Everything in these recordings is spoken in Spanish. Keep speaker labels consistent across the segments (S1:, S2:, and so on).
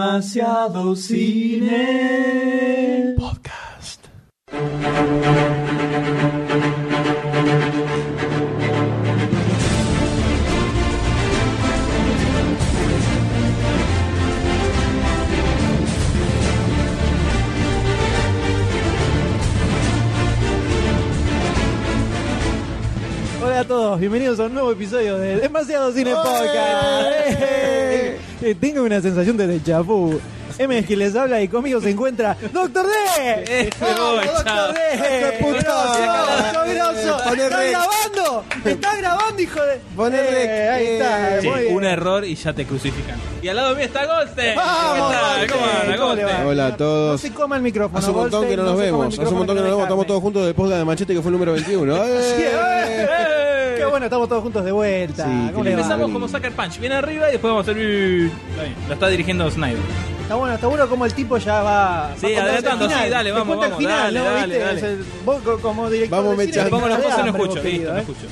S1: Demasiado cine.
S2: Podcast. Hola a todos, bienvenidos a un nuevo episodio de Demasiado Cine Podcast. ¡Eh! Eh, Tengo una sensación de déjà vu. M es quien les habla y conmigo se encuentra Doctor D.
S3: Este
S2: ¡Vamos, Doctor D!
S1: Hijo de puta.
S2: ¡Grosso, grosso, grosso!
S1: Poné
S2: ¡Está
S1: rec.
S2: grabando! ¡Está grabando, hijo de...!
S1: Poné rec.
S2: Eh, Ahí está,
S3: Sí,
S2: muy bien.
S3: un error y ya te crucifican. Y al lado mío está Goldstein.
S2: ¡Vamos,
S3: ¿Qué tal? ¿Cómo
S2: Goldstein?
S3: anda,
S2: ¿Cómo le
S3: Goldstein?
S2: va?
S4: Hola a
S2: No
S4: todos.
S2: se coma el micrófono,
S4: Hace un montón que no nos
S2: Goldstein,
S4: vemos.
S2: se
S4: Hace un
S2: coma
S4: montón
S2: el
S4: que no nos vemos. Estamos todos
S2: micrófono,
S4: juntos del podcast de Machete que fue el número 21.
S2: que no nos
S4: ¡Eh!
S2: dejan. Sí, eh, Qué bueno, estamos todos juntos de vuelta.
S4: Sí, qué
S2: ¿Cómo le va?
S4: lindo.
S3: Empezamos como Sucker Punch, bien arriba y después vamos a hacer. uh, Lo está dirigiendo Snyder.
S2: Está bueno, está bueno como el tipo ya va.
S3: Sí,
S2: va contando
S3: adelantando,
S2: el final.
S3: sí, dale,
S2: Te
S3: vamos,
S2: cuenta el
S3: vamos,
S2: final,
S3: dale,
S2: ¿no?
S3: dale,
S2: ¿Viste?
S3: dale.
S2: O sea, vos co- como director.
S4: Vamos,
S2: de cine,
S4: Mecha.
S3: Le pongo las
S2: tenés
S3: cosas y no
S2: hambre,
S3: escucho.
S2: vos,
S3: Listo,
S2: querido,
S3: no
S2: ¿eh?
S3: escucho.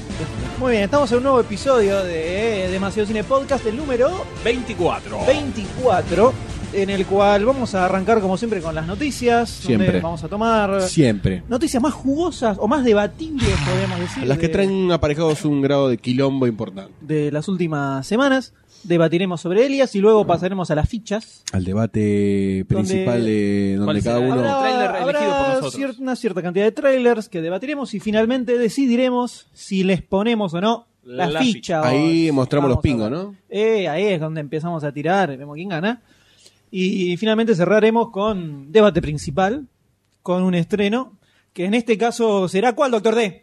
S2: Muy bien, estamos en un nuevo episodio de eh, Demasiado Cine Podcast, el número
S3: 24.
S2: 24, en el cual vamos a arrancar como siempre con las noticias. donde
S4: Siempre.
S2: Vamos a tomar
S4: Siempre.
S2: noticias más jugosas o más debatibles, podríamos decir.
S4: Las que
S2: de-
S4: traen aparejados un grado de quilombo importante.
S2: de las últimas semanas. Debatiremos sobre ellas y luego pasaremos a las fichas.
S4: Al debate
S2: principal
S4: de
S3: ¿Cuál será? Habrá-
S2: Habrá,
S3: Trailer elegido por
S2: habrá
S3: nosotros.
S2: cier- una cierta cantidad de trailers que debatiremos y finalmente decidiremos si les ponemos o no la,
S3: La
S2: ficha.
S4: Ahí mostramos los
S2: Vamos a
S4: pingos,
S2: ver.
S4: ¿no?
S2: Eh, ahí es donde empezamos a tirar, vemos quién gana. Y finalmente cerraremos con debate principal, con un estreno, que en este caso será ¿cuál, Doctor D?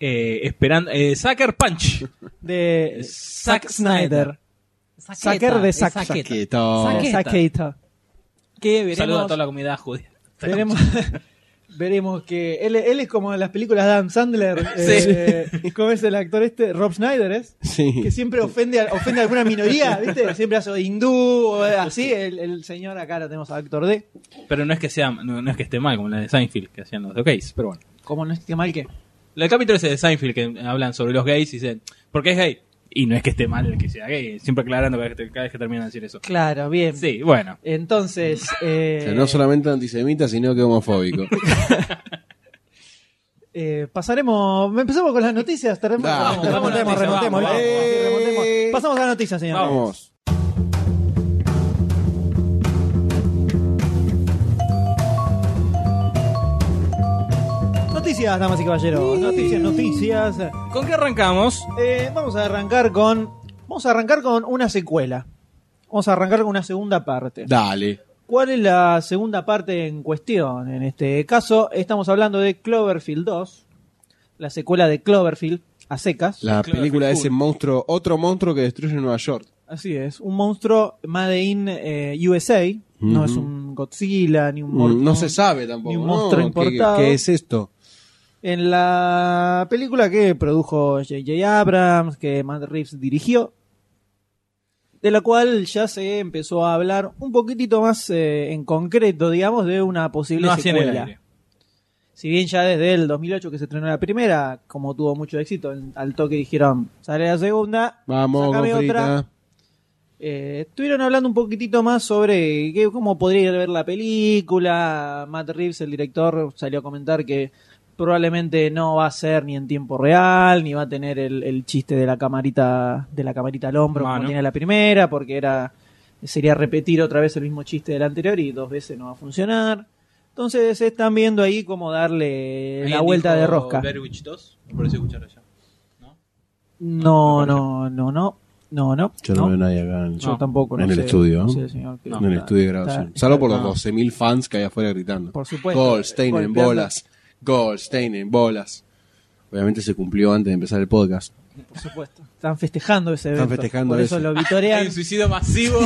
S3: Eh, esperando. eh, Sucker Punch.
S2: De Zack Snyder. Saqueta,
S5: Saquer
S2: de
S5: de
S2: sac-
S5: sac.
S4: Saqueto.
S5: Saque. Saqueta.
S2: Saqueta. Que
S3: Saludos a
S2: veremos
S3: toda la comunidad judía.
S2: Veremos, veremos que él, él es como en las películas de Adam Sandler. eh, ¿Cómo es el actor este? Rob Schneider, ¿es? Que
S4: Sí.
S2: siempre ofende a, ofende a alguna minoría, ¿viste? Siempre hace hindú o así. El, el señor acá lo tenemos al actor D.
S3: Pero no es que sea no, no es que esté mal, como la de Seinfeld que hacían los de gays, pero bueno.
S2: Como no esté mal que.
S3: El capítulo ese de Seinfeld que hablan sobre los gays y dicen, ¿por qué es gay? Y no es que esté mal el que sea gay, siempre aclarando cada vez que, cada vez que terminan de decir eso.
S2: Claro, bien.
S3: Sí, bueno.
S2: Entonces. eh,
S4: O sea, no solamente antisemita, sino que homofóbico.
S2: eh, pasaremos. Empezamos con las noticias. Vamos,
S4: Vamos,
S3: vamos,
S2: remontemos,
S3: noticias,
S2: remontemos,
S3: vamos,
S2: ¿viste?
S4: vamos.
S2: Remontemos.
S4: Eh.
S2: Pasamos a las noticias, señor.
S4: Vamos.
S2: Noticias, damas y caballeros. Noticias, noticias.
S3: ¿Con qué arrancamos?
S2: Eh, vamos a arrancar con. Vamos a arrancar con una secuela. Vamos a arrancar con una segunda parte.
S4: Dale.
S2: ¿Cuál es la segunda parte en cuestión? En este caso, estamos hablando de Cloverfield 2, la secuela de Cloverfield a secas.
S4: La
S3: Claro,
S4: película de ese
S3: Pitbull.
S4: monstruo, otro monstruo que destruye Nueva York.
S2: Así es, un monstruo Made in eh, USA. No
S4: Ujú.
S2: es un Godzilla ni un
S4: Mm,
S2: mon-
S4: No se sabe tampoco.
S2: Ni un
S4: ¿no?
S2: monstruo
S4: ¿Qué-
S2: importado.
S4: ¿Qué es esto?
S2: En la película que produjo J.J. Abrams, que Matt Reeves dirigió, de la cual ya se empezó a hablar un poquitito más eh, en concreto, digamos, de una posible
S3: No hacían el
S2: secuela.
S3: aire.
S2: Si bien ya desde el 2008 que se estrenó la primera, como tuvo mucho éxito, en- al toque dijeron, sale la segunda,
S4: Vamos,
S2: Sácame
S4: Gofrita.
S2: otra. Eh, estuvieron hablando un poquitito más sobre qué- cómo podría ir a ver la película. Matt Reeves, el director, salió a comentar que probablemente no va a ser ni en tiempo real, ni va a tener el, el chiste de la camarita, de la camarita al hombro como
S3: Mano.
S2: tiene la primera, porque era sería repetir otra vez el mismo chiste del anterior y dos veces no va a funcionar. Entonces están viendo ahí cómo darle la
S3: ¿Alguien
S2: vuelta
S3: dijo
S2: de rosca.
S3: Blair Witch 2? Me pareció escuchar allá.
S2: No, no, no, no, no, no.
S4: Yo no,
S2: no.
S4: veo a nadie acá en el,
S2: Yo
S3: No.
S2: tampoco. no
S4: En el
S2: sé,
S4: estudio,
S2: no
S4: ¿no?
S2: sé, señor, que-
S4: en el
S2: está-
S4: estudio de grabación.
S2: está-
S4: Salvo por los
S2: está-
S4: 12.000 fans que hay afuera gritando.
S2: Por supuesto.
S4: Goldstein en
S2: Golpeando.
S4: bolas. Goldstein en bolas. Obviamente se cumplió antes de empezar el podcast.
S2: Por supuesto. Están festejando ese evento.
S4: Están festejando
S2: Por eso
S4: ese.
S2: lo vitorean
S3: Hay un suicidio masivo.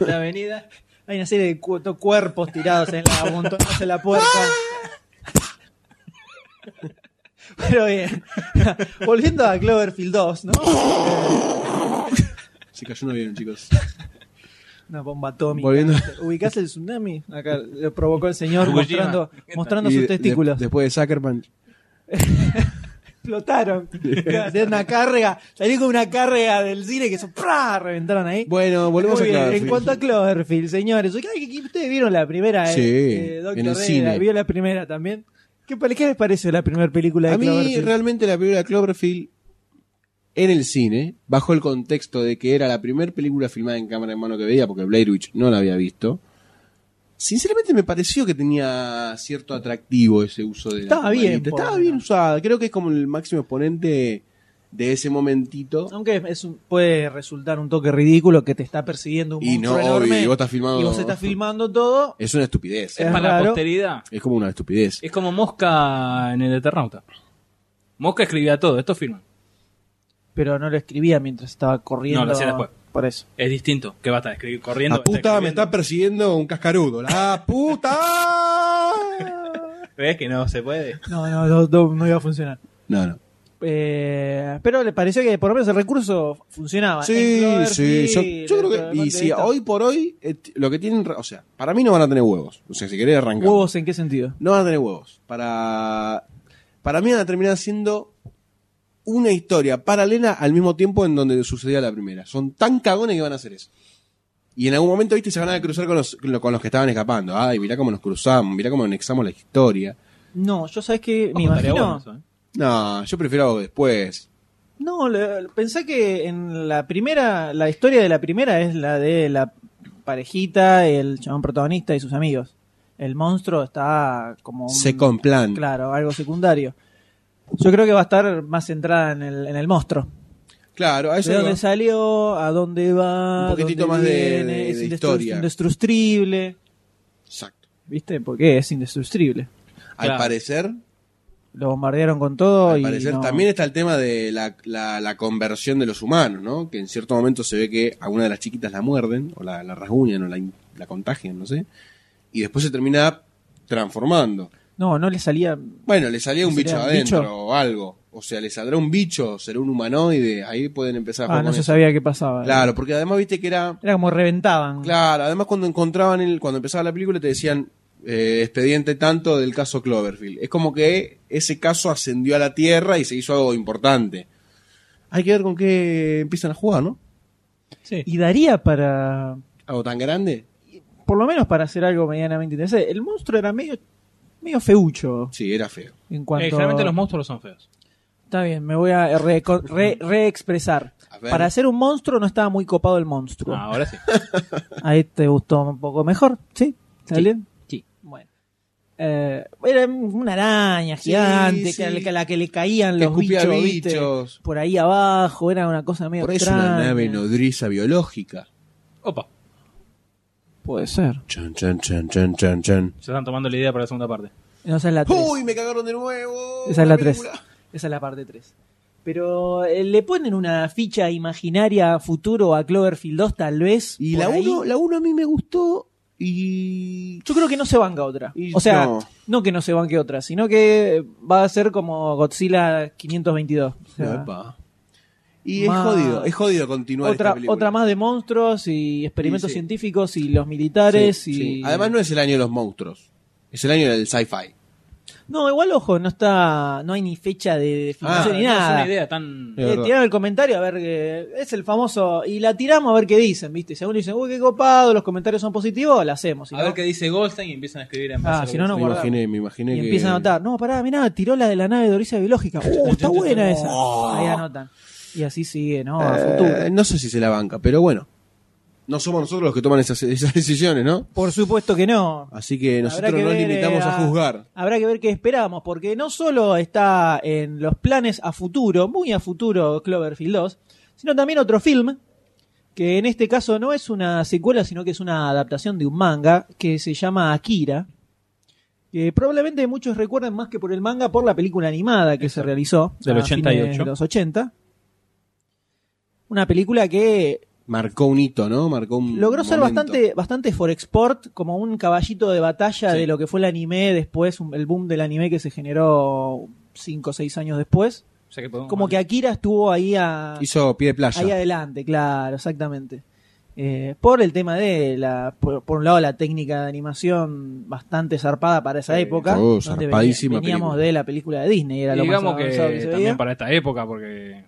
S2: en la avenida. Hay una serie de cu- cuerpos tirados en la, amontonados en la puerta. Pero bien. Volviendo a Cloverfield 2, ¿no?
S4: Se cayó un avión, chicos.
S2: Una bomba atómica.
S4: Volviendo.
S2: ¿Ubicás el tsunami? Acá lo provocó el señor
S3: Fukushima.
S2: mostrando, mostrando
S4: Y
S2: sus
S4: de-
S2: testículos.
S4: de- después de Zuckerman.
S2: explotaron. De una carga, salí con una carga del cine que eso, ¡prá! reventaron ahí.
S4: Bueno, volvemos a
S2: Muy bien, En
S4: Cloverfield.
S2: cuanto a Cloverfield, señores, ay, que- que ustedes vieron la primera, eh,
S4: Sí,
S2: eh, Doctor
S4: en el
S2: Dre,
S4: cine.
S2: la- ¿Vio la primera también? ¿Qué, pa- qué les pareció la primera película de
S4: A mí
S2: Cloverfield?
S4: realmente la película de Cloverfield en el cine, bajo el contexto de que era la primera película filmada en cámara en mano que veía, porque Blair Witch no la había visto, sinceramente me pareció que tenía cierto atractivo ese uso de la
S2: Estaba bien,
S4: camarita.
S2: por lo
S4: Estaba bien
S2: menos.
S4: usada. Creo que es como el máximo exponente de ese momentito.
S2: Aunque es un- puede resultar un toque ridículo que te está persiguiendo un
S4: Y
S2: monstruo
S4: no,
S2: enorme.
S4: y vos estás filmando-
S2: y vos estás filmando todo.
S4: Es una estupidez. ¿eh?
S2: Es
S3: Es para
S2: raro.
S3: la posteridad.
S4: Es como una estupidez.
S3: Es como Mosca en el Eternauta. Mosca escribía todo, esto firman.
S2: Pero no lo escribía mientras estaba corriendo.
S3: No, lo hacía después.
S2: Por eso.
S3: Es distinto. ¿Qué basta de escribir corriendo?
S4: La puta me está
S3: escribiendo.
S4: persiguiendo un cascarudo. La puta.
S3: ¿Ves que no se puede?
S2: No, no, no, no, no iba a funcionar.
S4: No, no.
S2: Eh, pero le pareció que por lo menos el recurso funcionaba. En
S4: Sí,
S2: Cloverfield,
S4: sí, yo, yo creo
S2: dentro
S4: que. Y
S2: del punto de
S4: si
S2: vista.
S4: hoy por hoy, eh, t- lo que tienen. O sea, para mí no van a tener huevos. O sea, si querés arrancar.
S2: ¿Huevos en qué sentido?
S4: No van a tener huevos. Para. Para mí van a terminar siendo una historia paralela al mismo tiempo en donde sucedía la primera. Son tan cagones que van a hacer eso. Y en algún momento, viste, se van a cruzar con los, con los que estaban escapando. Ay, mirá cómo nos cruzamos, mirá cómo anexamos la historia.
S2: No, yo sabes que me
S3: Ojo, estaría
S2: imagino.
S3: bueno eso, ¿eh?
S4: No, yo prefiero algo después.
S2: No, le- pensé que en la primera, la historia de la primera es la de la parejita, el chabón protagonista y sus amigos. El monstruo está como un,
S4: Seco en plan.
S2: claro, algo secundario. Yo creo que va a estar más centrada en el, en el monstruo.
S4: Claro, a eso
S2: ¿De
S4: iba.
S2: dónde salió? ¿A dónde va?
S4: Un poquitito
S2: ¿Dónde
S4: más de-
S2: viene?
S4: de-
S2: es
S4: de
S2: indestru-
S4: historia.
S2: indestructible.
S4: Exacto.
S2: ¿Viste? Porque es indestructible.
S4: Al
S3: Claro.
S4: parecer,
S2: Lo bombardearon con todo
S4: Al
S2: y
S4: parecer
S2: no-
S4: también está el tema de la, la- la conversión de los humanos, ¿no? Que en cierto momento se ve que a una de las chiquitas la muerden, o la, la rasguñan, o la, in- la contagian, no sé. Y después se termina transformando.
S2: no, no le salía
S4: Bueno, le salía un
S2: ¿Le
S4: bicho
S2: salía un
S4: adentro
S2: bicho?
S4: o algo. O sea, le saldrá un bicho, será un humanoide. Ahí pueden empezar a
S2: Ah,
S4: jugar
S2: no
S4: con
S2: se
S4: eso.
S2: sabía qué pasaba.
S4: Claro, porque además viste que era.
S2: Era como reventaban.
S4: Claro, además cuando encontraban el, cuando empezaba la película te decían eh, expediente tanto del caso Cloverfield. Es como que ese caso ascendió a la Tierra y se hizo algo importante. Hay que ver con qué empiezan a jugar, ¿no?
S3: Sí.
S2: Y daría para.
S4: Algo tan grande.
S2: Por lo menos para hacer algo medianamente interesante. El monstruo era medio. medio feucho.
S4: Sí, era feo.
S2: En
S3: Eh,
S2: cuanto.
S3: generalmente los monstruos son feos.
S2: Está bien, me voy a reco- re- reexpresar.
S4: A ver.
S2: para hacer un monstruo no estaba muy copado el monstruo.
S3: Ah, ahora sí.
S2: Ahí te gustó un poco mejor. ¿Sí? ¿Está
S3: Sí.
S2: bien?
S3: Sí.
S2: Bueno. Eh, era una araña gigante
S4: sí.
S2: que a la- que a la que le caían
S4: Que
S2: los
S4: escupía
S2: bichos, ¿viste?
S4: bichos.
S2: por ahí abajo, era una cosa medio
S4: Por ahí es
S2: extraña.
S4: una nave nodriza biológica.
S3: Opa,
S2: Puede ser.
S4: Chan, chan, chan, chan, chan, chan.
S3: se están tomando la idea para la segunda parte.
S2: No, esa es la tres.
S4: ¡Uy, me cagaron de nuevo!
S2: Esa es la 3.
S4: película.
S2: Esa es la parte 3. Pero eh, le ponen una ficha imaginaria a futuro a Cloverfield 2 tal vez.
S4: Y
S2: por
S4: la
S2: ahí.
S4: 1 la uno a mí me gustó y...
S2: Yo creo que no se banca otra.
S4: Y
S2: o sea,
S4: no.
S2: no. que no se banque otra, sino que va a ser como Godzilla 522. O sea,
S4: Epa. Y
S2: Más-
S4: es jodido, es jodido continuar esta
S2: otra,
S4: película.
S2: otra más de monstruos y experimentos
S4: Y sí.
S2: científicos y los militares.
S4: Sí,
S2: y...
S4: sí. Además no es el año de los monstruos, es el año del sci-fi.
S2: No, igual, ojo, no está no hay ni fecha de
S4: Ah,
S2: definición ni
S3: no es
S2: nada.
S3: una idea tan.
S4: Eh.
S2: Eh,
S4: Es verdad.
S2: tiraron el comentario a ver que es el famoso y la tiramos a ver qué dicen, ¿viste? Si algunos dicen, uy, qué copado, los comentarios son positivos, la hacemos. Si
S3: A
S2: no-
S3: ver qué dice Goldstein y empiezan a escribir en
S2: Ah,
S3: base a lo
S2: si
S3: que
S2: no, no
S4: me
S3: dice.
S2: guardamos.
S4: imaginé, me imaginé
S2: y
S4: que...
S2: empiezan a anotar, no, pará, mirá, tiró la de la nave de oriza biológica. Uh, está buena esa. Ahí anotan. Y así sigue, ¿no? A futuro.
S4: Eh, no sé si se la banca, pero bueno. No somos nosotros los que toman esas, esas decisiones, ¿no?
S2: Por supuesto que no.
S4: Así que nosotros
S2: Habrá que
S4: nos
S2: ver,
S4: limitamos
S2: eh,
S4: a juzgar.
S2: Habrá que ver qué esperamos, porque no solo está en los planes a futuro, muy a futuro Cloverfield 2, sino también otro film, que en este caso no es una secuela, sino que es una adaptación de un manga, que se llama Akira, que probablemente muchos recuerden más que por el manga, por la película animada que se realizó
S3: Del
S2: a
S3: 88.
S2: fines de los 80. Una película que
S4: Marcó un hito, ¿no? Marcó un
S2: Logró ser
S4: momento.
S2: bastante, bastante for export, como un caballito de batalla
S4: Sí.
S2: de lo que fue el anime después, un- el boom del anime que se generó 5 o 6 años después.
S3: O sea que podemos-
S2: Como que Akira estuvo ahí, a-
S4: Hizo pie de playa.
S2: ahí adelante, claro, exactamente. eh, por el tema de, la por, por un lado, la técnica de animación bastante zarpada para esa
S4: Sí,
S2: época.
S4: oh,
S2: donde veni-
S4: zarpadísima
S2: veníamos
S4: película.
S2: de la película de Disney, era
S3: Y
S2: lo más
S3: digamos que,
S2: avanzado que se
S3: también
S2: veía.
S3: para esta época, porque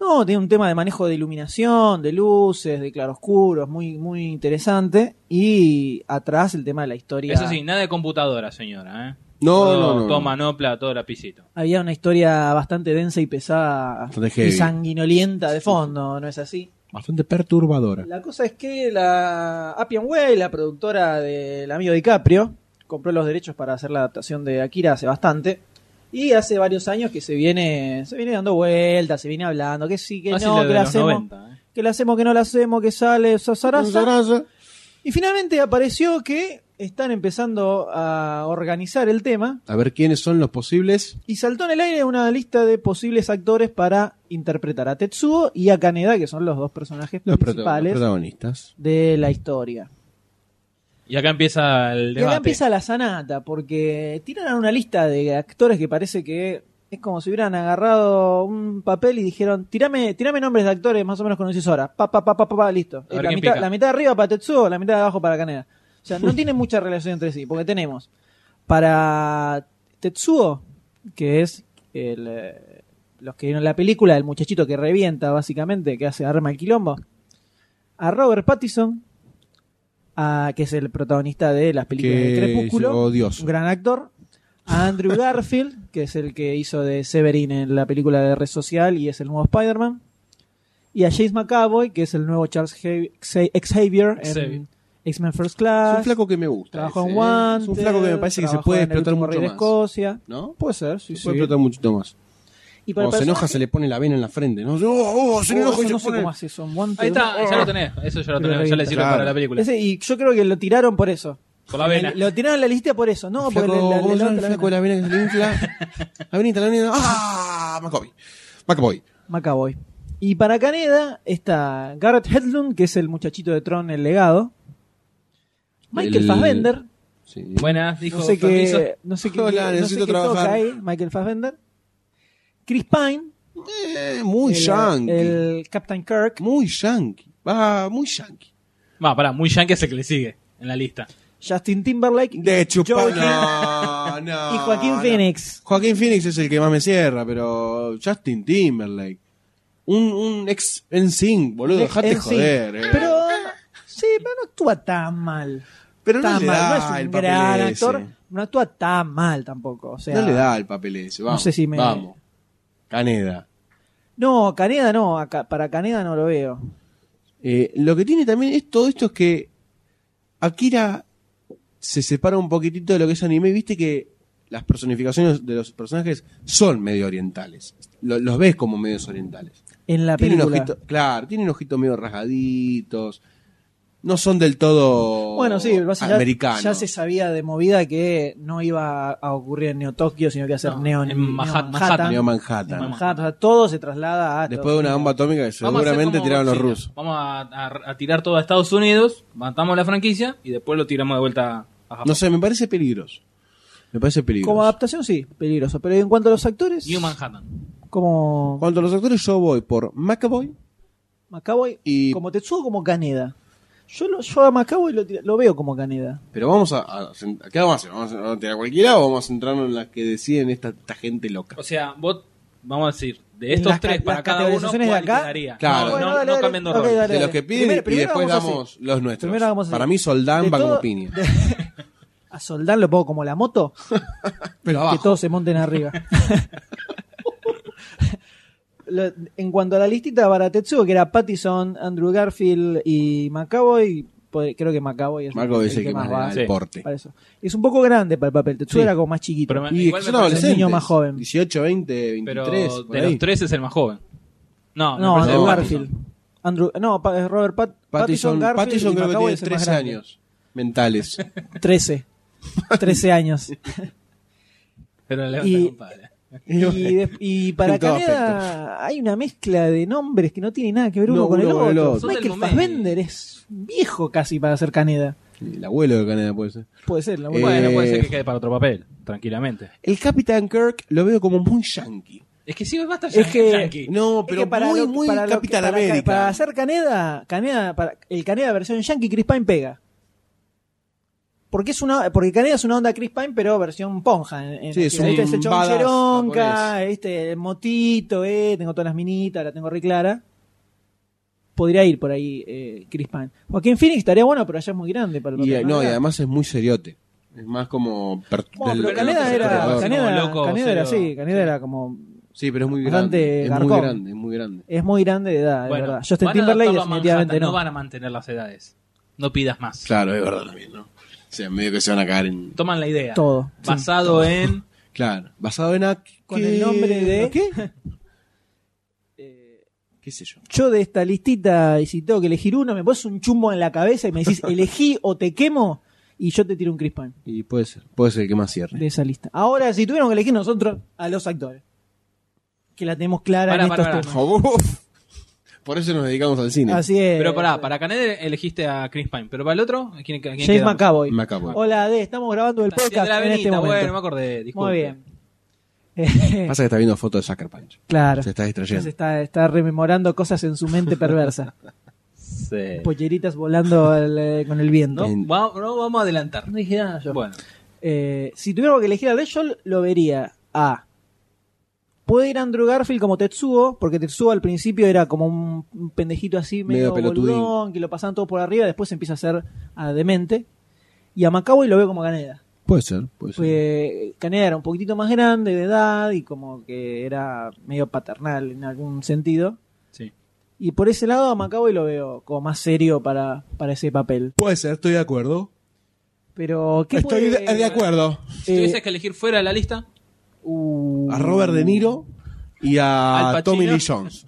S2: No, tiene un tema de manejo de iluminación, de luces, de claroscuros, muy, muy interesante. Y atrás el tema de la historia.
S3: eso sí, nada de computadora, señora. ¿eh?
S4: No,
S3: Todo-
S4: no, no.
S3: Todo manopla, todo lapicito.
S2: Había una historia bastante densa y pesada
S4: Bastante
S2: y
S4: heavy.
S2: sanguinolienta de fondo, ¿no es así?
S4: Bastante perturbadora.
S2: La cosa es que la Way, la productora del amigo DiCaprio, compró los derechos para hacer la adaptación de Akira hace bastante. Y hace varios años que se viene, se viene dando vueltas, se viene hablando, que sí, que
S3: Así
S2: no,
S3: la
S2: que
S3: Ah, de
S2: la
S3: los
S2: hacemos,
S3: 90, ¿eh?
S2: que la hacemos, que no la hacemos, que sale Sasarasa.
S4: Zaraza.
S2: Y finalmente apareció que están empezando a organizar el tema
S4: A ver quiénes son los posibles.
S2: y saltó en el aire una lista de posibles actores para interpretar a Tetsuo y a Kaneda, que son los dos personajes
S4: Los, prota- los
S2: principales
S4: protagonistas.
S2: de la historia.
S3: Y acá empieza el
S2: Y
S3: debate.
S2: acá empieza la sanata, porque tiraron una lista de actores que parece que es como si hubieran agarrado un papel y dijeron, tirame, tirame nombres de actores más o menos conocidos ahora. Pa, pa, pa, pa, pa, pa, listo.
S3: A ver
S2: la,
S3: quién
S2: mitad,
S3: pica.
S2: la mitad de arriba para Tetsuo, la mitad de abajo para Caneda. O sea, no tienen mucha relación entre sí, porque tenemos para Tetsuo, que es el, eh, los que vieron la película, el muchachito que revienta básicamente, que hace arma el quilombo, a Robert Pattinson, a- que es el protagonista de las películas de Crepúsculo un
S4: odioso.
S2: gran actor. A Andrew Garfield, que es el que hizo de Severin en la película de Red Social y es el nuevo Spider-Man. Y a James McAvoy, que es el nuevo Charles Xav- Xa- Xavier
S3: Xavier.
S2: en X-Men First
S4: Es
S2: Class.
S4: un flaco que me gusta.
S2: trabajó
S4: ese,
S2: en
S4: ¿eh?
S2: Wanted.
S4: Es un flaco que me parece que se
S2: trabajó
S4: puede
S2: en El
S4: explotar
S2: último
S4: mucho
S2: Rey de
S4: más.
S2: Escocia.
S4: ¿No?
S2: Puede ser, sí,
S4: Se
S2: sí.
S4: puede explotar mucho más.
S2: Y para el
S4: Cuando se enoja
S2: personaje-
S4: se le pone la vena en la frente. ¿no? Oh, oh, se
S2: Oh,
S4: enoja y
S2: eso
S4: se
S2: no sé
S4: pone-
S2: cómo hace eso, en Wanted.
S3: Ahí está, ya lo tenés. Eso ya lo
S2: Pero
S3: tenés, ya
S2: revienta.
S3: le sirve
S4: Claro.
S3: para la película.
S2: Ese- Ah. y yo creo que lo tiraron por eso.
S3: Por la vena.
S2: Lo tiraron en la lista por eso. No,
S4: El flaco,
S2: porque le- le- le-
S4: ¿cómo se llama
S2: le-
S4: el
S2: le-
S4: flaco de Ah, la vena que se le infla? La venita, la venita. ¡Ah! Macaboy. Macaboy.
S2: McAvoy. Y para Caneda está Garrett Hedlund, que es el muchachito de Tron, el legado. Michael
S4: El-
S2: Fassbender.
S4: Sí.
S3: Buenas, dijo
S2: No sé
S3: permiso.
S2: qué, no sé qué,
S4: Hola,
S2: no sé
S4: necesito
S2: qué toca
S4: trabajar.
S2: ahí, Michael Fassbender. Chris Pine.
S4: Eh, muy
S2: el-
S4: yankee.
S2: El Captain Kirk.
S4: Muy yankee. Va, muy yankee.
S3: Va, pará, muy yankee es el que le sigue en la lista.
S2: Justin Timberlake.
S4: De chupar.
S2: Joaquin-
S4: No, no,
S2: y Joaquín
S4: no.
S2: Phoenix.
S4: Joaquín Phoenix es el que más me cierra, pero Justin Timberlake. Un, un ex NSYNC, boludo.
S2: Ex-
S4: Dejate
S2: NSYNC.
S4: joder. eh.
S2: Pero, sí, pero no actúa tan mal.
S4: Pero no
S2: tan
S4: le
S2: mal.
S4: da
S2: no es
S4: el
S2: un
S4: papel
S2: gran
S4: ese.
S2: actor. No actúa tan mal tampoco. O sea,
S4: no le da el papel ese. Vamos,
S2: sé si me-
S4: vamos. Caneda.
S2: No, Caneda no. acá- para Caneda no lo veo.
S4: Eh, lo que tiene también es todo esto es que Akira se separa un poquitito de lo que es anime. Viste que las personificaciones de los personajes son medio orientales. Lo- los ves como medios orientales.
S2: En la
S4: Tienen
S2: película.
S4: ojitos, claro, tienen ojitos medio rasgaditos. No son del todo
S2: Bueno, sí, lo que pasa es que ya-
S4: americanos.
S2: Ya, se sabía de movida que no iba a ocurrir en Neo Tokio, sino que iba a ser
S3: No,
S2: Neo
S3: en
S2: Neo
S3: Manhattan.
S4: Medio
S2: En
S4: Manhattan.
S2: Manhattan, o sea, todo se traslada a.
S4: Después de una bomba atómica que
S3: Vamos a hacer
S4: seguramente
S3: como
S4: tiraron los
S3: Godzilla.
S4: rusos.
S3: Vamos a, a- a tirar todo a Estados Unidos, matamos la franquicia y después lo tiramos de vuelta a Japón.
S4: No sé, me parece peligroso. Me parece peligroso.
S2: Como adaptación, sí, peligroso. Pero en cuanto a los actores,
S3: New Manhattan.
S2: como
S4: Cuanto a los actores, yo voy por McAvoy.
S2: Macaboy,
S4: Y-
S2: como Tetsuo, como Caneda. Yo, lo- yo a Macaboy lo, tira- lo veo como Caneda.
S4: Pero vamos a, a- ¿Qué vamos a hacer? ¿Vamos a, vamos a tirar cualquiera o vamos a centrarnos en las que deciden esta, esta gente loca?
S3: O sea, vos, vamos a decir, de estos
S2: Las ca-
S3: tres para
S2: las
S3: cada uno,
S2: categorizaciones de
S3: ¿cuál
S2: acá?
S3: quedaría?
S4: Claro.
S3: No,
S4: Bueno,
S3: no,
S2: dale,
S3: no
S2: dale.
S3: cambiando
S2: Ok,
S3: roles.
S2: dale.
S4: de los que piden
S2: Primero-
S4: y
S2: primero
S4: después
S2: vamos
S4: damos los nuestros.
S2: Primero vamos así.
S4: Para mí Soldán
S2: De
S4: va
S2: todo-
S4: como piña.
S2: de- a Soldán lo pongo como la moto.
S4: Pero
S2: que todos se monten arriba. Lo- en cuanto a la listita para Tetsuo, que era Pattison, Andrew Garfield y McAvoy, pod- creo que McAvoy es
S4: Marco
S2: el,
S4: es el que más le da
S3: Sí.
S4: el porte.
S2: para eso. Es un poco grande para el papel, Tetsuo
S4: Sí.
S2: era como más chiquito.
S3: Pero me-
S4: Y es
S3: Igual
S4: que son
S3: parece
S2: un
S4: adolescentes.
S2: niño más joven.
S4: 18, 20, 23.
S3: Pero
S4: por
S3: de
S4: ahí.
S3: los tres es el más joven. No, me
S2: no, Andrew
S3: parece que
S4: no,
S2: Garfield. Andrew, no, pa- Robert Pat- Pattison,
S4: Pattinson,
S2: Garfield
S4: Pattinson
S2: y
S4: creo que
S2: McAvoy
S4: tiene
S2: es el más
S4: 13
S2: grande.
S4: años mentales.
S2: 13. 13 años.
S3: Pero le
S2: Y-
S3: levanta, compadre.
S2: y, de- y para
S4: En todo
S2: Caneda hay una mezcla de nombres que no tiene nada que ver uno,
S4: No,
S2: con,
S4: uno
S2: el
S4: con el
S2: otro.
S4: otro.
S3: Son del
S2: Michael
S3: momento.
S2: Fassbender es viejo casi para ser Caneda.
S4: el abuelo de Canadá puede ser.
S2: Puede ser, la
S4: Eh,
S2: verdad.
S3: Bueno, puede ser que quede para otro papel, tranquilamente.
S4: El Capitán Kirk lo veo como muy yankee.
S3: Es que sí, va a estar
S2: Es que-
S3: yankee.
S4: No,
S2: Es
S4: pero
S2: que
S4: muy,
S2: lo-
S4: muy
S2: para lo que-
S4: Capital
S2: para-
S4: América.
S2: Para hacer Caneda, Caneda para, el Caneda versión Yankee, Chris Pine pega. Porque, es una, porque Caneda es una onda Chris Pine, pero versión ponja. en- en-
S4: Sí, es
S2: ¿viste?
S4: un
S2: el chabón
S4: badass
S2: cheronca,
S4: japonés.
S2: ¿viste? el motito, eh, tengo todas las minitas, la tengo re clara. Podría ir por ahí eh, Chris Pine. Joaquín Phoenix estaría bueno, pero allá es muy grande para el
S4: Y,
S2: papel,
S4: eh, no, y
S2: Era-
S4: además es muy seriote. Es más como. per-
S2: Bueno,
S4: del-
S2: pero
S4: del
S2: Caneda
S4: otro
S2: era,
S4: creador.
S2: Caneda,
S3: Como loco,
S2: Caneda era
S3: serio.
S2: así, Caneda era como...
S4: Sí, pero es muy
S2: Bastante
S4: grande. Es muy
S2: garcón.
S4: grande, es muy grande.
S2: Es muy grande de edad,
S3: Bueno,
S2: de verdad. Justin
S3: van a
S2: Timberlake
S3: adaptarlo a
S2: definitivamente
S3: Manhattan,
S2: no.
S3: no van a mantener las edades. No pidas más.
S4: Claro, es verdad también, ¿no? O sea, medio que se van a caer en.
S3: Toman la idea.
S2: Todo.
S3: Basado en.
S4: Claro, basado en. a-
S2: Con el nombre de-
S4: ¿Qué? ¿Qué sé yo?
S2: Yo de esta listita, y si tengo que elegir uno, me pones un chumbo en la cabeza y me decís, elegí o te quemo, y yo te tiro un crispán
S4: Y puede ser, puede ser el que más cierre.
S2: de esa lista. Ahora, si tuviéramos que elegir nosotros a los actores, que la tenemos clara
S3: Pará,
S2: en
S3: pará,
S2: estos
S3: pará.
S2: temas.
S4: Uf. Por eso nos dedicamos al cine.
S2: Así es.
S3: Pero pará, para Canel elegiste a Chris Pine. Pero para el otro, ¿a quién, Ah, a
S2: James
S3: quién quedamos?
S2: McAvoy.
S4: Me acabo.
S2: Hola, D, estamos grabando el
S3: Está haciendo
S2: podcast
S3: la
S2: en este
S3: venita,
S2: momento.
S3: Bueno, me acordé. disculpe.
S2: Muy bien. Eh,
S4: Pasa que está viendo fotos de Sucker Punch.
S2: claro.
S4: Se está distrayendo.
S2: Entonces está, está rememorando cosas en su mente perversa.
S3: Sí.
S2: Polleritas volando al, eh, con el viento.
S3: No, va- no vamos a adelantar.
S2: No dije nada yo.
S3: Bueno,
S2: Eh, si tuviéramos que elegir a Death, yo lo vería a. Puede ir Andrew Garfield como Tetsuo, porque Tetsuo al principio era como un un pendejito así, medio,
S4: Medio pelotudín.
S2: boludón, que lo pasaban todo por arriba, después empieza a ser a demente. Y a Macaboy lo veo como Caneda.
S4: Puede ser, puede ser.
S2: Porque Caneda era un poquitito más grande de edad y como que era medio paternal en algún sentido.
S3: sí.
S2: Y por ese lado a Macaboy lo veo como más serio para, para ese papel.
S4: Puede ser, estoy de acuerdo.
S2: Pero, ¿qué
S4: Estoy de,
S2: puede-
S4: de acuerdo.
S3: Si
S2: Eh,
S3: tuvieses que elegir fuera de la lista,
S2: uh,
S4: A Robert De Niro y
S3: Al
S4: a
S3: Pacino.
S4: Tommy Lee Jones.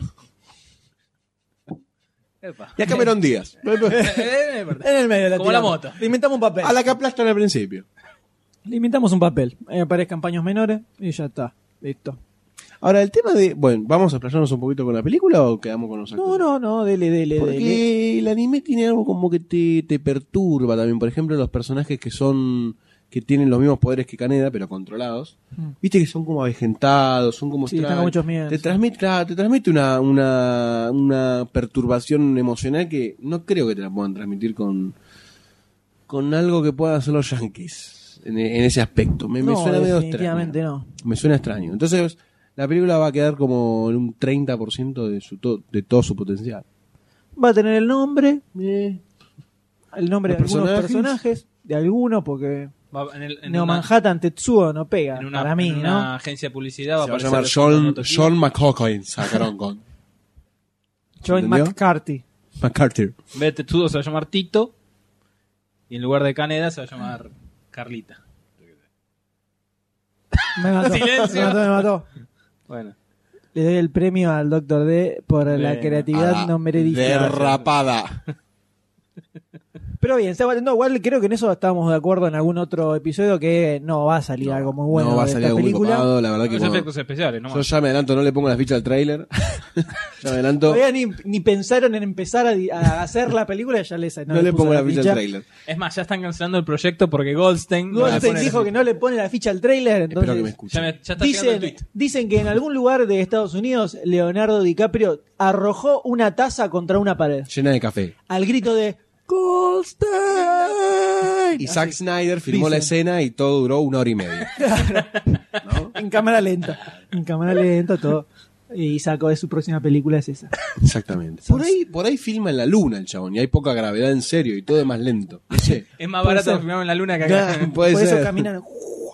S3: epa.
S4: Y a Cameron Díaz.
S3: Eh, es verdad.
S2: En el medio de la
S3: Como la
S2: tiramos.
S3: moto.
S2: Le inventamos un papel.
S4: A la que aplastan al principio.
S2: Le inventamos un papel. Eh, aparezcan paños menores y ya está. Listo.
S4: Ahora, el tema de. Bueno, ¿vamos a explayarnos un poquito con la película o quedamos con los
S2: No,
S4: actores?
S2: no, no, dele, dele, dele.
S4: Porque el anime tiene algo como que te, te perturba también. Por ejemplo, los personajes que son. que tienen los mismos poderes que Caneda, pero controlados.
S2: Mm.
S4: Viste que son como avejentados, son como.
S2: Sí, están
S4: extraños.
S2: con muchos miedos.
S4: Te transmite, claro, te transmite una, una, una perturbación emocional que no creo que te la puedan transmitir con. con algo que puedan hacer los yankees. En, en ese aspecto. Me, me
S2: No,
S4: suena medio
S2: definitivamente
S4: extraño.
S2: no.
S4: Me suena extraño. Entonces, la película va a quedar como en un 30% de, su to- de todo su potencial.
S2: Va a tener el nombre,
S4: Eh,
S2: el nombre de
S4: Los
S2: algunos
S4: personajes.
S2: personajes, de algunos, porque
S3: Va en el- en
S2: Neo
S3: una-
S2: Manhattan Tetsuo no pega,
S3: en una-
S2: para mí,
S3: en una
S2: ¿no?
S3: agencia de publicidad va
S4: Se va a
S3: aparecer
S4: llamar
S3: los-
S4: John,
S3: los-
S4: John McCoy, sacaron con
S2: Join
S4: ¿Entendió?
S2: McCarthy.
S4: McCarthy.
S3: En vez de Testudo se va a llamar Tito. Y en lugar de Caneda se va a llamar Carlita.
S2: Me mató,
S3: Silencio.
S2: me mató, me mató.
S3: Bueno.
S2: Le doy el premio al Doctor D por la
S3: Bien.
S2: creatividad no meredita.
S4: Ah, derrapada.
S2: Pero bien, se va- no, igual creo que en eso estábamos de acuerdo en algún otro episodio que no va a salir algo muy bueno
S4: no va a
S2: de
S4: salir
S2: esta
S4: algo muy
S2: película.
S4: copado, la verdad que
S3: Los
S4: como-
S3: efectos especiales, ¿no?
S4: yo ya me adelanto, no le pongo la ficha al tráiler. ya me adelanto,
S2: Todavía ni, ni pensaron en empezar a, di- a hacer la película y ya les
S4: no, le pongo la ficha al tráiler.
S3: Es más, ya están cancelando el proyecto porque Goldstein.
S2: Goldstein
S3: Bueno,
S2: dijo que no le pone la ficha al trailer,
S4: Espero que me
S2: entonces
S4: escuchen.
S3: Ya, me- ya está llegando el
S2: dicen,
S3: tweet.
S2: dicen que en algún lugar de Estados Unidos Leonardo DiCaprio arrojó una taza contra una pared
S4: Llena de café.
S2: al grito de Goldstein
S4: Y Zack Snyder filmó
S2: Dicen.
S4: la escena y todo duró una hora y media.
S2: en cámara lenta, en cámara lenta todo y sacó de su próxima película es esa.
S4: Exactamente. Por ahí, por ahí filma en la luna el chabón y hay poca gravedad en serio y todo es más lento. No sé.
S3: Es más
S2: Puede
S3: barato
S2: ser.
S3: filmar en la luna que acá.
S4: Ya,
S2: Por
S4: puede
S2: eso
S4: ser.
S2: caminan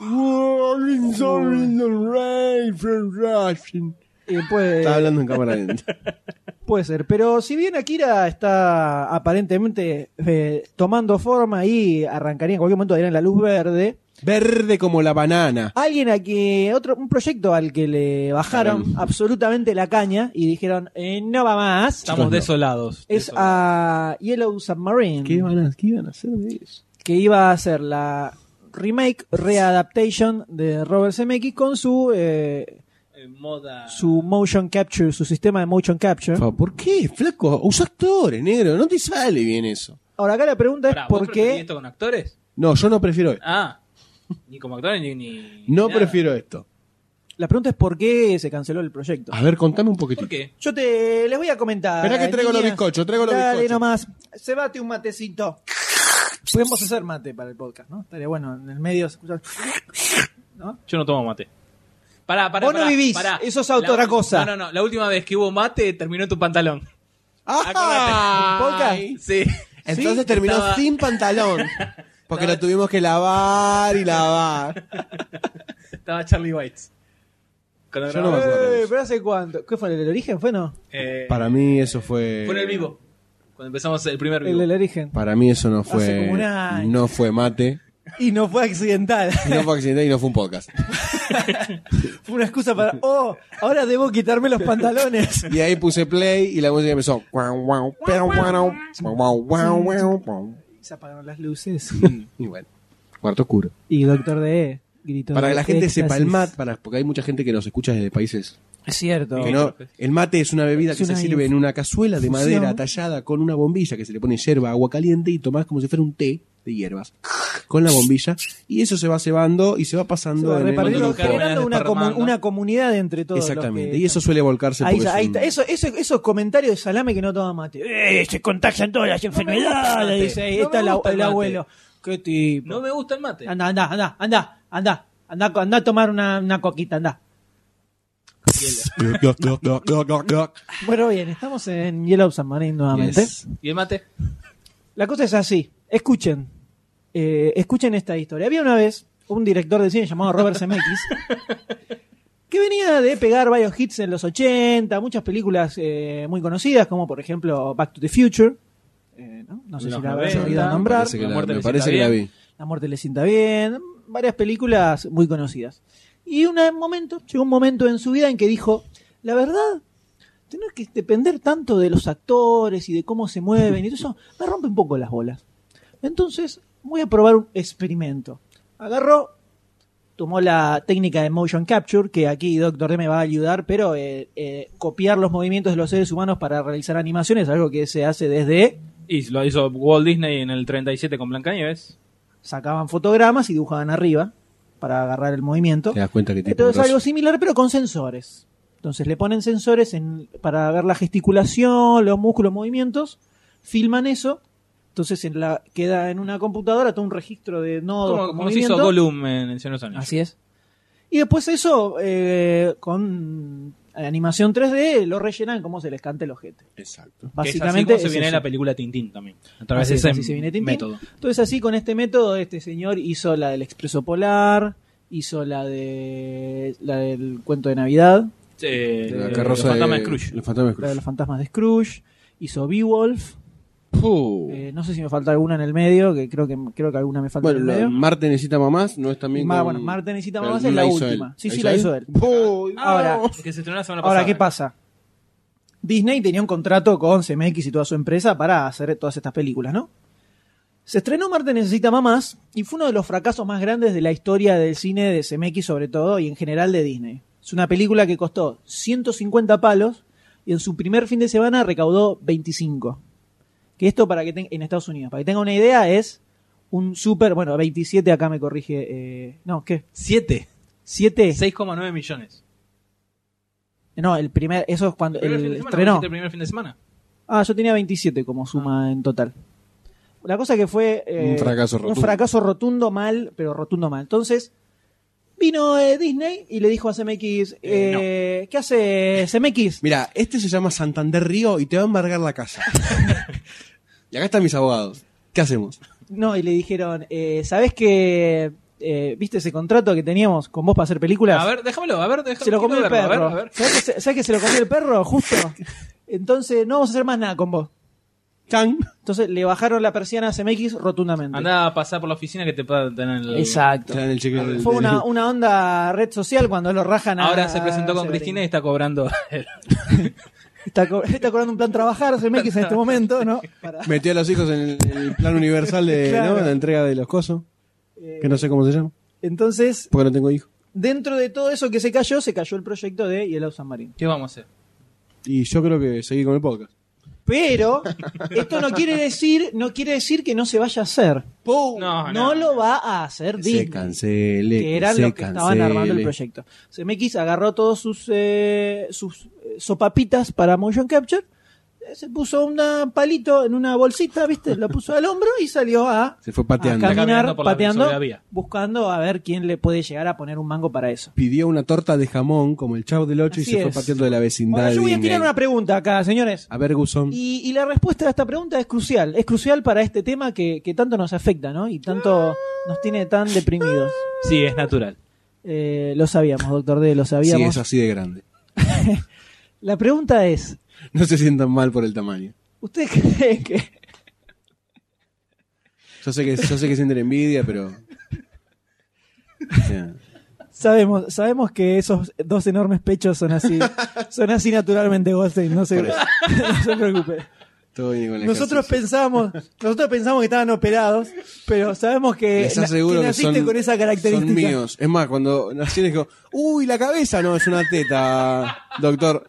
S4: Rolling, rolling, rain from rushing.
S2: y después
S4: Estaba hablando en cámara lenta.
S2: Puede ser, pero si bien Akira está aparentemente eh, tomando forma y arrancaría en cualquier momento, era en la luz verde,
S4: Verde como la banana.
S2: alguien a que, otro, un proyecto al que le bajaron
S4: Claro.
S2: absolutamente la caña y dijeron, eh, no va más,
S3: Estamos
S4: Chicos, no.
S3: desolados.
S2: es
S3: Desolados.
S2: a Yellow Submarine,
S4: ¿Qué van a, qué van a hacer de eso?
S2: que iba a ser la remake, readaptation de Robert Zemeckis con su, eh,
S3: Eh, moda.
S2: su motion capture, su sistema de motion capture.
S4: Fa, ¿Por qué, flaco? Usa actores, negro. No te sale bien eso.
S2: Ahora acá la pregunta es
S3: Pará, ¿vos
S2: por
S3: preferís
S2: qué...
S3: esto con actores?
S4: No, yo no prefiero esto.
S3: Ah. Ni como actores ni. ni-
S4: No
S3: nada.
S4: prefiero esto.
S2: La pregunta es por qué se canceló el proyecto.
S4: A ver, contame un poquitito.
S3: ¿Por qué?
S2: Yo te les voy a comentar.
S4: Esperá que traigo los
S2: niñas.
S4: bizcochos, traigo los
S2: Dale
S4: bizcochos.
S2: nomás. Se bate un matecito. Podemos hacer mate para el podcast, ¿no? Estaría bueno, en el medio se escucha- ¿no?
S3: Yo no tomo mate. Pará, pará.
S2: Vos no
S3: pará,
S2: vivís,
S3: pará.
S2: eso es otra
S3: La-
S2: cosa.
S3: No, no, no. La última vez que hubo mate terminó en tu pantalón.
S4: ¡Ah!
S2: Acordate.
S3: Sí.
S4: Entonces
S3: Sí,
S4: terminó
S3: estaba-
S4: sin pantalón. Porque lo tuvimos que lavar y lavar.
S3: Estaba Charlie White. Con el
S4: Yo no me
S3: grabador.
S4: acuerdo.
S2: Eh, pero hace cuánto. ¿Qué fue? ¿El del origen fue, no?
S3: Eh,
S4: Para mí eso fue.
S3: Fue en el vivo. Cuando empezamos el primer
S2: eh, El
S3: vivo.
S2: del origen.
S4: Para mí eso no
S2: Hace
S4: fue.
S2: como un año.
S4: No fue mate.
S2: Y no fue accidental.
S4: y No fue accidente y no fue un podcast.
S2: fue una excusa para. ¡Oh! Ahora debo quitarme los pantalones.
S4: Y ahí puse play y la música empezó. Guau, guau, pero guau, guau, guau, guau, guau.
S2: Y se apagaron las luces.
S4: Y bueno, cuarto oscuro.
S2: Y Doctor D gritó.
S4: Para que la gente sepa el
S2: mate
S4: mate, para, porque hay mucha gente que nos escucha desde países.
S2: Es cierto.
S4: que no- el mate es una bebida
S2: Es
S4: que
S2: una
S4: se sirve en una cazuela de
S2: infusión.
S4: madera tallada con una bombilla que se le pone hierba, agua caliente y tomás como si fuera un té de hierbas con la bombilla. Y eso se va cebando y se va
S2: Se
S4: pasando
S2: va
S4: en el-
S3: repartiendo,
S2: repartiendo,
S3: cuando lo
S2: generando
S3: cargan,
S2: una,
S3: desparramando.
S2: comu- una comunidad entre todos. los
S4: Exactamente.
S2: que-
S4: Y eso suele volcarse
S2: Ahí
S4: porque
S2: está,
S4: es
S2: ahí
S4: un-
S2: está. Eso, eso, esos comentarios de salame que no toma mate. Eh, se contagian todas las
S3: mate.
S2: enfermedades. Dice, ahí
S3: No
S2: está
S3: me
S2: el,
S3: gusta el
S2: el
S3: mate.
S2: abuelo. Qué tipo.
S3: No me gusta el mate.
S2: Anda, anda, anda, anda, anda. Anda, anda a tomar una, una coquita, anda. Bueno, bien, estamos en Yellow Submarine nuevamente.
S4: Yes.
S3: ¿Y el mate?
S2: La cosa es así. Escuchen. Eh, escuchen esta historia. Había una vez un director de cine llamado Robert Zemeckis que venía de pegar varios hits en los 80, muchas películas eh, muy conocidas, como por ejemplo Back to the Future. Eh, ¿no? No sé
S3: Los
S2: si la habrás
S3: 90.
S2: oído
S3: Me
S2: nombrar.
S4: Parece que
S3: La
S4: la-
S3: muerte
S4: me
S3: le
S4: parece que
S3: sienta
S4: la
S3: bien.
S4: vi.
S2: La muerte le sienta bien, varias películas muy conocidas. Y un momento, llegó un momento en su vida en que dijo, la verdad, tener que depender tanto de los actores y de cómo se mueven y todo eso, me rompe un poco las bolas. Entonces, voy a probar un experimento. Agarró, tomó la técnica de motion capture, que aquí Doctor D me va a ayudar, pero eh, eh, copiar los movimientos de los seres humanos para realizar animaciones, algo que se hace desde...
S3: Y lo hizo Walt Disney en el 37 con Blancanieves.
S2: Sacaban fotogramas y dibujaban arriba para agarrar el movimiento.
S4: Te das cuenta que tipo
S2: Entonces
S4: grosso.
S2: algo similar, pero con sensores. Entonces le ponen sensores en- para ver la gesticulación, los músculos, movimientos, filman eso. Entonces en la, queda en una computadora todo un registro de nodos.
S3: Como,
S2: con
S3: como se hizo
S2: movimiento.
S3: Gollum en el Señor de los Anillos.
S2: Así es. Y después eso, eh, con animación 3D, lo rellenan como se les cante el ojete.
S4: Exacto.
S3: Que es así
S2: Básicamente
S3: como se
S2: es
S3: viene
S2: eso.
S3: la película Tintín también. A través
S2: Así
S3: de
S2: es,
S3: ese
S2: así se viene Tintín.
S3: método.
S2: Entonces así con este método este señor hizo la del expreso polar, hizo la de la del cuento de Navidad,
S3: Eh,
S4: La
S3: el
S4: carroza
S3: fantasma
S4: de-
S3: de Scrooge.
S4: El fantasma de
S2: la de
S4: Scrooge.
S2: los fantasmas de Scrooge, hizo Beowulf,
S4: Puh.
S2: eh, no sé si me falta alguna en el medio, que creo que creo que alguna me falta
S4: Bueno,
S2: en el
S4: la-
S2: medio.
S4: Marte necesita mamás, no es
S2: Y
S4: también.
S2: más,
S4: con-
S2: bueno, Marte necesita
S4: Pero
S2: más
S4: no
S2: es la
S4: hizo
S2: última.
S4: él.
S2: Sí, sí, la Ah. hizo él.
S4: Puh,
S2: Ahora,
S4: no.
S3: Ah, Que se estrenó la semana pasada.
S2: Ahora, ¿qué pasa? Disney tenía un contrato con CMX y toda su empresa para hacer todas estas películas, ¿no? Se estrenó Marte Necesita Mamás y fue uno de los fracasos más grandes de la historia del cine de CMX sobre todo y en general de Disney. Es una película que costó 150 palos y en su primer fin de semana recaudó 25. Que esto para que ten- en Estados Unidos, para que tenga una idea es un super, bueno, 27 acá me corrige, eh, no, ¿qué?
S3: 7.
S2: 7,
S3: 6,9 millones.
S2: no, el primer, eso es cuando
S3: Primer fin
S2: el
S3: de semana,
S2: estrenó.
S3: ¿viste el primer fin de semana.
S2: Ah, yo tenía 27 como suma en total. La cosa que fue... eh,
S4: Un fracaso
S2: Un
S4: rotundo.
S2: fracaso rotundo mal, pero rotundo mal. Entonces, vino eh, Disney y le dijo a CMX, eh, ¿qué hace CMX?
S4: Mira, este se llama Santander Río y te va a embargar la casa. y acá están mis abogados. ¿Qué hacemos?
S2: No, y le dijeron, eh, ¿sabés que... eh, ¿Viste ese contrato que teníamos con vos para hacer películas?
S3: A ver, déjamelo, a ver, déjamelo.
S2: se lo comió el
S3: quiero verlo,
S2: perro.
S3: A ver, a ver.
S2: ¿Sabés, que se, sabés que se lo comió el perro? Justo. Entonces, no vamos a hacer más nada con vos.
S4: Chan.
S2: Entonces, le bajaron la persiana a CMX rotundamente.
S3: Andá a pasar por la oficina que te pueda tener el...
S2: Exacto.
S4: Te dan el cheque del-
S2: Fue
S4: del-
S2: una, una onda red social cuando lo rajan a-
S3: Ahora se presentó con
S2: a-
S3: Cristina y está cobrando. el-
S2: Está, co- está cobrando un plan trabajar CMX en este momento, ¿no? Para-
S4: Metió a los hijos en el, en el plan universal de
S2: Claro.
S4: ¿no? la entrega de los cosos.
S2: eh,
S4: Que no sé cómo se llama.
S2: Entonces,
S4: Porque no tengo hijos.
S2: dentro de todo eso que se cayó, se cayó el proyecto de Yellow Submarine.
S3: ¿Qué vamos a hacer?
S4: Y yo creo que seguí con el podcast.
S2: Pero esto no quiere decir, no quiere decir que no se vaya a hacer.
S4: ¡Pum!
S3: No,
S2: No
S3: no.
S2: lo va a hacer
S4: se
S2: Disney.
S4: cancele.
S2: que eran
S4: se
S2: los que estaban armando el
S4: cancele.
S2: proyecto. CMX agarró todos sus eh, sus eh, sopapitas para motion capture, eh, se puso un palito en una bolsita, ¿viste? Lo puso al hombro y salió a,
S4: Se fue
S2: a
S4: pateando.
S3: Acá-
S2: caminar
S3: Caminando por la-
S2: pateando,
S3: sobre la vía.
S2: buscando a ver quién le puede llegar a poner un mango para eso.
S4: Pidió una torta de jamón como el chavo del 8 y
S2: Así
S4: se fue
S2: es.
S4: pateando de la vecindad.
S2: Bueno, yo voy a
S4: de Disney.
S2: tirar una pregunta acá, señores.
S4: A ver, Guzón.
S2: Y, y la respuesta a esta pregunta es crucial. Es crucial para este tema que, que tanto nos afecta, ¿no? Y tanto nos tiene tan deprimidos.
S3: Sí, es natural.
S2: Eh, lo sabíamos, doctor D, lo
S4: Sí, es
S2: sabíamos.
S4: así de grande.
S2: La pregunta es,
S4: No se sientan mal por el tamaño.
S2: ¿Usted cree que.?
S4: Yo sé que, yo sé que sienten envidia, pero. O sea,
S2: Sabemos, sabemos que esos dos enormes pechos son así. son así naturalmente, Goldstein. No se,
S4: Por eso.
S2: no se preocupe.
S4: todo viene con el
S2: Nosotros
S4: ejercicio.
S2: pensamos, nosotros pensamos que estaban operados, pero sabemos que,
S4: Les
S2: na-
S4: aseguro
S2: que
S4: que
S2: naciste
S4: son,
S2: con esa característica.
S4: son míos. Es más, cuando nací dijo, uy, la cabeza no, es una teta, doctor.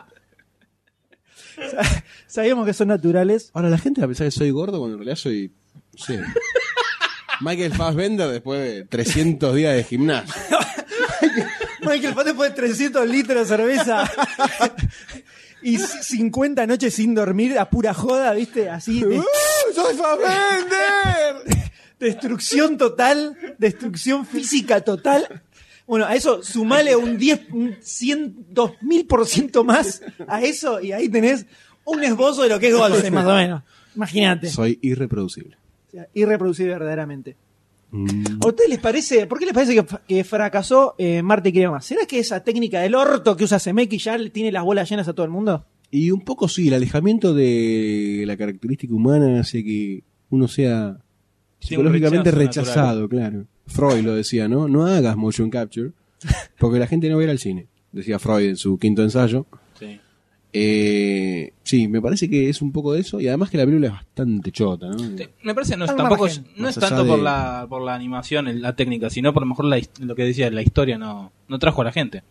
S2: Sabemos que son naturales.
S4: Ahora, la gente va a pensar que soy gordo cuando en realidad soy, no sé, Michael Fassbender después de 300 días de gimnasio.
S2: Michael Fate fue 300 litros de cerveza. Y 50 noches sin dormir a pura joda, ¿viste? Así. de-
S4: ¡Uh, soy Fassbender!
S2: Destrucción total, destrucción física total. Bueno, a eso sumale un 10, un 100, 2000% más a eso y ahí tenés un esbozo de lo que es Goldstein, más o menos. Imagínate.
S4: Soy irreproducible.
S2: O sea, irreproducible verdaderamente. ¿A ustedes les parece, por qué les parece que, fa- que fracasó eh, Marte quiere más? ¿Será que esa técnica del orto que usa Zemeckis ya le tiene las bolas llenas a todo el mundo?
S4: Y un poco sí, el alejamiento de la característica humana hace que uno sea psicológicamente
S3: rechazo
S4: rechazado, claro. Freud lo decía, ¿no? No hagas motion capture porque la gente no va a ir al cine, decía Freud en su quinto ensayo.
S3: Sí.
S4: Eh, sí, me parece que es un poco de eso y además que la película es bastante chota, ¿no?
S3: Sí, Me parece no es,
S2: Al
S3: tampoco
S2: margen.
S3: es- no es
S4: Más allá
S3: tanto por
S4: de-
S3: la por la animación, el- la técnica, sino por lo mejor la his- lo que decía la historia no no trajo a la gente.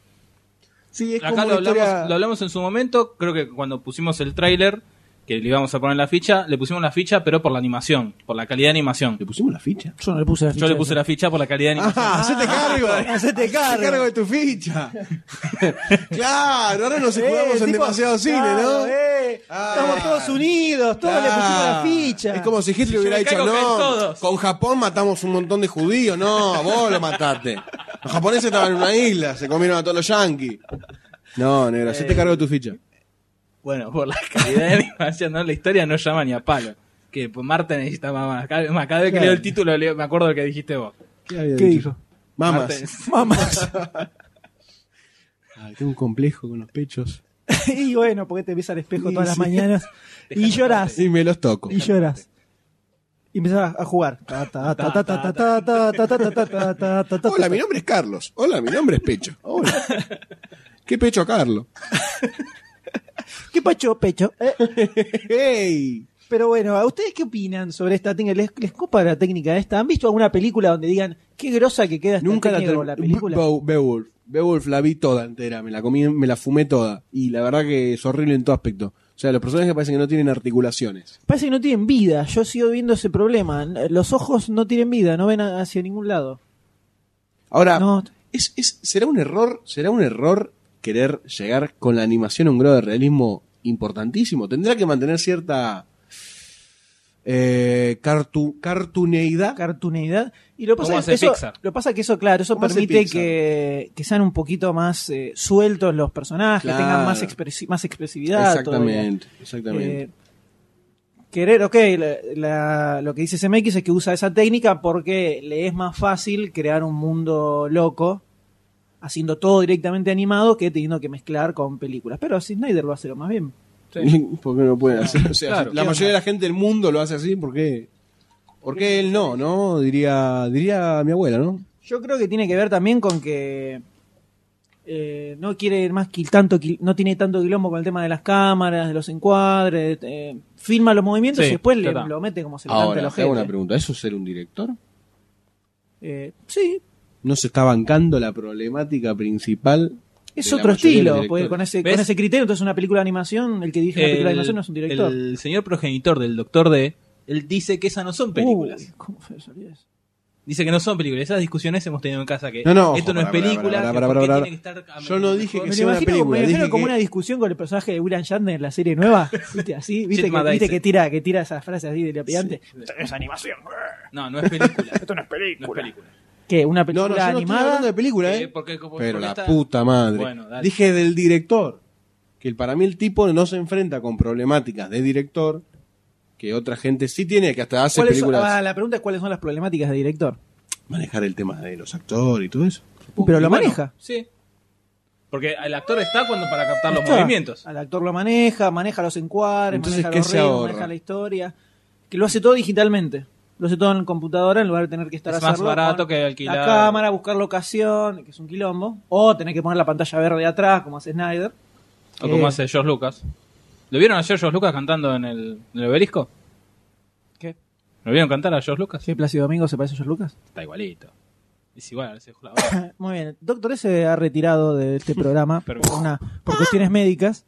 S4: Sí, es
S3: Acá lo hablamos, lo hablamos en su momento, creo que cuando pusimos el tráiler que le íbamos a poner la ficha, le pusimos la ficha pero por la animación, por la calidad de animación.
S4: ¿Le pusimos la ficha?
S2: Yo no le puse la
S3: Yo le puse la ficha por la calidad de animación.
S4: ¡Ah! ¡Hacete cargo!
S2: hacete cargo.
S4: de tu ficha! ¡Claro! Ahora nos escudamos
S2: Eh,
S4: en
S2: tipo,
S4: demasiado cine,
S2: claro,
S4: ¿no?
S2: eh,
S4: Ah.
S2: Estamos todos unidos, todos le pusimos la
S4: Ah,
S2: ficha.
S4: Es como si Hitler
S3: yo
S4: hubiera
S3: me
S4: dicho,
S3: caigo, caen
S4: no,
S3: todos".
S4: con Japón matamos un montón de judíos. No, vos lo mataste. Los japoneses estaban en una isla, se comieron a todos los yanquis. No, negra,
S2: Eh,
S4: se te cargo tu ficha.
S3: Bueno, por la calidad de animación, ¿no? La historia no llama ni a palo. Que pues, Marta necesita más. Cada, más, cada vez que
S2: Claro.
S3: leo el título, leo- me acuerdo lo que dijiste vos.
S4: ¿Qué, había
S2: ¿Qué
S4: dicho?
S2: dijo?
S3: Marta,
S4: Mamas.
S3: es-
S2: Mamás.
S4: Ay, tengo un complejo con los pechos.
S2: y bueno, porque te ves al espejo
S4: Sí,
S2: todas las
S4: sí.
S2: mañanas y lloras.
S4: Y me los toco.
S2: Y lloras. Y empezás a jugar. Ta, ta, ta, ta, ta, ta, ta, ta, ta, ta, ta, ta, ta, ta, ta.
S4: Hola, mi nombre es Carlos. Hola, mi nombre es Pecho. Hola. ¿Qué pecho, Carlos?
S2: ¿Qué pacho, pecho? Eh,
S4: ¡Ey!
S2: Pero bueno, ¿a ustedes qué opinan sobre esta técnica? ¿Les, les copa la técnica esta? ¿Han visto alguna película donde digan qué grosa que queda esta
S4: Nunca la
S2: técnica
S4: terminé.
S2: con la película?
S4: Beowulf. Beowulf la vi toda entera, me la comí, me la fumé toda. Y la verdad que es horrible en todo aspecto. O sea, los personajes parecen que no tienen articulaciones.
S2: Parece que no tienen vida. Yo sigo viendo ese problema. N- Los ojos no tienen vida, no ven a- hacia ningún lado.
S4: Ahora,
S2: No.
S4: es, es- ¿será un error? ¿Será un error querer llegar con la animación a un grado de realismo importantísimo? Tendrá que mantener cierta eh, cartu- cartuneidad.
S2: Cartuneidad. Y lo
S3: ¿Cómo
S2: pasa
S3: hace
S2: que eso,
S3: Pixar?
S2: lo pasa que eso, claro, eso
S4: ¿Cómo hace
S2: permite
S4: Pixar?
S2: que, que sean un poquito más eh, sueltos los personajes,
S4: Claro.
S2: tengan más, expresi- más expresividad. todavía.
S4: Exactamente, exactamente.
S2: Eh, querer, ok, la- la- lo que dice CMX es que usa esa técnica porque le es más fácil crear un mundo loco haciendo todo directamente animado que teniendo que mezclar con películas. Pero así Snyder lo hace lo más bien.
S3: Sí.
S4: ¿Por qué no puede hacer? O sea,
S3: Claro.
S4: la mayoría de la gente del mundo lo hace así, ¿por qué? ¿Por qué él no, no? Diría, diría mi abuela, ¿no?
S2: Yo creo que tiene que ver también con que eh, no quiere más quil- tanto quil- no tiene tanto quilombo con el tema de las cámaras, de los encuadres, eh, filma los movimientos
S3: Sí,
S2: y después le,
S3: ya está.
S2: lo mete como se le canta
S4: Ahora,
S2: los
S4: te hago una pregunta, ¿eso es ser un director?
S2: Sí, Eh,
S4: ¿No se está bancando la problemática principal
S2: Es
S4: de la
S2: otro
S4: mayoría de los
S2: estilo,
S4: directores.
S2: porque con ese,
S3: ¿Ves?
S2: con ese criterio, entonces una película de animación, el que dirige una película de animación no es un director.
S3: el señor progenitor del Doctor D, él dice que esas no
S2: Uh.
S3: son películas.
S2: Uy, ¿cómo fue eso? Olvidé eso.
S3: Dice que no son películas. Esas discusiones hemos tenido en casa que
S4: No, no, ojo,
S3: esto no es
S4: pará, pará,
S3: película.
S4: pará,
S3: que
S4: pará,
S3: porque
S4: pará, pará.
S3: tiene que estar a-
S4: Yo no dije que
S2: Me
S4: sea
S2: lo
S4: una
S2: imagino, como- me
S4: película.
S2: lo
S4: dije
S2: imagino como
S4: que-
S2: una discusión con el personaje de William Shatner en la serie nueva. ¿Viste? Así, ¿viste, que,
S3: Shit, Matt
S2: viste
S3: Dyson.
S2: que tira que tira esas frases así de lapidante.
S3: Sí.
S2: Es animación.
S3: No, no es película.
S2: Esto no es
S3: no es
S2: película.
S3: película.
S2: ¿Qué? ¿Una
S4: No,
S2: película
S4: no, yo no estoy
S2: animada?
S4: hablando de ¿eh? película,
S3: Eh,
S4: ¿eh?
S3: porque como-
S4: Pero
S3: porque
S4: la
S3: está-
S4: puta madre.
S3: Bueno, dale.
S4: Dije del director. Que el- para mí el tipo no se enfrenta con problemáticas de director que otra gente sí tiene, que hasta hace
S2: ¿Cuáles son-
S4: películas.
S2: ah, la pregunta es cuáles son las problemáticas de director.
S4: Manejar el tema de los actores y todo eso.
S2: Pero lo
S3: Bueno,
S2: maneja.
S3: Sí. Porque el actor está cuando para captar los
S2: Está.
S3: movimientos.
S2: Al actor lo maneja, maneja los encuadres,
S4: Entonces,
S2: maneja
S4: ¿qué
S2: los
S4: se
S2: ritmos,
S4: ahorra?
S2: maneja la historia. Que lo hace todo digitalmente. Lo hace todo en computadora en lugar de tener que estar
S3: Es más
S2: hacerlo
S3: barato
S2: con
S3: que alquilar.
S2: La cámara, buscar locación, que es un quilombo. O tener que poner la pantalla verde atrás, como hace Snyder.
S3: O como
S2: Eh,
S3: hace George Lucas. ¿Lo vieron ayer George Lucas cantando en el, en el obelisco?
S2: ¿Qué?
S3: ¿Lo vieron cantar a George Lucas?
S2: ¿Qué Plácido Domingo se parece a George Lucas?
S3: Está igualito. Es igual, ese jugador.
S2: Muy bien. Doctor S ha retirado de este programa por,
S3: Perfecto.
S2: una- por cuestiones médicas.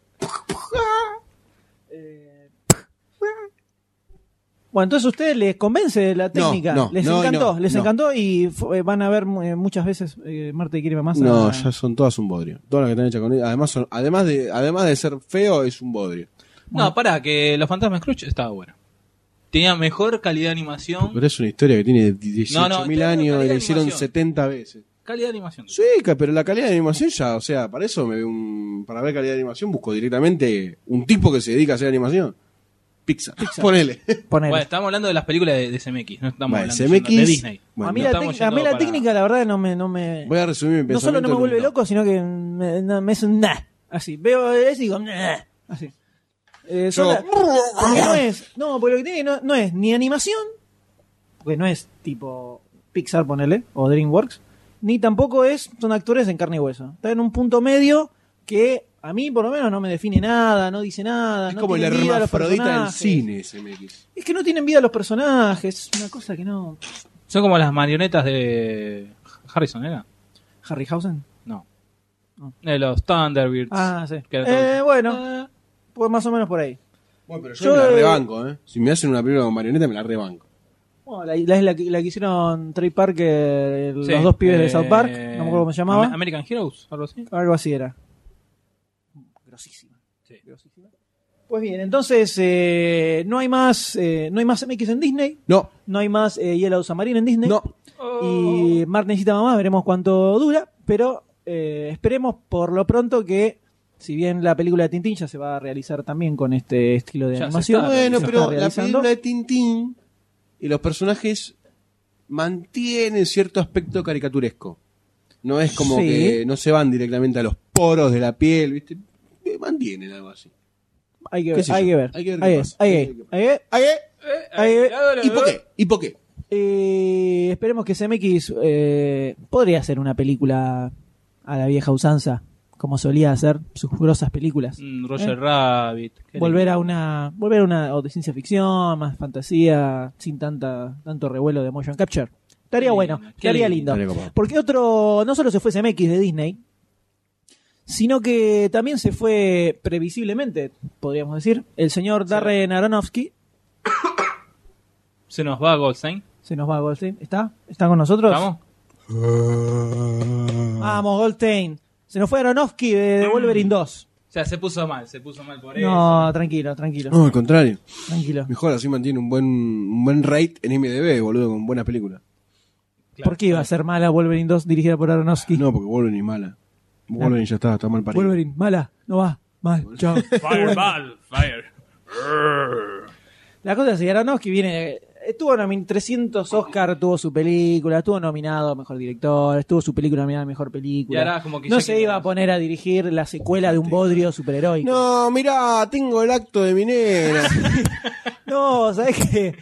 S2: Eh, Bueno, entonces a ustedes les convence la técnica.
S4: no,
S2: les
S4: no, y
S2: encantó,
S4: no,
S2: les
S4: no.
S2: encantó y fu- eh, van a ver eh, muchas veces eh, Marta y Quiere más.
S4: No, ya son todas un bodrio. Todas las que están hechas con él. Además, son, además, de, además de ser feo, es un bodrio.
S3: No, pará, que Los Fantasmas Scrooge estaba bueno. Tenía mejor calidad de animación.
S4: Pero es una historia que tiene 18.000
S3: No, no,
S4: mil
S3: pero
S4: años y
S3: calidad
S4: la
S3: de
S4: hicieron
S3: animación.
S4: 70 veces.
S3: Calidad de animación.
S4: Sí, ca- pero la calidad de animación ya, o sea, para eso me veo un, para ver calidad de animación busco directamente un tipo que se dedica a hacer animación. Pixar. Ponele.
S2: Poner.
S3: Bueno, estamos hablando de las películas de, de CMX, no estamos
S4: Vale,
S3: hablando
S4: CMX,
S3: de Disney.
S4: bueno,
S2: a mí,
S3: no
S2: la,
S3: estamos
S2: técnica- a mí
S3: yendo
S2: la
S3: para-
S2: técnica, la verdad, no me. No, me,
S4: Voy a resumir mi
S2: no solo
S4: pensamiento.
S2: no me
S4: en
S2: vuelve
S4: un-
S2: loco, sino que me, no, me es un nah. Así. Veo eso y digo nah. Así. Eh, son
S4: Yo-
S2: la- Porque no es. No, porque lo que tiene no, no es ni animación, porque no es tipo Pixar, ponele, o DreamWorks, ni tampoco es. Son actores en carne y hueso. Está en un punto medio que a mí, por lo menos, no me define nada, no dice nada.
S4: Es
S2: no
S4: como el
S2: tienen vida los
S4: hermafrodita del
S2: personajes.
S4: cine, CMX.
S2: Es que no tienen vida los personajes. Es una cosa que no.
S3: Son como las marionetas de Harrison, ¿era?
S2: Harryhausen.
S3: No.
S2: No.
S3: De los Thunderbirds.
S2: Ah, sí.
S3: Que
S2: Eh,
S3: era todo-
S2: bueno,
S4: Ah.
S2: pues más o menos por ahí.
S4: Bueno, pero yo,
S2: Yo-
S4: me la rebanco, ¿eh? Si me hacen una película con marioneta, me la rebanco.
S2: Bueno, la, la- la que- la que hicieron Trey Parker,
S3: Sí,
S2: los dos pibes de
S3: eh,
S2: South Park, no me acuerdo cómo se llamaba.
S3: Am- American Heroes, algo así.
S2: Algo así era. Grosísima. Grosísima. Pues bien, entonces eh, no hay más eh, no hay más MX en Disney,
S4: No,
S2: no hay más eh, Yellow Submarine en Disney.
S4: no.
S2: Y Mart necesita mamá, veremos cuánto dura, pero eh, esperemos por lo pronto que, si bien la película de Tintín ya se va a realizar también con este estilo de
S3: Ya se
S2: animación.
S3: está
S4: Bueno,
S2: se
S4: pero
S2: está
S4: la
S2: realizando.
S4: película de Tintín y los personajes mantienen cierto aspecto caricaturesco. No es como
S2: Sí.
S4: que no se van directamente a los poros de la piel, ¿viste? Eh, Mantienen algo así.
S2: hay que
S4: qué
S2: ver,
S4: sé
S2: hay
S4: yo,
S2: que ver,
S4: hay que ver qué
S2: hay
S4: pasa,
S2: hay
S4: hay
S2: que-
S4: que ver qué
S2: hay que-
S4: ¿Ah, eh?
S2: hay que-
S4: ¿Y por qué? ¿Y por qué?
S2: Eh, esperemos que CMX eh, podría hacer una película a la vieja usanza, como solía hacer sus grosas películas.
S3: Mm, Roger Rabbit. Qué
S2: Eh. Volver
S3: lindo.
S2: a una, volver a una o de ciencia ficción, más fantasía, sin tanta tanto revuelo de motion capture. Estaría
S3: Qué
S2: bueno,
S3: lindo, qué
S2: estaría
S3: lindo.
S2: lindo. Porque otro, no solo se fue CMX de Disney, sino que también se fue previsiblemente, podríamos decir, el señor Darren Aronofsky.
S3: Se nos va Goldstein.
S2: Se nos va Goldstein. ¿Está? ¿Está con nosotros?
S3: ¿Vamos?
S2: Vamos, Goldstein. Se nos fue Aronofsky de, de Wolverine 2.
S3: O sea, se puso mal, se puso mal por eso.
S2: No, tranquilo, tranquilo,
S4: No, al contrario.
S2: tranquilo.
S4: Mejor así mantiene un buen, un buen rate en MDB, boludo, con buenas películas.
S3: Claro.
S2: ¿Por qué iba a ser mala Wolverine 2 dirigida por Aronofsky?
S4: No, porque Wolverine es mala. Wolverine ya está, está mal parido.
S2: Wolverine, mala, no va, mal, chao.
S3: Fireball, fire.
S2: La cosa es que Aronofsky viene... Estuvo nominado 300 Oscar, tuvo su película, estuvo nominado a Mejor Director, estuvo su película nominada a Mejor Película.
S3: Y ahora como que
S2: no
S3: ya
S2: se
S3: quiere
S2: iba a
S3: más.
S2: poner a dirigir la secuela de un bodrio superheroico.
S4: No, mirá, tengo el acto de mi nena.
S2: No, ¿sabes qué?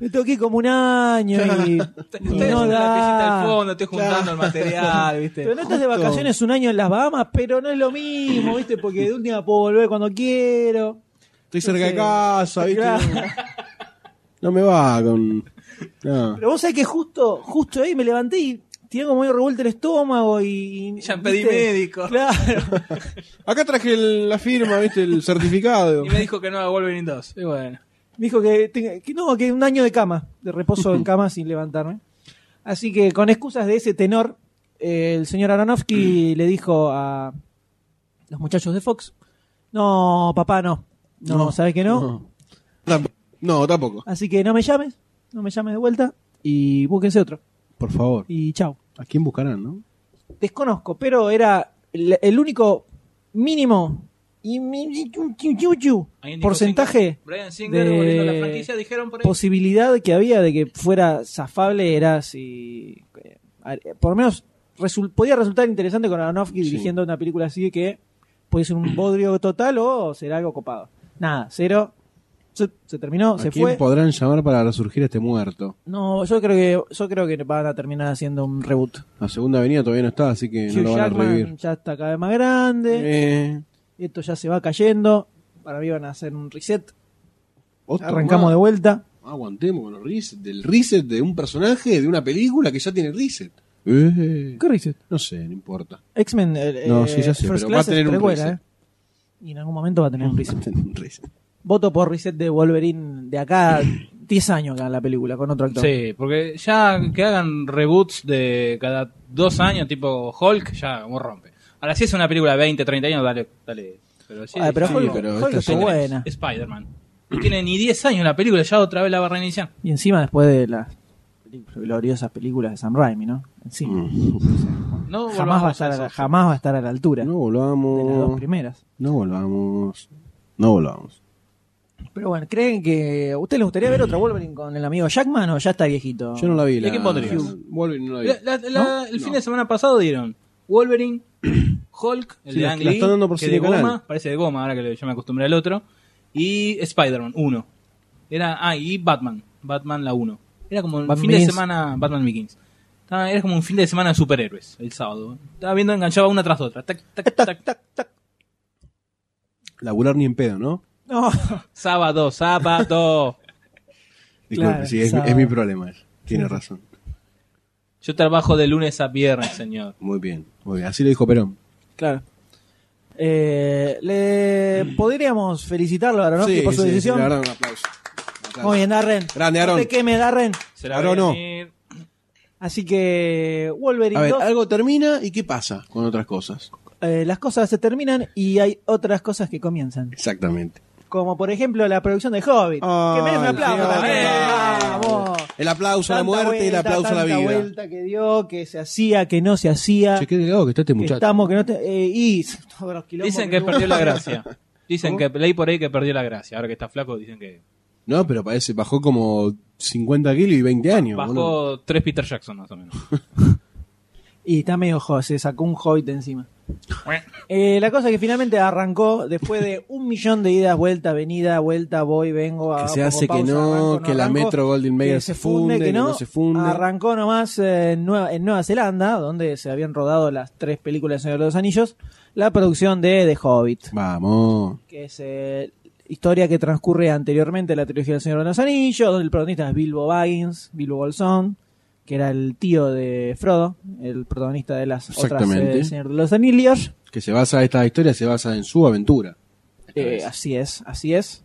S2: Me toqué como un año y.
S3: Ustedes
S2: no
S3: son la piecita
S2: da.
S3: al fondo, estoy juntando el material,
S4: Este,
S3: ¿viste?
S2: Pero no estás de vacaciones un año en las Bahamas, pero no es lo mismo, ¿viste? Porque de última puedo volver cuando quiero.
S4: Estoy cerca de
S2: sé.
S4: casa, ¿viste?
S2: Claro.
S4: No me va con. No.
S2: Pero vos sabés que justo, justo ahí me levanté y tenía como medio revuelto el estómago y.
S3: Ya
S2: ¿viste?
S3: pedí médico.
S2: Claro.
S4: Acá traje el- la firma, ¿viste? El certificado.
S3: Y me dijo que no a Wolverine 2. Y bueno.
S2: Me dijo que, tenga- que no, que un año de cama, de reposo en cama sin levantarme. Así que con excusas de ese tenor, eh, el señor
S4: Mm.
S2: Aronofsky le dijo a los muchachos de Fox, no, papá, no. No, ¿sabes que no?
S4: Tamp- No, tampoco.
S2: Así que no me llames, no me llames de vuelta y búsquense otro.
S4: Por favor.
S2: Y chao.
S4: ¿A quién buscarán, no?
S2: Desconozco, pero era el, el único mínimo y mi- mi- chu- chu- chu- chu
S3: Alguien dijo
S2: porcentaje
S3: Singer. Brian Singer
S2: de-
S3: volviendo a la franquicia dijeron por ahí.
S2: posibilidad que había de que fuera zafable era si eh, a- por lo menos resul- podía resultar interesante con Aronofsky
S4: Sí.
S2: dirigiendo una película así que puede ser un bodrio total o será algo copado. Nada, cero. Se, se terminó,
S4: ¿A
S2: se
S4: quién
S2: fue.
S4: podrán llamar para resurgir a este muerto?
S2: No, yo creo que yo creo que van a terminar haciendo un reboot.
S4: La segunda avenida todavía no está, así que no
S2: Hugh
S4: lo van a
S2: Jackman
S4: revivir.
S2: ya está cada vez más grande.
S4: Eh,
S2: Esto ya se va cayendo. Para mí van a hacer un reset.
S4: otro
S2: Arrancamos
S4: más.
S2: de vuelta.
S4: Aguantemos con los resets. Del reset de un personaje de una película que ya tiene reset. Eh,
S2: ¿Qué reset?
S4: no sé, no importa.
S2: X-Men. eh,
S4: No,
S2: eh,
S4: sí, ya sé,
S2: First
S4: pero va a
S2: Class
S4: tener
S2: es
S4: un
S2: precuela,
S4: reset.
S2: eh. Y en algún momento va a tener un reset.
S4: Un reset.
S2: Voto por reset de Wolverine de acá a 10 años acá en la película con otro actor.
S3: Sí, porque ya que hagan reboots de cada dos años, tipo Hulk, ya como rompe. Ahora, si es una película de 20, 30 años, dale. dale. Pero sí,
S2: Ah, pero
S4: sí,
S2: Hulk,
S4: pero
S2: Hulk
S4: esta
S2: estuvo
S4: es-
S2: buena.
S3: Spider-Man. No tiene ni 10 años la película, ya otra vez la va a reiniciar.
S2: Y encima después de las películas- gloriosas películas de Sam Raimi, ¿no? Encima.
S4: Mm.
S3: No
S2: Jamás, va a
S3: volvamos
S2: estar a la,
S3: eso.
S2: jamás va a estar a la altura
S4: No
S2: de las dos
S4: volvamos.
S2: primeras.
S4: No volvamos. No volvamos.
S2: Pero bueno, ¿creen que a usted les gustaría ver otra Wolverine con el amigo Jackman o ya está viejito?
S4: Yo no la vi.
S3: ¿Y
S4: la...
S3: a quién pondrías?
S4: Wolverine no la vi.
S3: La- la- la- El fin de semana pasado dieron Wolverine, Hulk, el
S4: Sí,
S3: de
S4: la-
S3: Ang
S4: la
S3: Lee,
S4: están dando por
S3: que de
S4: Cinecanal.
S3: goma, parece de goma, ahora que yo me acostumbré al otro, y Spider-Man 1. Era, ah, y Batman, Batman la 1. Era como un
S2: Batman
S3: fin de
S2: Begins.
S3: semana, Batman Begins. Estaba- Era como un fin de semana de superhéroes, el sábado. Estaba viendo, enganchaba una tras otra. Tac, tac, tac, tac.
S4: Laburar ni en pedo, ¿no?
S2: No.
S3: Sábado, sábado.
S4: Disculpe,
S2: Claro,
S4: sí, es, mi-
S2: sábado.
S4: es mi problema. Tiene razón.
S3: Yo trabajo de lunes a viernes, señor.
S4: Muy bien, muy bien. Así lo dijo Perón.
S2: Claro. Eh, le podríamos felicitarlo a Aronofsky
S4: Mm. Sí,
S2: por su
S4: sí,
S2: decisión.
S4: sí, la verdad, un aplauso. Un aplauso.
S2: Muy bien, Darren.
S4: Grande,
S2: No
S4: Aaron.
S2: te quemes, Darren.
S3: Se la
S4: Ahora
S3: voy a
S4: no.
S3: venir.
S2: Así que Wolverine
S4: A ver,
S2: 2,
S4: algo termina y ¿qué pasa con otras cosas?
S2: eh, las cosas se terminan y hay otras cosas que comienzan.
S4: Exactamente.
S2: Como por ejemplo la producción de Hobbit. que merece un aplauso
S3: Dios.
S2: también.
S3: Eh.
S2: Vamos.
S4: El aplauso a la
S2: Tanta
S4: muerte y el
S2: vuelta,
S4: aplauso a la
S2: tanta
S4: vida.
S2: vuelta que dio, que se hacía, que no se hacía.
S4: Che, qué delgado que está este
S2: que
S4: muchacho.
S2: estamos, que no te- eh, y todos los quilombos
S3: Dicen que
S2: tuvo.
S3: perdió la gracia. Dicen que leí por ahí que perdió la gracia. Ahora que está flaco, dicen que
S4: No, pero parece, bajó como 50 kilos y 20 años.
S3: Bajó
S4: boludo.
S3: tres Peter Jackson más o menos.
S2: Y está medio jo- se sacó un hobbit de encima. Eh, la cosa que finalmente arrancó después de un millón de idas, vuelta, venida, vuelta, voy, vengo.
S4: Que
S2: ah,
S4: se
S2: pongo
S4: hace que
S2: pausa,
S4: no,
S2: arranco,
S4: que la Metro Golden Mayer
S2: que
S4: se funde, que no se funde.
S2: Arrancó nomás eh, en, Nueva, en Nueva Zelanda, donde se habían rodado las tres películas de Señor de los Anillos, la producción de The Hobbit,
S4: Vamos.
S2: que es eh, historia que transcurre anteriormente a la trilogía del Señor de los Anillos, donde el protagonista es Bilbo Baggins, Bilbo Bolsón, que era el tío de Frodo, el protagonista de las otras eh,
S4: Exactamente.
S2: del Señor de los Anillos.
S4: Que se basa, esta historia se basa en su aventura. Esta
S2: Eh,
S4: vez.
S2: así es, así es.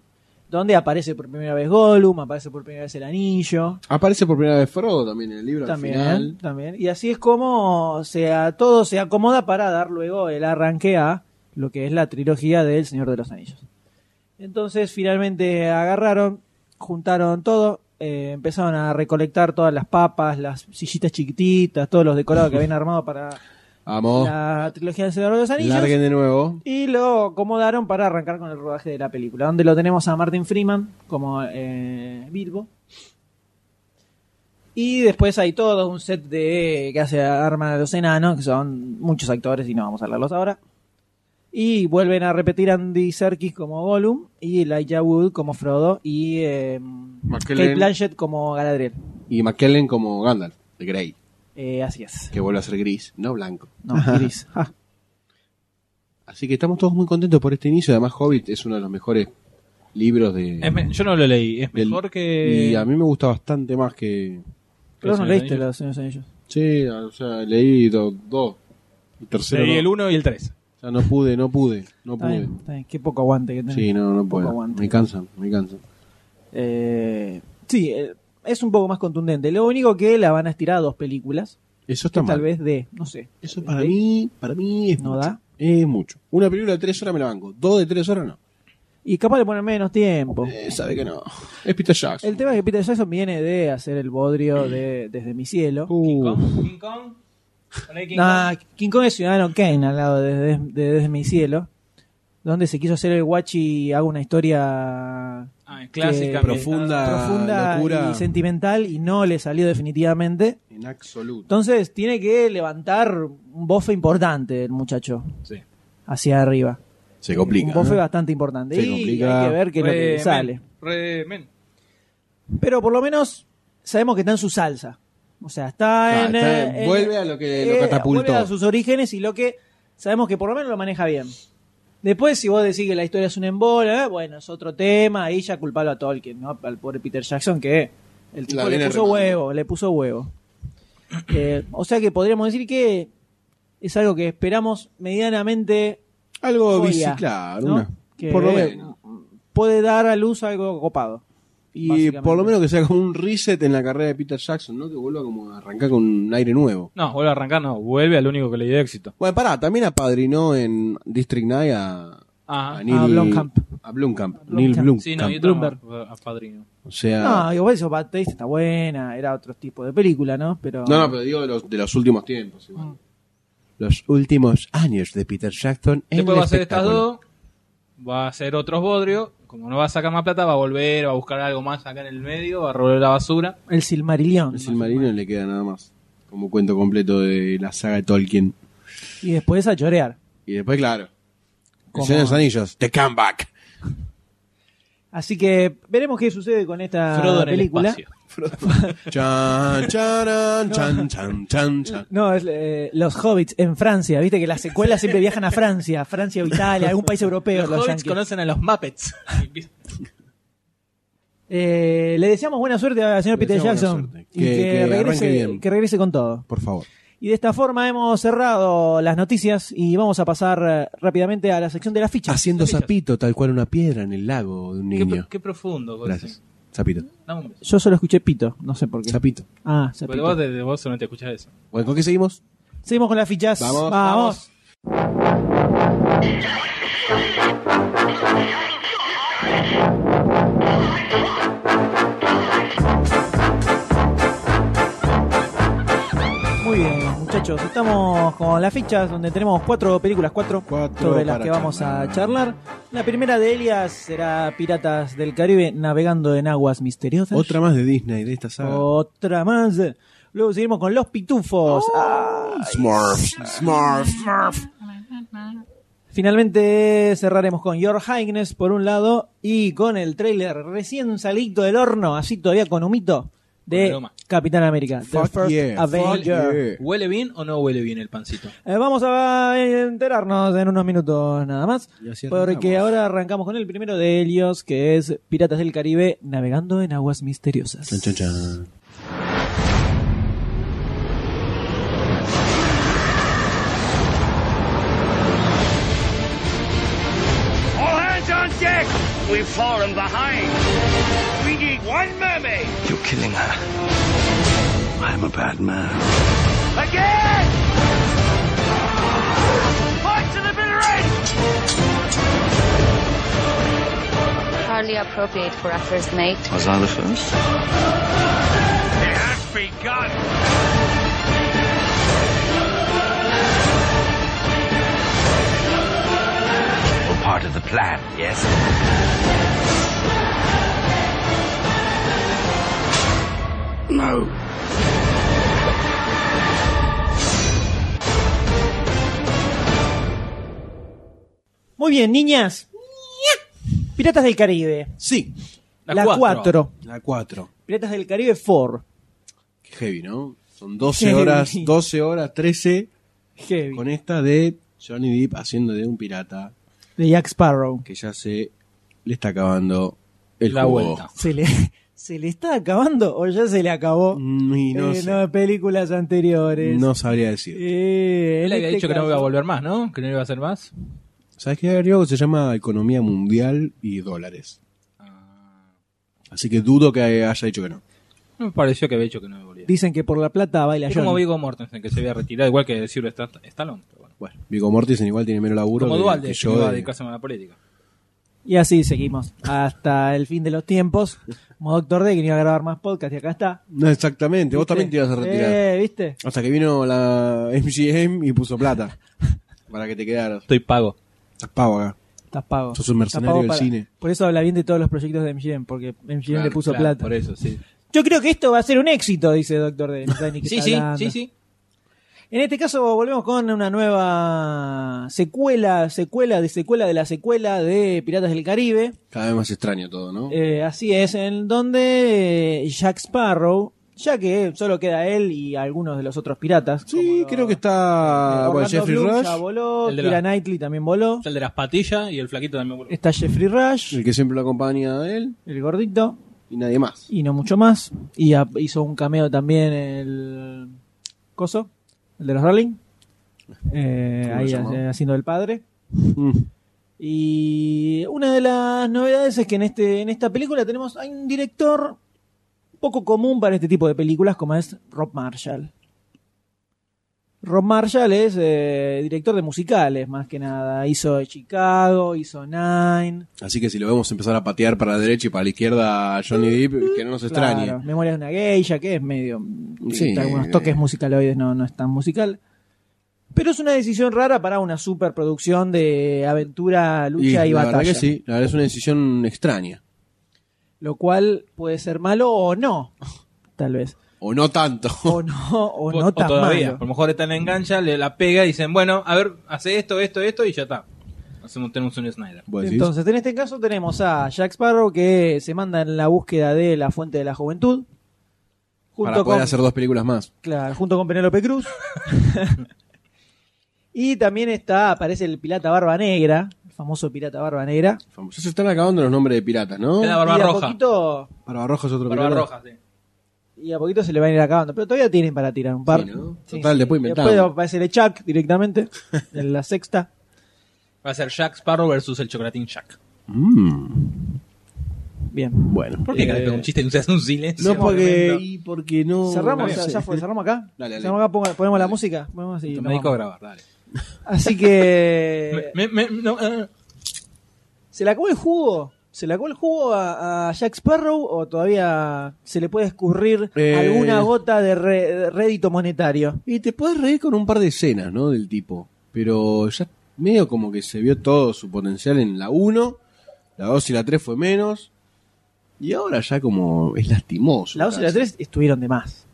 S2: Donde aparece por primera vez Gollum, aparece por primera vez el anillo.
S4: Aparece por primera vez Frodo también en el libro al
S2: También,
S4: final.
S2: también. Y así es como se a- todo se acomoda para dar luego el arranque a lo que es la trilogía del Señor de los Anillos. Entonces finalmente agarraron, juntaron todo, eh, empezaron a recolectar todas las papas, las sillitas chiquititas, todos los decorados que habían armado para
S4: Vamos.
S2: la trilogía del Señor de los Anillos.
S4: Larguen de nuevo.
S2: Y lo acomodaron para arrancar con el rodaje de la película, donde lo tenemos a Martin Freeman como eh, Bilbo. Y después hay todo un set de que hace arma de los enanos, que son muchos actores y no vamos a hablarlos ahora. Y vuelven a repetir Andy Serkis como Gollum y Elijah Wood como Frodo y eh,
S4: McKellen.
S2: Kate Blanchett como Galadriel.
S4: Y McKellen como Gandalf, de Grey,
S2: Eh, así es.
S4: que vuelve a ser gris, no blanco.
S2: No, Iris. Ah,
S4: Así que estamos todos muy contentos por este inicio. Además, Hobbit es uno de los mejores libros de.
S3: Es me- yo no lo leí, es
S4: del-
S3: mejor que...
S4: Y a mí me gusta bastante más que.
S2: pero
S3: Los
S2: no
S3: Señores
S2: leíste
S3: Anillos.
S2: los Señores Anillos.
S4: Sí, o sea, leí do- dos. Y tercero.
S3: Leí
S4: no.
S3: el 1 y el 3.
S4: O sea, no pude, no pude, no
S2: Está
S4: pude.
S2: bien, está bien. Qué poco aguante que tenés.
S4: Sí, no, no
S2: Poco
S4: puedo.
S2: aguante.
S4: Me cansan, me cansan.
S2: Eh, sí, eh, es un poco más contundente. Lo único que la van a estirar a dos películas.
S4: Eso está
S2: Que
S4: mal.
S2: tal vez de, no sé. eh,
S4: Eso para
S2: de-
S4: mí, para mí es
S2: ¿No
S4: mucho.
S2: da?
S4: Es mucho. Una película de tres horas me la banco. Dos de tres horas no.
S2: Y capaz le ponen menos tiempo.
S4: Eh, sabe que no. Es Peter Jackson.
S2: El tema es que Peter Jackson viene de hacer el bodrio de Desde mi cielo.
S3: King
S4: Uh,
S3: Kong. King Kong. Por ahí King
S2: Nah,
S3: Kong.
S2: King Kong es Ciudadano Kane al lado de, de- de Desde mi cielo. Donde se quiso hacer el guachi y haga una historia
S3: Ah, clásica.
S2: que-
S4: profunda. Ah,
S2: profunda
S4: locura.
S2: y sentimental y no le salió definitivamente.
S4: en absoluto.
S2: Entonces tiene que levantar un bofe importante el muchacho
S3: Sí.
S2: hacia arriba.
S4: Se
S2: un
S4: complica.
S2: bofe
S4: ¿no?
S2: bastante importante.
S4: Se
S2: y
S4: complica.
S2: hay que ver qué es lo
S3: Re
S2: que
S3: men,
S2: sale.
S3: re men.
S2: Pero por lo menos sabemos que está en su salsa. O sea, está,
S4: Ah,
S2: en,
S4: está-
S2: eh, en-
S4: vuelve a lo que lo
S2: eh,
S4: catapultó.
S2: Vuelve a sus orígenes y lo que sabemos que por lo menos lo maneja bien. Después, si vos decís que la historia es un embola, eh, bueno, es otro tema. Ahí ya culpalo a Tolkien, ¿no? Al pobre Peter Jackson que el tipo
S4: La
S2: le
S4: viene
S2: puso
S4: remando.
S2: huevo, le puso huevo. Eh, o sea que podríamos decir que es algo que esperamos medianamente
S4: Algo
S2: joya,
S4: biciclar,
S2: ¿no?
S4: una-
S2: Que
S4: por lo menos.
S2: Puede dar a luz algo copado.
S4: Y
S2: básicamente.
S4: por lo menos que sea como un reset en la carrera de Peter Jackson, ¿no? Que vuelva como a arrancar con un aire nuevo.
S3: No, vuelve a arrancar, no. Vuelve al único que le dio éxito.
S4: Bueno, pará, también apadrinó en District 9 a,
S3: Ajá.
S4: a Neil
S2: Ah, A Blomkamp.
S4: a Blomkamp,
S2: Blomkamp. Ah,
S4: Neil Blomkamp.
S3: Sí, no, y otro
S2: Bloomberg.
S3: más, a Padrino.
S4: O sea,
S2: No, igual eso, Bad Taste está buena, era otro tipo de película, ¿no? Pero,
S4: No, no, pero digo de los, de los últimos tiempos.
S2: Mm.
S4: igual. Los últimos años de Peter Jackson en
S3: Después
S4: el
S3: va a hacer estas
S4: espectáculo.
S3: dos. Va a hacer otros bodrio. Como no va a sacar más plata, va a volver, va a buscar algo más acá en el medio, va a robar la basura.
S2: El Silmarillion.
S4: El Silmarillion le queda nada más. Como cuento completo de la saga de Tolkien.
S2: Y después a chorear.
S4: Y después, claro. El
S2: Como-
S4: Señor de los Anillos, The Comeback.
S2: Así que veremos qué sucede con esta
S3: Frodo en el
S2: película.
S3: espacio.
S4: chan, charan, chan, chan, chan, chan.
S2: No, es, eh, los hobbits en Francia, viste que las secuelas siempre viajan a Francia, Francia o Italia, algún país europeo.
S3: Los
S2: los
S3: hobbits
S2: yankees.
S3: conocen a los Muppets.
S2: Eh, le deseamos buena suerte al señor
S4: Le
S2: Peter
S4: deseamos buena
S2: Jackson
S4: suerte.
S2: y
S4: Que-
S2: que,
S4: que arranque
S2: regrese,
S4: bien.
S2: que regrese con todo.
S4: Por favor.
S2: Y de esta forma hemos cerrado las noticias y vamos a pasar eh, rápidamente a la sección de las fichas.
S4: Haciendo
S3: Pillas.
S4: sapito, tal cual una piedra en el lago de un
S3: qué,
S4: niño.
S3: pro- qué profundo. Gosi.
S4: Gracias. Sapito.
S3: Dame un beso.
S2: Yo solo escuché pito, no sé por qué.
S4: Sapito.
S2: Ah, se
S3: Pero
S2: pito.
S3: vos, de, de vos solo te escuchás eso.
S4: Bueno, ¿con qué seguimos?
S2: Seguimos con las fichas.
S4: Vamos.
S2: vamos. Muy bien, muchachos. Estamos con las fichas donde tenemos cuatro películas, cuatro,
S4: Cuatro
S2: sobre las
S4: para
S2: que vamos a charlar. La primera de ellas será Piratas del Caribe navegando en aguas misteriosas.
S4: Otra más de Disney, de esta saga.
S2: Oh. Otra más. Luego seguimos con Los Pitufos. Ay.
S4: Smurf. Smurf.
S2: Finalmente cerraremos con Your Highness por un lado y con el trailer recién salidito del horno, así todavía con humito,
S3: Con
S2: de
S3: aroma.
S2: Capitán América. The
S4: Fuck
S2: First
S4: yeah, fuck
S2: Avenger.
S4: yeah.
S3: ¿Huele bien o no huele bien el pancito?
S2: Eh, vamos a enterarnos en unos minutos nada más,
S4: Y así
S2: porque
S4: arrancamos.
S2: ahora arrancamos con el primero de ellos, que es Piratas del Caribe navegando en aguas misteriosas.
S4: Chan, chan, chan.
S1: All hands on deck! We've fallen behind. We need one mermaid.
S5: You're killing her. I'm a bad man.
S1: Again! On to the bitter end!
S6: Hardly appropriate for a first mate.
S5: Was I the first?
S1: It has begun!
S5: You're part of the plan, yes? No.
S2: Muy bien, niñas. Piratas del Caribe.
S4: Sí.
S2: La 4.
S4: La 4.
S2: Piratas del Caribe 4.
S4: Qué heavy, ¿no? Son 12
S2: Heavy.
S4: horas, 12 horas, 13
S2: Heavy.
S4: con esta de Johnny Depp haciendo de un pirata
S2: De Jack Sparrow.
S4: que ya se le está acabando el
S3: La
S4: jugo.
S3: vuelta.
S2: Se le, ¿se le está acabando o ya se le acabó?
S4: Mm, y no
S2: Eh,
S4: sé.
S2: no, películas anteriores.
S4: No sabría decir.
S2: Eh,
S3: Él
S2: en
S3: había
S2: este
S3: dicho que no
S2: caso-
S3: iba a volver más, ¿no? Que no iba a hacer más.
S4: ¿Sabes qué agregó? Se llama economía mundial y dólares. Así que dudo que haya dicho que no.
S3: No me pareció que había dicho que no volvía.
S2: Dicen que por la plata baila
S3: Es
S2: Johnny.
S3: como Vigo Mortensen, que se había retirado, igual que Silvestre Stallone. pero bueno.
S4: Bueno, Vigo Mortensen igual tiene menos laburo
S3: Como
S4: que,
S3: Dualde,
S4: que
S3: que
S4: yo.
S3: iba a
S4: de-
S3: dedicarse más a la política.
S2: Y así seguimos hasta el fin de los tiempos. Como Doctor D, que no iba a grabar más podcast y acá está.
S4: No, exactamente. Vos
S2: ¿Viste?
S4: también te ibas a retirar.
S2: Eh, ¿viste?
S4: Hasta que vino la MGM y puso plata. para que te quedaras.
S3: Estoy pago.
S4: Estás pago acá.
S2: Estás pago.
S4: Sos un mercenario
S2: Estás pago
S4: del cine.
S2: Por eso habla bien de todos los proyectos de MGM, porque MGM le
S3: Claro,
S2: puso
S3: claro,
S2: plata.
S3: Por eso, sí.
S2: Yo creo que esto va a ser un éxito, dice Doctor D. No sabe ni qué
S3: Sí,
S2: está
S3: sí,
S2: hablando.
S3: sí, sí.
S2: En este caso volvemos con una nueva secuela, secuela de secuela de la secuela de Piratas del Caribe.
S4: Cada vez más extraño todo, ¿no?
S2: Eh, así es, en donde eh, Jack Sparrow, ya que solo queda él y algunos de los otros piratas. eh,
S4: sí, creo que está.
S2: Orlando
S4: bueno, Jeffrey
S2: Bloom
S4: Rush,
S2: ya voló,
S3: El de la-
S2: Kira Knightley también voló.
S3: Es El de las patillas y el flaquito también vuelve.
S2: Está Jeffrey Rush,
S4: el que siempre lo acompaña a él,
S2: el gordito,
S4: y nadie más.
S2: y no mucho más. Y a- hizo un cameo también el. Coso, el de los Rolling. Eh,
S4: ¿Cómo
S2: ahí
S4: se llamaba?
S2: eh, haciendo el padre.
S4: Mm.
S2: Y una de las novedades es que en, este, en esta película tenemos hay un director poco común para este tipo de películas como es Rob Marshall. Rob Marshall es eh, director de musicales, más que nada. Hizo Chicago, hizo Nine.
S4: Así que si lo vemos empezar a patear para la derecha y para la izquierda a Johnny Depp, que no nos extrañe.
S2: Claro, Memorias de una geisha, que es medio...
S4: Sí,
S2: tiene algunos toques
S4: eh.
S2: musicaloides, no, no es tan musical. Pero es una decisión rara para una superproducción de aventura, lucha y,
S4: la
S2: batalla.
S4: verdad que sí, la verdad es una decisión extraña.
S2: Lo cual puede ser malo o no, tal vez.
S4: O no tanto.
S2: O no, o no tan
S3: todavía. A lo
S2: malo.
S3: mejor está en la engancha, le la pega y dicen, bueno, a ver, hace esto, esto, esto y ya está. Hacemos, tenemos un Snyder.
S4: ¿Vos decís?
S2: Entonces, en este caso tenemos a Jack Sparrow que se manda en la búsqueda de la fuente de la juventud. Junto
S4: para poder
S2: con,
S4: hacer dos películas más.
S2: Claro, junto con Penélope Cruz. y también está, aparece el pirata barba negra, el famoso pirata barba negra.
S4: Ya se están acabando los nombres de piratas, ¿no?
S3: Era Barba
S2: y a
S3: Roja.
S2: poquito,
S4: Barbarroja es otro
S3: Barba
S4: pirata.
S3: roja, sí.
S2: y a poquito se le van a ir acabando, pero todavía tienen para tirar un par.
S4: Sí, ¿no?
S2: Sí,
S4: Total,
S2: sí.
S4: después inventamos.
S2: Después aparece el Chuck directamente, en la sexta.
S3: Va a ser Jack Sparrow versus el chocolatín Jack.
S4: Mm,
S2: Bien.
S4: bueno.
S3: ¿Por qué
S2: Eh,
S3: cada vez que hago un chiste y se hace un silencio?
S4: No porque,
S3: Tremendo.
S4: y porque no.
S2: Cerramos,
S4: no
S2: ya,
S4: sé.
S2: ya fue, cerramos acá.
S4: Dale, dale.
S2: Cerramos acá, ponga- ponemos la música. ponemos y nos
S3: me dedico a
S2: vamos.
S3: grabar, dale.
S2: Así que.
S3: Me- me- me- no, eh,
S2: ¿Se le acabó el jugo? ¿Se le acabó el jugo a, a Jack Sparrow o todavía se le puede escurrir
S4: Eh.
S2: alguna gota de, re- de rédito monetario?
S4: Y te puedes reír con un par de escenas, ¿no? Del tipo. Pero ya medio como que se vio todo su potencial en la 1. La 2 y la 3 fue menos. Y ahora ya como es lastimoso.
S2: La 2 y la
S4: casi.
S2: 3 estuvieron de más.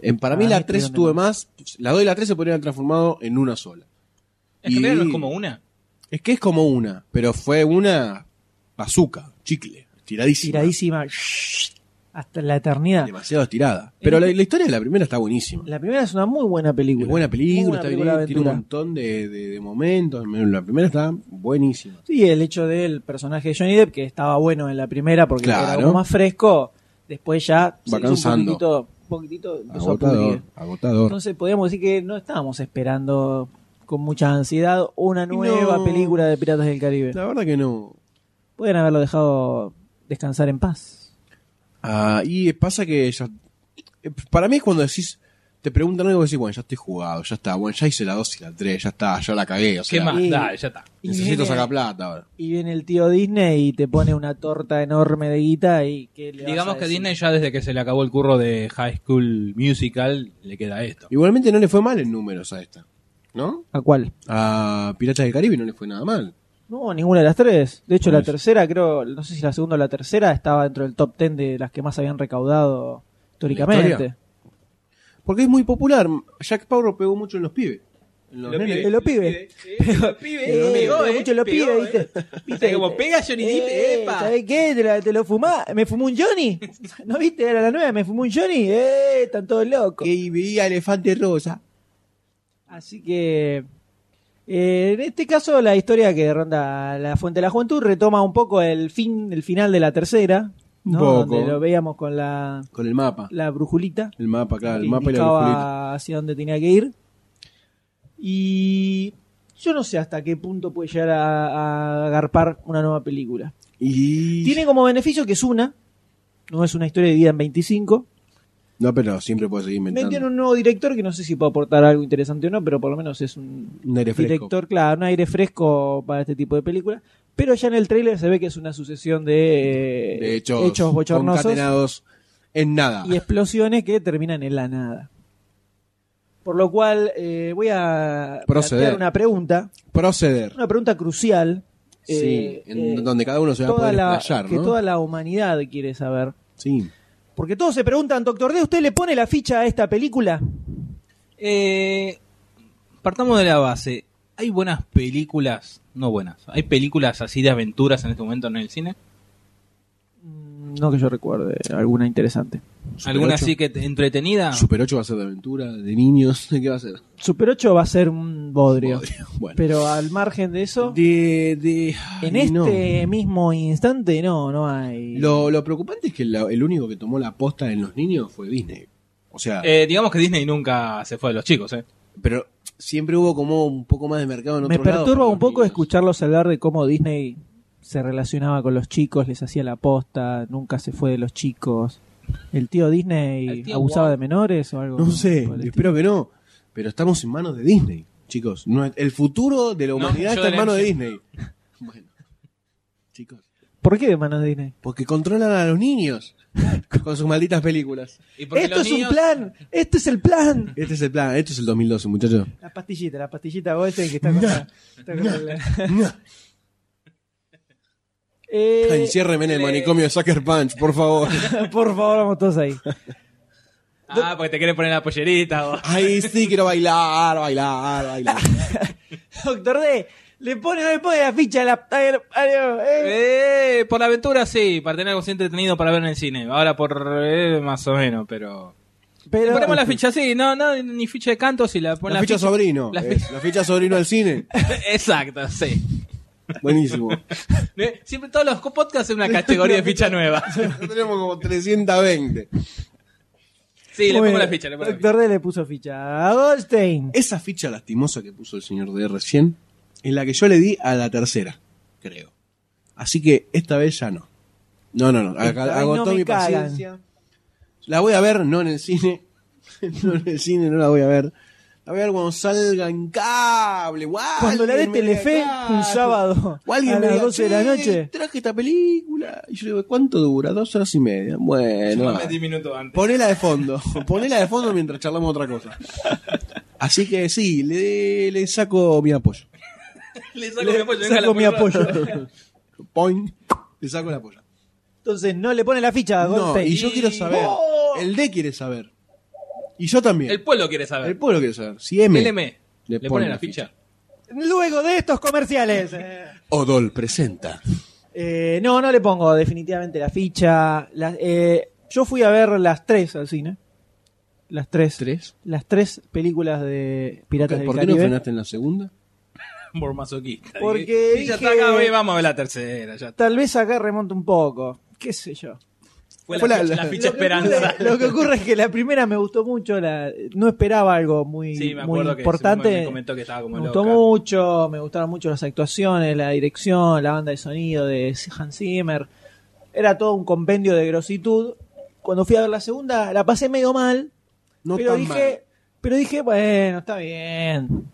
S4: En, para
S2: Ah,
S4: mí
S2: ahí
S4: la 3
S2: tuvieron
S4: estuve más. La 2 y la 3 se podrían haber transformado en una sola.
S3: en general no es como una.
S4: Es que es como una, pero fue una bazooka, chicle, tiradísima.
S2: Tiradísima shhh, hasta la eternidad.
S4: Demasiado estirada. Pero la, la historia de la primera está buenísima.
S2: La primera es una muy buena película.
S4: Es buena película,
S2: Muy buena
S4: está
S2: película de
S4: bien, tiene un
S2: aventura.
S4: montón de, de- de momentos. La primera está buenísima.
S2: Sí, el hecho del personaje de Johnny Depp, que estaba bueno en la primera porque era
S4: Claro.
S2: algo más fresco, después ya se
S4: Va
S2: hizo
S4: cansando.
S2: un poquitito, poquitito empezó a
S4: Agotador,
S2: pudrir.
S4: agotador.
S2: ¿eh? Entonces podríamos decir que no estábamos esperando con mucha ansiedad una nueva
S4: no.
S2: película de Piratas del Caribe.
S4: la verdad que no.
S2: Pueden haberlo dejado descansar en paz.
S4: Ah, y pasa que ya- eh, para mí es cuando decís, te preguntan algo y decís, bueno, ya estoy jugado, ya está, bueno, ya hice la 2 y la 3, ya está, ya la cagué, o
S3: ¿Qué
S4: sea,
S3: más?
S2: y-
S3: Dale, ya está.
S4: necesito
S2: viene-
S4: sacar plata ahora.
S2: Y viene el tío Disney y te pone una torta enorme de guita y que le vas
S3: Digamos
S2: a
S3: que
S2: decir?
S3: Disney ya desde que se le acabó el curro de High School Musical le queda esto.
S4: Igualmente no le fue mal en números a esta, ¿no?
S2: ¿A cuál?
S4: A Piratas del Caribe no le fue nada mal.
S2: No, ninguna de las tres. De hecho,
S4: No
S2: la
S4: es.
S2: tercera, creo, no sé si la segunda o la tercera, estaba dentro del top ten de las que más habían recaudado históricamente.
S4: historia? Porque es muy popular. Jack Sparrow pegó mucho en los pibes. En los, nenes.
S2: Eh, los pibes. Pero- eh, pero mucho los pibes, ¿viste? ¿Viste?
S3: eh. Como pega Johnny Depp,
S2: Eh,
S3: epa.
S2: ¿Sabés qué? ¿Te, la- te lo fumás? ¿Me fumó un Johnny? ¿No viste? Era la nueva, me fumó un Johnny. ¡Eh! Están todos locos.
S4: Que veía Elefante Rosa.
S2: Así que. eh, en este caso, la historia que ronda la Fuente de la Juventud retoma un poco el fin, el final de la tercera,
S4: Un
S2: ¿no?
S4: poco.
S2: Donde lo veíamos con la,
S4: Con el mapa.
S2: la brujulita.
S4: El mapa, claro.
S2: que
S4: El mapa y la
S2: indicaba
S4: brújula.
S2: hacia dónde tenía que ir. Y yo no sé hasta qué punto puede llegar a, a garpar una nueva película.
S4: Y...
S2: Tiene como beneficio que es una, no es una historia dividida en 25.
S4: No, pero siempre puedes seguir
S2: Metieron
S4: inventando.
S2: un nuevo director que no sé si puede aportar algo interesante o no, pero por lo menos es un
S4: Un aire fresco.
S2: director, claro, un aire fresco para este tipo de películas. Pero ya en el tráiler se ve que es una sucesión de, eh,
S4: De hechos,
S2: bochornosos
S4: concatenados en nada.
S2: y explosiones que terminan en la nada. Por lo cual eh, voy a
S4: Proceder.
S2: plantear una pregunta,
S4: Proceder.
S2: una pregunta crucial. eh,
S4: sí, en
S2: eh,
S4: donde cada uno se va a
S2: toda
S4: poder
S2: la-
S4: explayar,
S2: que
S4: ¿no?
S2: toda la humanidad quiere saber.
S4: Sí.
S2: Porque todos se preguntan, Doctor D, ¿usted le pone la ficha a esta película?
S3: Eh, partamos de la base. ¿Hay buenas películas? No buenas. ¿Hay películas así de aventuras en este momento en el cine?
S2: Mm, No que yo recuerde, alguna interesante.
S4: Super
S3: ¿Alguna
S4: 8.
S3: así que entretenida?
S4: Super 8 va a ser de aventura, de niños, ¿de qué va a ser?
S2: Super 8 va a ser un bodrio.
S4: Podría- Bueno.
S2: Pero al margen de eso,
S4: De, de-
S2: en
S4: ay, no.
S2: este mismo instante no, no hay.
S4: Lo, lo preocupante es que la- el único que tomó la posta en los niños fue Disney. O sea,
S3: Eh, digamos que Disney nunca se fue de los chicos, ¿eh?
S4: pero siempre hubo como un poco más de mercado en
S2: Me
S4: otros lados
S2: perturba
S4: para
S2: un
S4: los
S2: poco
S4: niños.
S2: escucharlos hablar de cómo Disney se relacionaba con los chicos, les hacía la posta, nunca se fue de los chicos. ¿El tío Disney
S3: El tío
S2: abusaba de
S3: Walt.
S2: menores o algo?
S4: No sé,
S2: por el estilo?
S4: espero que no. Pero estamos en manos de Disney, chicos. No- el futuro de la
S3: No,
S4: humanidad
S3: yo
S4: está en
S3: de
S4: manos de
S3: la-
S4: Disney. Bueno, chicos.
S2: ¿Por qué de manos de Disney?
S4: Porque controlan a los niños con sus malditas películas.
S3: Y porque
S2: ¡Esto
S3: los
S2: es
S3: niños-
S2: un plan! ¡Este es el plan!
S4: Este es el plan, esto es el 2012, muchachos.
S2: La pastillita, la pastillita, vos ese que está con la- está con la- Eh,
S4: Enciérreme en el manicomio de Sucker Punch, por favor.
S2: por favor, vamos todos ahí.
S3: Ah, porque te quieren poner la pollerita. vos.
S4: Ay, sí, quiero bailar, bailar, bailar.
S2: Doctor D, le pone o no le pone la ficha a la. a la- a la- eh.
S3: Eh, por la aventura sí, para tener algo entretenido para ver en el cine. Ahora por eh, más o menos, pero...
S2: Pero-
S3: Ponemos la ficha así, no, no, ni ficha de canto, si la
S4: La,
S3: ponen
S4: ficha, sobrino.
S3: la
S4: eh, La ficha sobrino al cine.
S3: Exacto, sí.
S4: Buenísimo.
S3: Eh, Siempre todos los podcasts es una categoría de ficha nueva.
S4: Tenemos como 320.
S3: Sí, le
S2: Muy
S3: pongo
S2: bien.
S3: la ficha, le pongo la ficha.
S2: Doctor D le puso ficha a Goldstein.
S4: Esa ficha lastimosa que puso el señor D recién es la que yo le di a la tercera, creo. Así que esta vez ya no. No, no, no.
S2: Esta vez
S4: Aga- Agotó
S2: no me
S4: mi
S2: cagan.
S4: paciencia. La voy a ver, no en el cine. no en el cine, no la voy a ver. La voy a ver cuando salga en cable. o
S2: Cuando la dé
S4: alguien me diga,
S2: Telefe
S4: "Claro".
S2: un sábado
S4: O alguien
S2: a
S4: me
S2: las
S4: diga,
S2: 12 de la
S4: "Che,
S2: noche.
S4: Traje esta película. Y yo digo, ¿cuánto dura? Dos horas y media. Bueno.
S3: Dame 10 minutos antes.
S4: Ponela de fondo, ponela de fondo mientras charlamos otra cosa. Así que sí, le, le saco mi apoyo.
S3: Le saco mi apoyo. venga,
S2: Saco
S3: la
S2: mi apoyo.
S4: Point, le saco el apoyo.
S2: Entonces no le pone la ficha a
S4: No,
S2: Goldstein. Oh,
S4: y yo quiero saber, el D quiere saber. Y yo también.
S3: El
S4: El,
S3: pueblo quiere saber.
S4: pueblo quiere saber. Si M.
S3: LM. Le, ponen la ficha.
S2: Luego de estos comerciales. eh,
S4: Odol presenta.
S2: eh, no, no le pongo definitivamente la ficha. La- eh, yo fui a ver las tres al cine. Las tres.
S4: ¿Tres?
S2: Las tres películas de Piratas del
S4: ¿Por qué no
S2: Caribe.
S4: frenaste en la segunda?
S3: Por masoquista.
S2: Porque
S3: Y
S2: dije-
S3: ya está acá, ve, vamos a ver la tercera. Ya está.
S2: Tal vez acá remonte un poco. Qué sé yo.
S3: Fue,
S4: Fue
S3: la,
S4: la- la-
S3: ficha, la ficha
S2: Lo que
S3: esperanza.
S2: ocurre- lo que ocurre es que la primera me gustó mucho, la, no esperaba algo muy,
S3: Sí, me
S2: muy
S3: acuerdo que Simón
S2: importante.
S3: me comentó que estaba como
S2: me gustó
S3: loca.
S2: mucho, me gustaron mucho las actuaciones, la dirección, la banda de sonido de Hans Zimmer. Era todo un compendio de grositud. Cuando fui a ver la segunda, la pasé medio mal,
S4: No
S2: pero
S4: tan
S2: dije,
S4: mal.
S2: pero dije, bueno, está bien.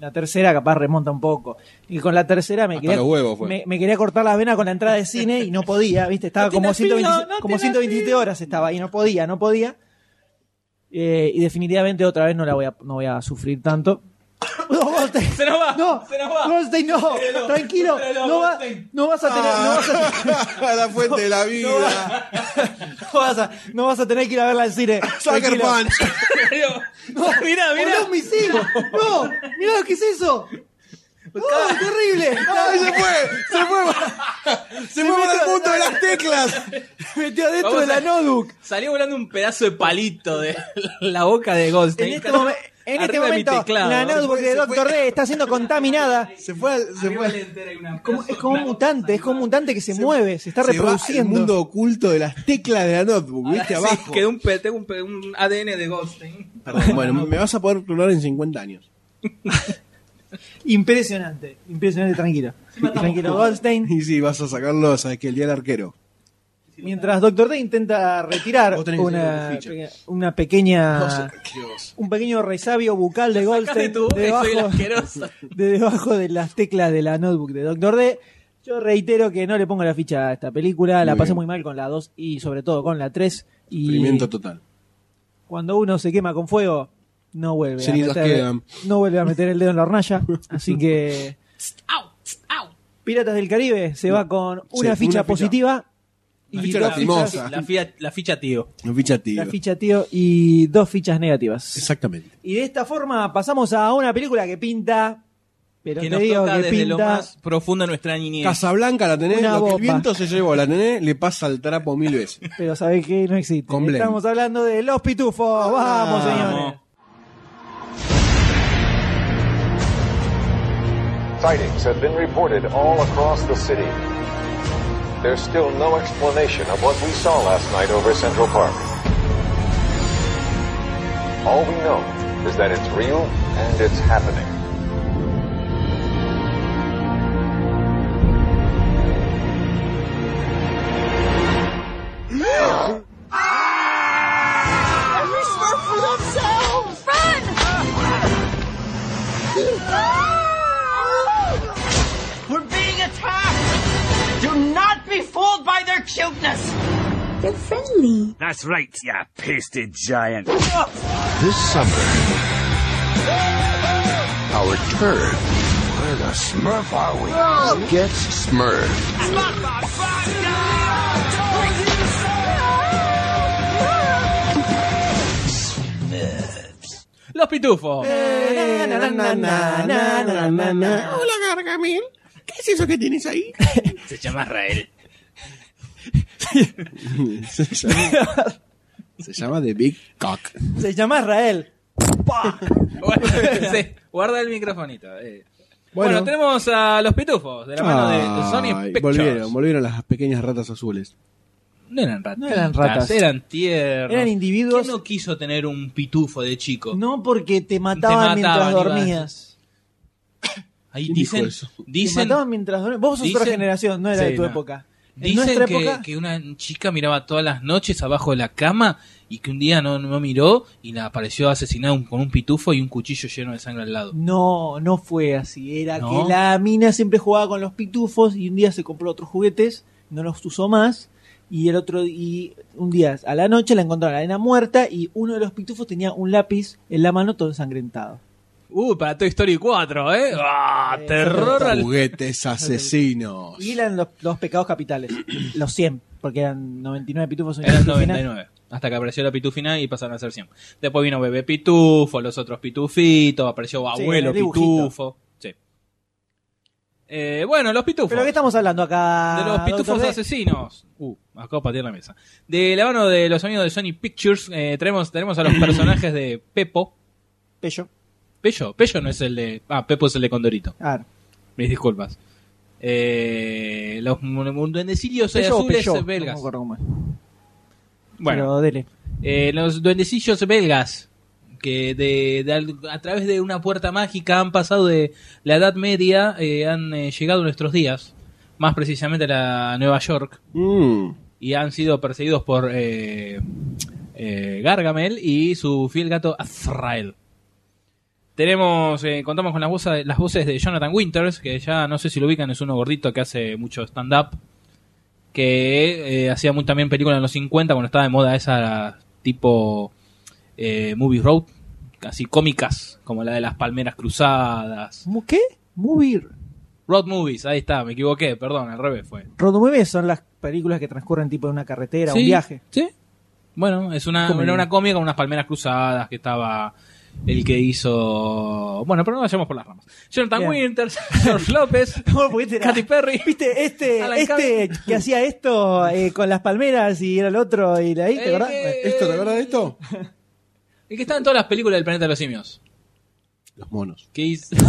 S2: La tercera capaz remonta un poco. Y con la tercera me
S4: Hasta
S2: quería
S4: los huevos fue.
S2: me, me quería cortar las venas con la entrada de cine y no podía, ¿viste? Estaba
S3: No
S2: como,
S3: tenés
S2: 120
S3: filo, no
S2: como
S3: tenés
S2: 127
S3: filo.
S2: horas estaba y no podía, no podía. Eh, y definitivamente otra vez no la voy a no voy a sufrir tanto. No, Goldstein.
S3: Se nos va,
S2: No,
S3: se nos va.
S2: Goldstein, no.
S3: Tráelo,
S2: Tranquilo.
S3: tráelo,
S2: No, va-
S3: Goldstein.
S2: no vas a tener no vas a
S4: a Ah, la fuente de la
S2: Ah.
S4: vida.
S2: no vas a, no vas a tener que ir a verla al cine.
S4: Sucker
S2: Tranquilo.
S4: Punch.
S3: mirá, mirá.
S2: ¡Voló un misil! ¡No! ¡Mirá lo que es eso! ¡Oh, terrible!
S4: ¡Ay, se fue! ¡Se fue! ¡Se, fue para el
S2: metió-
S4: punto de las teclas!
S2: Metió adentro
S3: Vamos
S2: de
S3: a-
S2: la Noduk.
S3: Salió volando un pedazo de palito de la boca de
S2: En
S3: Goldstein.
S2: este, momen- En este
S3: Arriba de mi
S2: momento,
S3: teclado.
S2: la
S4: Se
S2: notebook
S4: fue-
S2: de
S4: se
S2: Doctor
S4: fue.
S2: D está siendo contaminada.
S4: Se fue al. Se fue al-
S2: Como- es como un mutante, es como un mutante que se, mueve, se está
S4: se va al
S2: reproduciendo.
S4: mundo oculto de las teclas de la notebook,
S3: Ahora
S4: ¿viste?
S3: sí,
S4: abajo.
S3: quedó un, pe- tengo un, pe- un ADN de Goldstein.
S4: Perdón, bueno, me vas a poder clonar en 50 años.
S2: Impresionante, impresionante, tranquilo. Tranquilo, Goldstein.
S4: Y sí, vas a sacarlos a que el día del arquero.
S2: Mientras Doctor D intenta retirar
S4: Vos tenés que hacer
S2: una,
S4: tu ficha.
S2: una pequeña.
S4: No sé, arqueros.
S2: un pequeño resabio bucal de
S3: Sacate
S2: Goldstein
S3: tu boca y soy el
S2: debajo,
S3: asqueroso.
S2: de debajo de las teclas de la notebook de Doctor D. Yo reitero que no le pongo la ficha a esta película, la
S4: Muy
S2: pasé
S4: bien.
S2: muy mal con la 2 y sobre todo con la 3. Y
S4: Sufrimiento total.
S2: cuando uno se quema con fuego, no vuelve, a
S4: Cenizas
S2: meter,
S4: quedan.
S2: no vuelve a meter el dedo en la hornalla. Así que... Piratas del Caribe se va con una,
S4: una
S2: ficha
S4: ficha.
S2: positiva.
S4: Una
S2: y
S4: ficha
S2: dos
S4: lastimosa.
S2: fichas-
S3: La, fia- la ficha tío.
S4: No ficha tío.
S2: la ficha tío y dos fichas negativas.
S4: Exactamente.
S2: Y de esta forma pasamos a una película que pinta, pero
S3: Que
S2: te
S3: nos
S2: digo
S3: toca
S2: que
S3: desde lo
S2: pinta
S3: más profundo de nuestra niñez.
S4: Casablanca la tenés,
S2: Una
S4: lo que el
S2: bomba.
S4: viento se llevó, la tenés, le pasa el trapo mil veces.
S2: pero sabés que no existe.
S4: Con Blend.
S2: Estamos hablando de Los
S3: Ah,
S2: Pitufos. Vamos,
S4: Vamos.
S2: señores.
S7: Sightings have been reported all across the city. There's still no explanation of what we saw last night over Central Park. All we know is that it's real and it's happening.
S8: We're being attacked! Do not be fooled by their cuteness!
S1: That's right, you pasted giant.
S5: This summer, our turd. Where the smurf are we? Gets smurfed.
S3: Los pitufos.
S2: Eh, Na, na, na, na, na, na, na.
S4: Hola, Gargamel. ¿Qué es eso que tienes ahí?
S3: Se llama Rael.
S4: se, llama, se llama The Big Cock.
S2: Se llama Israel.
S3: Guarda, sí, guarda el microfonito. eh. Bueno,
S4: Bueno.
S3: tenemos a los pitufos de la mano de, de Sony
S4: Ay,
S3: Pictures.
S4: volvieron, volvieron las pequeñas ratas azules.
S3: No eran ratas.
S2: No eran ratas.
S3: Eran tiernos.
S2: Eran individuos-
S3: ¿Quién no quiso tener un pitufo de chico?
S2: No porque te mataban,
S3: Te mataban,
S2: mientras
S3: Iván.
S2: dormías.
S3: Ahí
S4: ¿Quién dijo
S3: dicen.
S4: eso?
S2: Te
S3: Dicen,
S2: mataban mientras dormías. Vos sos
S3: dicen-
S2: otra generación, no era
S3: Sí,
S2: de tu
S3: no.
S2: época. En
S3: dicen
S2: nuestra
S3: que,
S2: época,
S3: que una chica miraba todas las noches abajo de la cama y que un día no, no miró y la apareció asesinada un- con un pitufo y un cuchillo lleno de sangre al lado.
S2: no, no fue así. Era
S3: No.
S2: que la mina siempre jugaba con los pitufos y un día se compró otros juguetes, no los usó más. Y el otro, y un día a la noche la encontraron a la nena muerta y uno de los pitufos tenía un lápiz en la mano todo ensangrentado.
S3: Uh, para Toy Story 4, ¿eh? ¡Ah!
S2: Eh,
S3: terror al...
S4: Juguetes asesinos.
S2: Y eran los, los pecados capitales, los 100, porque eran 99 pitufos. una
S3: Eran
S2: pitufina.
S3: 99. Hasta que apareció la pitufina y pasaron a ser 100. Después vino Bebé Pitufo, los otros pitufitos, apareció
S2: Sí,
S3: Abuelo
S2: el dibujito.
S3: Pitufo. Sí. Eh, bueno, los pitufos.
S2: Pero ¿qué estamos hablando acá?
S3: De los pitufos
S2: doctor D?
S3: asesinos. Uh, acabo de patear la mesa. De la mano de los amigos de Sony Pictures, eh, tenemos, tenemos a los personajes de Pepo.
S2: Pello.
S3: Pello, Pello no es el de. Ah, Pepo es el de Condorito.
S2: A ver.
S3: Mis disculpas. Eh, los mu- mu- duendecillos eh,
S2: Pello o
S3: azules
S2: Pello, no
S3: belgas.
S2: me acuerdo cómo es.
S3: bueno,
S2: Pero dele.
S3: eh, los duendecillos belgas. Que de, de al- a través de una puerta mágica han pasado de la Edad Media, eh, han eh, llegado a nuestros días. Más precisamente a la Nueva York.
S4: Mm.
S3: y han sido perseguidos por eh, eh, Gargamel y su fiel gato Azrael. Tenemos, eh, contamos con las voces, las voces de Jonathan Winters, que ya no sé si lo ubican, es uno gordito que hace mucho stand-up, que eh, hacía muy, también películas en los 50 cuando estaba de moda esa tipo eh, movie road, casi cómicas, como la de las palmeras cruzadas.
S2: ¿Mu- ¿Qué? Movie.
S3: Road movies, ahí está, me equivoqué, perdón, al revés fue.
S2: Rodomueve son las películas que transcurren tipo en una carretera,
S3: Sí,
S2: un viaje.
S3: Sí. Bueno, es una,
S2: Comedia.
S3: era una cómica con unas palmeras cruzadas que estaba el que hizo. Bueno, pero no vayamos por las ramas. Jonathan
S2: Bien.
S3: Winters, George López,
S2: No, porque este era-
S3: Katy Perry.
S2: ¿Viste? Este,
S3: Alan
S2: este que hacía esto eh, con las palmeras y era el otro y la ahí, ¿te
S3: Eh,
S2: acordás?
S3: eh,
S4: ¿Esto, te acuerdas de esto?
S3: El que está en todas las películas del planeta de los simios.
S4: los monos.
S3: ¿Qué hizo?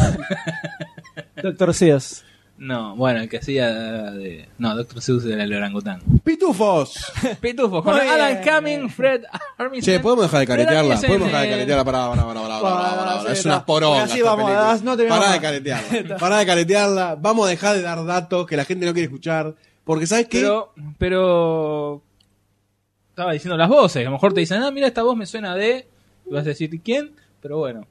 S2: Doctor Seas.
S3: No, bueno, el que hacía de. No, Doctor Seuss era el orangután.
S4: ¡Pitufos!
S3: Pitufo, con
S2: Muy bien. eh.
S3: Alan Cumming, Fred Armisen.
S4: Che, podemos dejar de
S3: Fred
S4: caretearla.
S3: Armisen,
S4: Podemos dejar de
S3: eh,
S4: caretearla. Pará, pará, pará, pará, pará, pará, pará.
S2: Bueno,
S4: Es
S2: sí,
S4: unas
S2: está.
S4: porongas.
S2: Así
S4: esta
S2: vamos,
S4: película.
S2: das- no tenemos
S4: Pará de
S2: más.
S4: caretearla. Pará de caretearla. Vamos a dejar de dar datos que la gente no quiere escuchar. Porque, ¿sabes qué?
S3: Pero, pero. Estaba diciendo las voces. A lo mejor te dicen, ah, mira, esta voz me suena de. Y vas a decir, ¿quién? Pero bueno.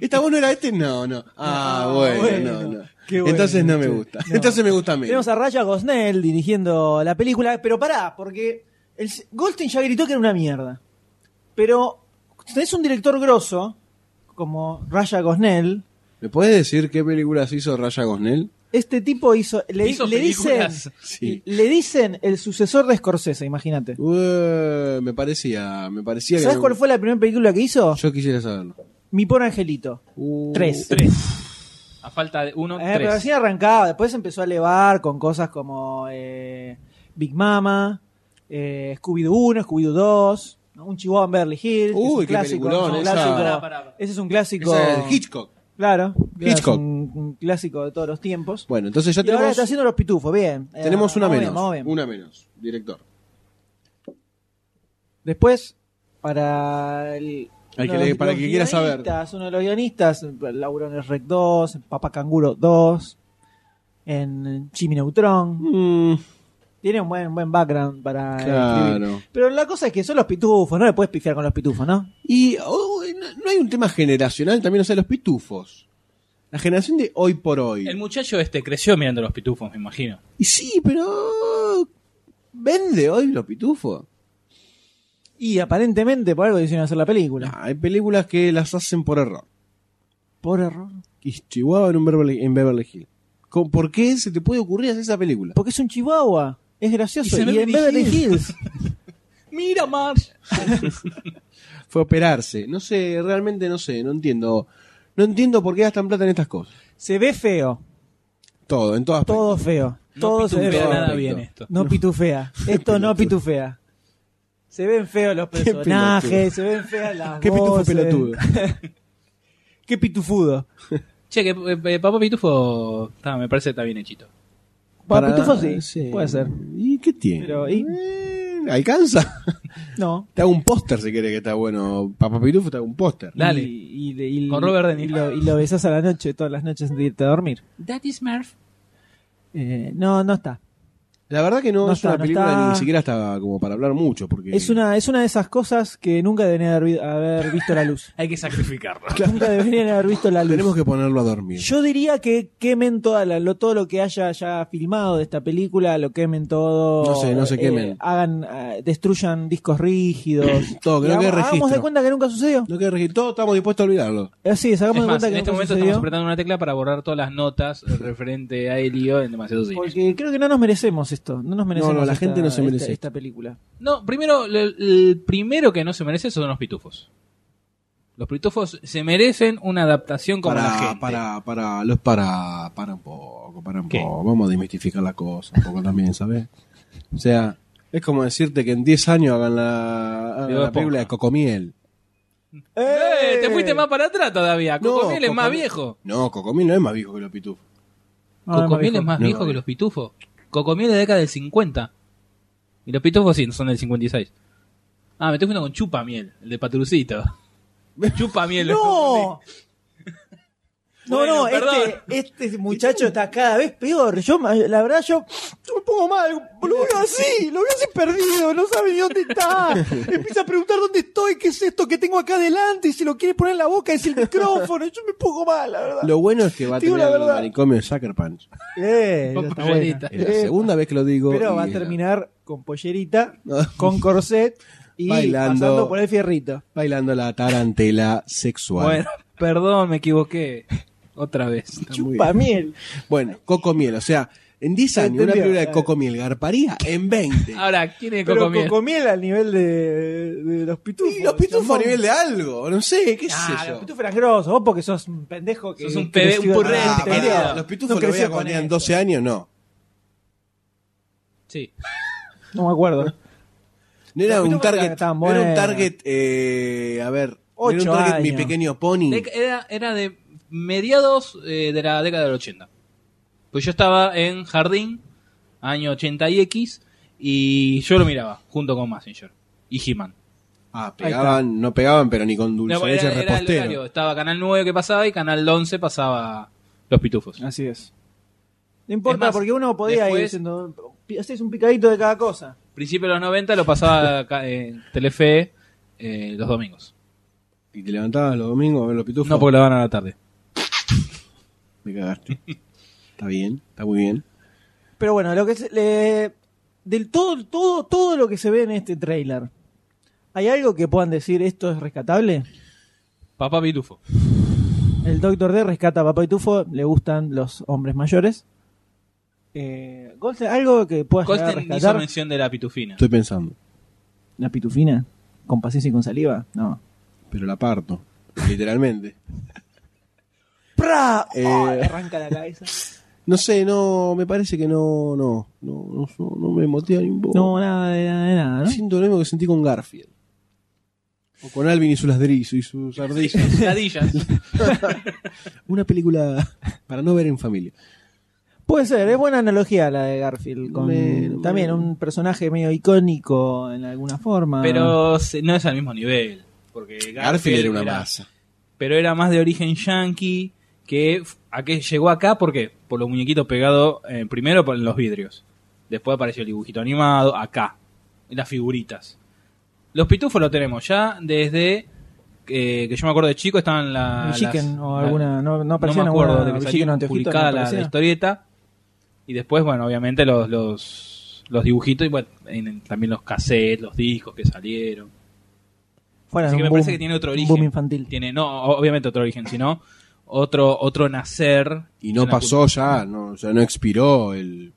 S4: ¿Esta voz no era este? No, no. Ah,
S2: Ah,
S4: bueno,
S2: bueno.
S4: no, no.
S2: Qué bueno,
S4: Entonces no me
S2: che.
S4: gusta.
S2: No.
S4: Entonces me gusta menos.
S2: Tenemos a Raya Gosnell dirigiendo la película, pero pará, porque el, Goldstein ya gritó que era una mierda. Pero tenés un director grosso, como Raya Gosnell,
S4: ¿Me puedes decir qué películas hizo Raya Gosnell?
S2: este tipo hizo, le,
S3: Hizo
S2: le dicen,
S3: películas.
S4: Sí.
S2: le dicen el sucesor de Scorsese, imagínate.
S4: Ué, Uh, me parecía, me parecía
S2: ¿Sabes
S4: que.
S2: cuál fue la primera película que hizo?
S4: Yo quisiera saberlo.
S2: Mi por angelito.
S4: Uh,
S2: Tres.
S3: Tres. A falta de uno,
S2: Eh, pero
S3: tres.
S2: así arrancaba, después empezó a elevar con cosas como eh, Big Mama, eh, Scooby-Doo 1, Scooby-Doo 2, ¿no? Un Chihuahua en Beverly Hills, que es
S4: Uy,
S2: un
S4: qué
S2: clásico.
S4: peliculón,
S2: es un
S4: esa.
S2: clásico.
S4: Pará,
S3: pará, pará.
S2: Ese es un clásico.
S4: esa es Hitchcock.
S2: Claro, es
S4: Hitchcock.
S2: Un, un clásico de todos los tiempos.
S4: Bueno, entonces ya
S2: y ahora
S4: tenemos,
S2: está haciendo los pitufos, bien. Eh,
S4: tenemos una
S2: vamos
S4: menos.
S2: bien, vamos bien.
S4: Una menos, director.
S2: Después, para el.
S4: Al que
S2: uno de
S4: le-
S2: los-
S4: para el
S2: los
S4: que quiera saber.
S2: guionistas, Uno de los guionistas, Lauro en el Rec 2, en Papa Canguro 2, en Jimmy Neutron.
S4: Mm,
S2: Tiene un buen, buen background para escribir.
S4: claro.
S2: Pero la cosa es que son los pitufos, no le puedes pifiar con los pitufos, ¿no?
S4: Y oh, no no hay un tema generacional también, o sea, los pitufos. La generación de hoy por hoy.
S3: El muchacho este creció mirando los pitufos, me imagino.
S4: Y sí, pero. ¿Vende hoy los pitufos?
S2: Y aparentemente por algo decidieron hacer la película.
S4: Nah, Ah, hay películas que las hacen por error.
S2: Por error.
S4: Y Chihuahua en, un Beverly, en Beverly Hills. ¿Con- ¿Por qué se te puede ocurrir hacer esa película?
S2: Porque es un chihuahua. Es
S3: Y
S2: gracioso.
S3: se
S2: Y,
S3: ve
S2: en Beverly
S3: Beverly
S2: Hills.
S3: Mira, Marge.
S4: Fue operarse. No sé, realmente no sé, no entiendo. No entiendo por qué gastan plata en estas cosas.
S2: se ve feo.
S4: Todo, en todas
S2: Todo feo. todo
S3: no
S2: se ve
S3: pitufea
S2: feo.
S3: nada
S4: Perfecto.
S3: bien esto.
S2: No pitufea. Esto no pitufea. Se ven feos los
S4: Qué pelotudo.
S2: personajes, se ven feas las
S4: Qué pitufo
S2: voces.
S4: pelotudo.
S2: Qué pitufudo.
S3: Che, que eh, eh, Papá Pitufo está- me parece que está bien hechito.
S2: Para
S4: Para-
S2: pitufo sí, puede ser.
S4: ¿Y qué tiene?
S2: Pero, ¿y?
S4: Eh, ¿Alcanza?
S2: No.
S4: Te hago un póster si querés que está bueno. Papá Pitufo te hago un póster.
S3: Dale.
S2: Y, y- y-
S3: Con Robert De
S2: y
S3: Niro.
S2: lo, y lo besás a la noche, todas las noches antes de irte a dormir.
S3: That is Murph.
S2: Eh, no, no está.
S4: La verdad que no,
S2: No
S4: es
S2: está,
S4: una
S2: no
S4: película
S2: está.
S4: ni siquiera está como para hablar mucho. Porque
S2: Es una, es una de esas cosas que nunca deberían haber, vi- haber visto la luz.
S3: Hay que sacrificarlo.
S2: Nunca deberían haber visto la luz.
S4: Tenemos que ponerlo a dormir.
S2: Yo diría que quemen toda la- lo, todo lo que haya ya filmado de esta película, lo quemen todo.
S4: No sé, no se
S2: eh,
S4: quemen.
S2: hagan, eh, destruyan discos rígidos.
S4: Todo, que no
S2: Digamos,
S4: quede
S2: Hagamos de
S4: registro.
S2: cuenta que nunca sucedió.
S4: No quiero regir, todos estamos dispuestos a olvidarlo.
S2: Así es, hagamos
S3: Es
S2: de
S3: más,
S2: cuenta
S3: en
S2: que
S3: este
S2: nunca
S3: momento
S2: sucedió.
S3: estamos apretando una tecla para borrar todas las notas referente a Helio en demasiado cine.
S2: Porque creo que no nos merecemos esto. No nos merecemos
S4: no, la
S2: esta-
S4: gente no se merece
S2: esta-
S4: esto.
S2: esta película.
S3: No, primero, el, el primero que no se merece son los pitufos. Los pitufos se merecen una adaptación como la
S4: Para,
S3: gente.
S4: para, para, los para, para un poco, para un
S3: ¿Qué?
S4: poco. Vamos a desmistificar la cosa un poco también, ¿sabes? O sea, es como decirte que en 10 años hagan la, hagan
S3: De
S4: la
S3: Bob
S4: película
S3: Esponja.
S4: de Cocomiel.
S3: ¡Eh! Te fuiste más para atrás todavía.
S4: No,
S3: Cocomiel es más
S4: Cocomiel-
S3: viejo.
S4: No, Cocomiel no es más viejo que los pitufos.
S2: No, Ah, no,
S3: Cocomiel
S2: no,
S3: es más
S4: No,
S3: viejo
S4: no,
S3: que
S4: no.
S3: los pitufos. Cocomiel es de la década del 50. Y los pitufos sí, son del 56. Ah, me estoy confundiendo con Chupamiel, el de Patrucito. Chupamiel. lo
S2: No. No,
S3: Bueno,
S2: no,
S3: perdón.
S2: este, este muchacho está cada vez peor. Yo, ma- la verdad, yo, yo me pongo mal. Lo veo así, lo veo así perdido, no sabe ni dónde está. Empieza a preguntar dónde estoy, qué es esto que tengo acá adelante, y se lo quiere poner en la boca, es el micrófono. Yo me pongo mal, la verdad.
S4: Lo bueno es que va a
S2: Digo
S4: tener
S2: la
S4: el
S2: verdad.
S4: manicomio de Sucker Punch.
S2: Eh, ya está buena.
S3: Pollerita.
S4: Es la
S2: Eh,
S4: segunda vez que lo digo.
S2: Pero
S4: y
S2: va a
S4: es la-
S2: terminar con pollerita,
S4: No.
S2: con corset y
S4: Ah. Bailando.
S2: pasando por el fierrito.
S4: Bailando la tarantela sexual.
S3: Bueno, perdón, me equivoqué. Otra vez.
S4: Está muy bien.
S2: Chupa miel.
S4: Bueno, Cocomiel, o sea, en 10 años una
S2: Entendió.
S4: película de Cocomiel garparía en 20.
S3: Ahora, ¿quién es
S2: Pero
S3: Cocomiel?
S2: cocomiel al nivel de, de los pitufos.
S4: Y los pitufos a
S2: Chamón.
S4: nivel de algo, no sé, qué
S2: Ah,
S4: sé
S2: los
S4: yo.
S2: pitufos eran grosos. Vos porque sos un pendejo que.
S3: Sos un
S2: que
S3: pebe-
S2: creció-
S3: un purrete,
S2: Ah,
S3: querido.
S2: pará,
S4: los
S2: no
S4: pitufos lo
S2: creció
S4: veía
S2: con
S4: cuando tenían
S2: esto.
S4: 12 años, no.
S3: Sí.
S2: No me acuerdo.
S4: No era
S2: Los
S4: un
S2: pitufos eran
S4: target,
S2: tan
S4: no era un
S2: buenos.
S4: target, eh, a ver, Era un
S2: Ocho
S4: Target,
S2: años.
S4: mi pequeño pony.
S3: Dec- Era, era de mediados eh, de la década del 80. Pues yo estaba en jardín, año 80 y X, y yo lo miraba, junto con Massinger y He-Man.
S4: Ah, pegaban, no pegaban, pero ni con dulce
S3: No,
S4: leche
S3: era- era el
S4: repostero.
S3: horario, estaba Canal 9 que pasaba y Canal 11 pasaba Los Pitufos.
S4: Ah.
S2: Así es. No importa,
S3: Es más,
S2: porque uno podía ir
S3: después-
S2: diciendo, haces un picadito de cada cosa.
S3: Principio de los 90 lo pasaba ca- en Telefe eh, los domingos.
S4: Y te levantabas los domingos a ver los pitufos.
S3: No, porque lo dan a la tarde.
S4: Me cagaste. está bien, está muy bien.
S2: Pero bueno, lo que se- le- del todo, todo, todo lo que se ve en este trailer, ¿hay algo que puedan decir esto es rescatable?
S3: Papá Pitufo.
S2: El Doctor D rescata a Papá y Tufo, le gustan los hombres mayores. Eh, Goldstein, algo que pueda llegar a
S3: Colsten hizo
S2: rescatar
S3: mención de la pitufina.
S4: Estoy pensando.
S2: la pitufina con paciencia y con saliva, no.
S4: Pero la parto. Literalmente.
S2: ¡Pra!
S4: Eh.
S2: Oh, le arranca la cabeza.
S4: No sé, no, me parece que no, no, no, no, no- no me motiva ni un poco.
S2: No, nada de nada, de nada, ¿no?
S4: Siento lo mismo que sentí con Garfield. O con Alvin y sus ladrizos y sus ardillas.
S3: Ladillas.
S4: Una película para no ver en familia.
S2: Puede ser, es buena analogía la de Garfield. Con
S4: Me-
S2: también
S4: me-
S2: un personaje medio icónico en alguna forma.
S3: Pero se- no es al mismo nivel. Porque Garfield,
S4: Ah. Garfield era una masa.
S3: Pero era más de origen yankee que f- a qué llegó acá, ¿por qué? Por los muñequitos pegados eh, primero por los vidrios. Después apareció el dibujito animado, acá. y Las figuritas. Los pitufos lo tenemos ya desde eh, que yo me acuerdo de chico, estaban la,
S2: Mi
S3: ah, las-
S2: Chicken o
S3: la-
S2: alguna. No, no aparecía
S3: no me acuerdo
S2: alguna
S3: de que
S2: Mi
S3: salió
S2: Chicken o Anteojitos, ¿no
S3: publicada la, la
S2: aparecía?
S3: historieta. Y después, bueno, obviamente los, los, los dibujitos y bueno, en- en- también los cassettes, los discos que salieron.
S2: Fuera
S3: Así
S2: de
S3: que
S2: un
S3: me parece
S2: boom,
S3: que tiene otro
S2: un
S3: origen.
S2: boom infantil.
S3: Tiene, no, o- obviamente otro origen, sino otro, otro nacer.
S4: Y
S3: en
S4: no
S3: la
S4: pasó ya, no, ya no expiró el.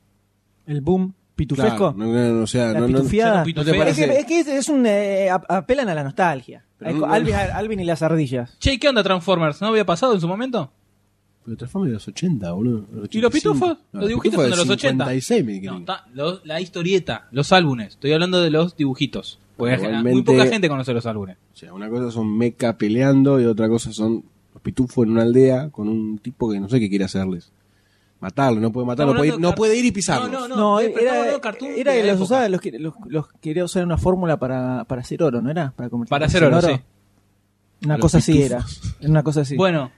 S2: El boom pitufesco.
S4: Claro, no, no, no, o sea,
S2: la
S4: no, no-
S2: pitufiada.
S3: ya no
S4: pitufea.
S2: es, que, es que es- es un. eh, ap- apelan a la nostalgia.
S4: Pero
S2: Hay
S4: no-
S2: co-
S4: no-
S2: Alvin, Alvin y las ardillas.
S3: Che, ¿qué onda Transformers? ¿No había pasado en su momento?
S4: Pero Transformers de los 80, boludo.
S3: ¿Y los pitufos?
S4: 85. No,
S3: Los dibujitos son de los 80.
S4: 56, me
S3: No,
S4: creen.
S3: ta- los- la historieta, los álbumes. Estoy hablando de los dibujitos. Porque
S4: Igualmente-
S3: muy poca gente conoce los álbumes.
S4: O sea, una cosa son meca peleando y otra cosa son los pitufos en una aldea con un tipo que no sé qué quiere hacerles. Matarlo, no puede matarlo,
S3: Estamos
S4: puede ir-
S3: hablando
S4: no
S3: de
S4: puede ir y
S3: car-
S4: pisarlo.
S3: No, no,
S2: No,
S3: no.
S2: era,
S3: pero estamos hablando de
S2: era,
S3: cartoon de
S2: que
S3: la
S2: los
S3: época.
S2: usaba, los, que- los, los quería usar una fórmula para, para hacer oro, ¿no era? Para, convertirse
S3: Para hacer
S2: en
S3: oro, sí.
S2: Una
S4: Los
S2: cosa así era.
S4: pitufos.
S2: Era Una cosa así.
S3: Bueno,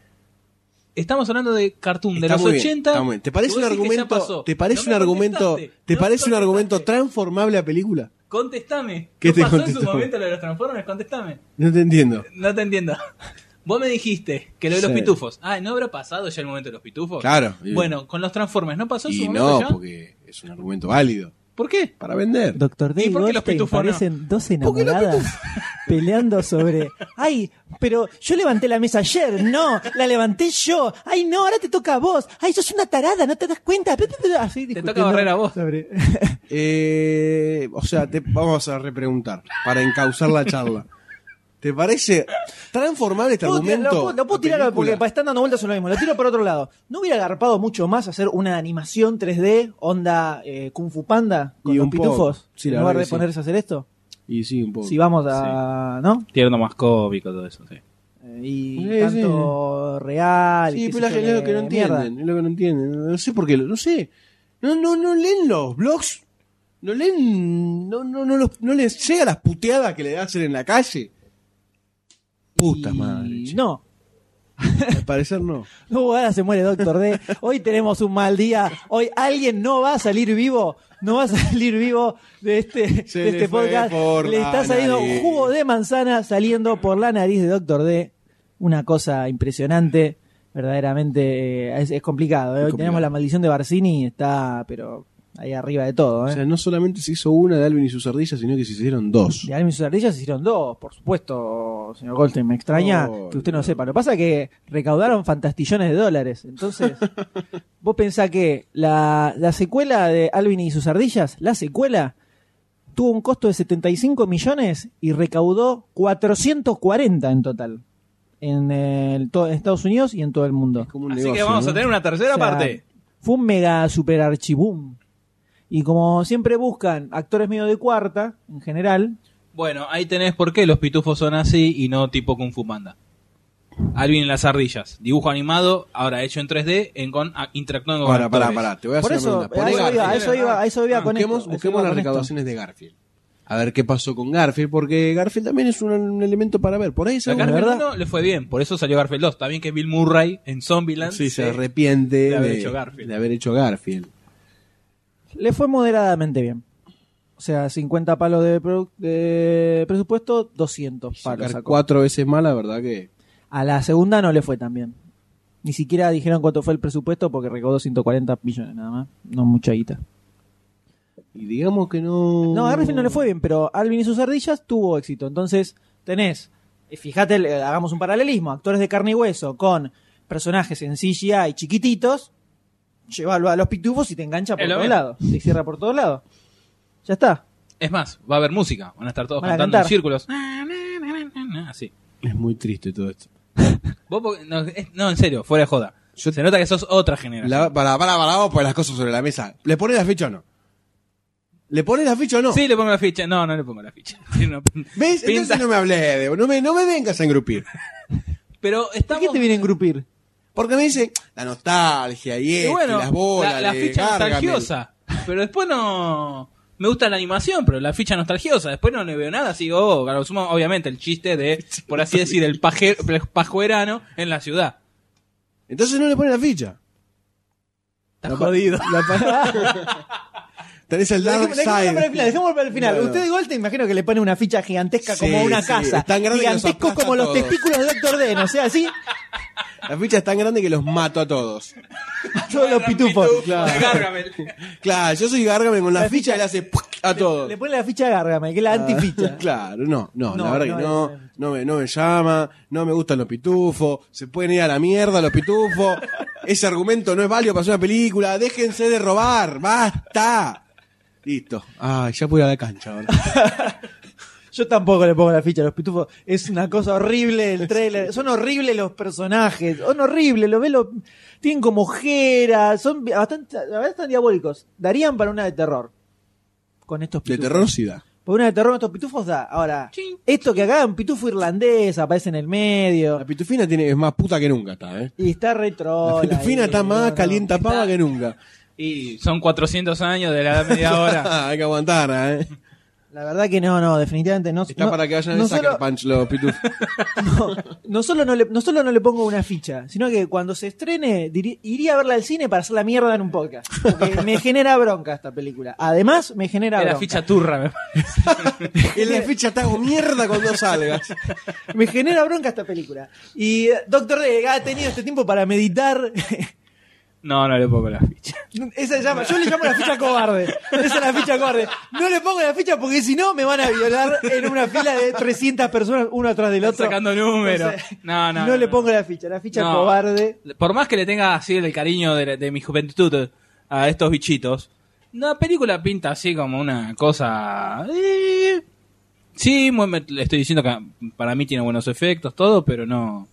S3: estamos hablando de cartoon de
S4: Está
S3: los
S4: muy bien,
S3: 80.
S4: está muy bien. ¿Te parece
S3: Vos
S4: un
S3: decís que ya
S4: argumento,
S3: pasó.
S4: te parece
S3: No me
S4: un argumento,
S3: contestaste,
S4: te
S3: no
S4: parece un
S3: me
S4: argumento
S3: contestaste.
S4: transformable a película?
S3: Contestame.
S4: ¿Qué
S3: ¿Qué
S4: te
S3: pasó en
S4: contestó?
S3: su momento lo de los Transformers? Contestame.
S4: No te entiendo.
S3: No te entiendo. Vos me dijiste que lo de los
S4: Sí.
S3: pitufos. Ah, ¿no habrá pasado ya el momento de los pitufos?
S4: Claro. y-
S3: Bueno, con los Transformers, ¿no pasó en su
S4: y
S3: momento
S4: no,
S3: ya?
S4: porque es un argumento válido
S3: ¿Por qué?
S4: para vender.
S2: Doctor D
S3: ¿Y
S2: y
S3: por qué los
S2: Goldstein
S3: pitufos no?
S2: parecen dos enamoradas peleando sobre. Ay, pero yo levanté la mesa ayer. No, la levanté yo. Ay, no, ahora te toca a vos. Ay, sos una tarada, no te das cuenta. Así
S3: Te
S2: discutiendo
S3: toca barrer a vos.
S2: sobre-
S4: Eh, o sea, te vamos a repreguntar para encauzar la charla. ¿Te parece transformable este
S2: Puedo tirar-
S4: argumento?
S2: Lo puedo, lo puedo
S4: a
S2: tirar
S4: película?
S2: porque pa- están dando vueltas en lo mismo. Lo tiro por otro lado. ¿No hubiera agarpado mucho más hacer una animación 3D, onda eh, Kung Fu Panda, con
S4: Y
S2: los
S4: un poco.
S2: pitufos?
S4: Sí, la
S2: en lugar
S4: verdad
S2: de
S4: que sí.
S2: ponerse a hacer esto.
S4: Y sí, un poco.
S2: Si vamos a. ¿No?
S3: Tierno más cómico todo eso, sí.
S2: Eh, Y
S4: Sí,
S2: tanto real. y
S4: Sí,
S2: qué
S4: pero
S2: sé
S4: la-
S2: yo,
S4: es lo
S2: de
S4: que no
S2: mierda.
S4: entienden, es lo que no entienden. No sé por qué, lo- no sé. No, no, no leen los blogs. No leen, no, no, no, los- no les llega las puteadas que le hacen en la calle. Puta
S2: Y
S4: madre. che.
S2: No.
S4: Al parecer no.
S2: No, ahora se muere Doctor D. Hoy tenemos un mal día. Hoy alguien no va a salir vivo. No va a salir vivo de este,
S4: Se
S2: de
S4: le
S2: este
S4: fue
S2: podcast.
S4: por
S2: Le
S4: la
S2: está saliendo
S4: nariz.
S2: jugo de manzana saliendo por la nariz de Doctor D. Una cosa impresionante. Verdaderamente eh, es, es complicado. ¿eh? Hoy
S4: complicado.
S2: tenemos la maldición de Barcini. Está, pero ahí arriba de todo.
S4: O
S2: ¿eh?
S4: sea, no solamente se hizo una de Alvin y sus ardillas, sino que se hicieron dos.
S2: De Alvin y sus ardillas se hicieron dos, por supuesto, señor Goldstein. Me extraña
S4: Oh,
S2: que usted no
S4: no.
S2: sepa. Lo que pasa es que recaudaron fantastillones de dólares. Entonces, vos pensás que la, la secuela de Alvin y sus ardillas, la secuela, tuvo un costo de 75 millones y recaudó 440 en total. En, el- to- en Estados Unidos y en todo el mundo.
S4: Es como un
S3: Así
S4: negocio,
S3: que vamos
S4: ¿no?
S3: a tener una
S2: O
S3: tercera
S2: sea,
S3: parte.
S2: Fue un mega super archiboom. Y como siempre buscan actores medio de cuarta, en general,
S3: Bueno, ahí tenés por qué los pitufos son así y no tipo Kung Fu Panda. Alvin y las ardillas. Dibujo animado, ahora hecho en 3D, en con, a- interactuando con
S4: Ahora, pará,
S3: actores.
S4: pará, te voy a
S2: Por
S4: hacer
S2: eso,
S4: una pregunta.
S2: a
S4: Por
S2: eso
S4: Garfield.
S2: iba, a eso iba, a eso iba con
S4: busquemos
S2: esto, a eso
S4: busquemos
S2: iba
S4: las
S2: con esto.
S4: recaudaciones de Garfield. A ver qué pasó con Garfield, porque Garfield también es un, un elemento para ver. Por ahí
S3: A
S4: se
S3: Garfield
S4: ¿verdad?
S3: 1 le fue bien, por eso salió Garfield 2. Está bien que Bill Murray en Zombieland eh,
S4: Sí, se
S3: se-
S4: arrepiente
S3: de haber hecho Garfield.
S4: de haber hecho Garfield.
S2: Le fue moderadamente bien. O sea, 50 palos de, produ- de presupuesto, 200 palos.
S4: Sacar
S2: sacó.
S4: cuatro veces más, la verdad que.
S2: A la segunda no le fue tan bien. Ni siquiera dijeron cuánto fue el presupuesto porque recaudó 140 millones nada más. No mucha guita.
S4: Y digamos que no.
S2: No, a Garfield no le fue bien, pero Alvin y sus ardillas tuvo éxito. Entonces, tenés, eh, fíjate, eh, hagamos un paralelismo, actores de carne y hueso con personajes en CGI y chiquititos, llévalo a los pitufos y te engancha por
S3: Es lo
S2: todos
S3: mismo.
S2: lados, te cierra por todos lados. Ya está.
S3: Es más, va a haber música, van a estar todos
S2: Van a
S3: cantando en
S2: cantar.
S3: círculos. Así.
S4: Es muy triste todo esto.
S3: Vos po- no, es- no, en serio, fuera de joda.
S4: Yo-
S3: Se nota que sos otra generación.
S4: La, para, para, para, vamos a poner las cosas sobre la mesa. ¿Le pones la ficha o no? ¿Le pones la ficha o no?
S3: Sí, le pongo la ficha. No, no le pongo la ficha. Tiene una pin-
S4: ¿Ves?
S3: pinta-
S4: Entonces no me hablé de. No me, no me vengas a engrupir.
S3: Pero
S2: ¿Por
S3: estamos...
S2: qué te viene a engrupir?
S4: Porque me dice la nostalgia y,
S3: Y
S4: este,
S3: bueno,
S4: las bolas.
S3: la, la
S4: de
S3: ficha
S4: Gargamel.
S3: nostalgiosa. Pero después no... Me gusta la animación, pero la ficha nostalgiosa. Después no le veo nada. Así, oh, a lo sumo, obviamente, el chiste de, por así decir, el paje- pajuerano en la ciudad.
S4: Entonces no le pones la ficha.
S3: Está jodido.
S4: Tenés el Dark
S2: Dejémoslo para el
S4: Side.
S2: final, dejémoslo para el final.
S4: Claro.
S2: Usted de gol te imagino que le pone una ficha gigantesca
S4: Sí,
S2: como una
S4: sí,
S2: casa.
S4: es tan grande que los
S2: Gigantescos
S4: aplasta
S2: como
S4: a
S2: los
S4: todos.
S2: testículos de Doctor D, o sea, así
S4: La ficha es tan grande que los mato a todos.
S2: a todos los pitufos.
S3: Claro.
S4: Claro, yo soy Gargamel con la, ficha, le hace ¡puc! a todos.
S2: Le pone la ficha a Gargamel, que
S4: Ah.
S2: es la antificha.
S4: Claro, no, no,
S2: No,
S4: la verdad
S2: no,
S4: que
S2: no,
S4: no,
S2: no.
S4: no, me, no me llama, no me gustan los pitufos, se pueden ir a la mierda los pitufos, ese argumento no es válido para hacer una película, déjense de robar, basta. Listo. Ay, ya puedo ir a la cancha ahora.
S2: Yo tampoco le pongo la ficha a los pitufos. Es una cosa horrible el trailer. Son horribles los personajes. Son horribles. Los ves, los- tienen como ojeras. Son bastante, la verdad están diabólicos. Darían para una de terror. Con estos
S4: De
S2: pitufos.
S4: terror sí da.
S2: Por una de terror, estos pitufos da. Ahora, esto que acá un pitufo irlandés aparece en el
S4: La
S2: medio.
S4: pitufina tiene, es más puta que nunca, está, ¿eh?
S2: Y está retro.
S4: La pitufina
S2: eh,
S4: está más calienta pava
S3: Está-
S4: que nunca.
S3: Y son 400 años de la edad media hora.
S4: Hay que aguantar, ¿eh?
S2: La verdad que no, no, definitivamente no.
S4: Está
S2: no-
S4: para que vayan
S2: no
S4: a sacar
S2: solo-
S4: punch los pitufos.
S2: No, no solo no, le, no solo no le pongo una ficha, sino que cuando se estrene diri- iría a verla al cine para hacer la mierda en un podcast. Porque me genera bronca esta película. Además, me genera
S3: Era
S2: bronca.
S3: ficha turra, me parece.
S4: en la ficha te hago mierda cuando salgas.
S2: Me genera bronca esta película. Y eh, Doctor D ha tenido este tiempo para meditar.
S3: No, no le pongo la ficha.
S2: Esa se llama, yo le llamo la ficha cobarde. Esa es la ficha cobarde. No le pongo la ficha porque si no me van a violar en una fila de 300 personas, uno atrás del otro.
S3: Sacando números.
S2: Entonces,
S3: No, no,
S2: No,
S3: no,
S2: le
S3: no.
S2: pongo la ficha, la ficha
S3: No.
S2: cobarde.
S3: Por más que le tenga así el cariño de, de mi juventud a estos bichitos, la película pinta así como una cosa. eh, sí, muy me- le estoy diciendo que para mí tiene buenos efectos, todo, pero no.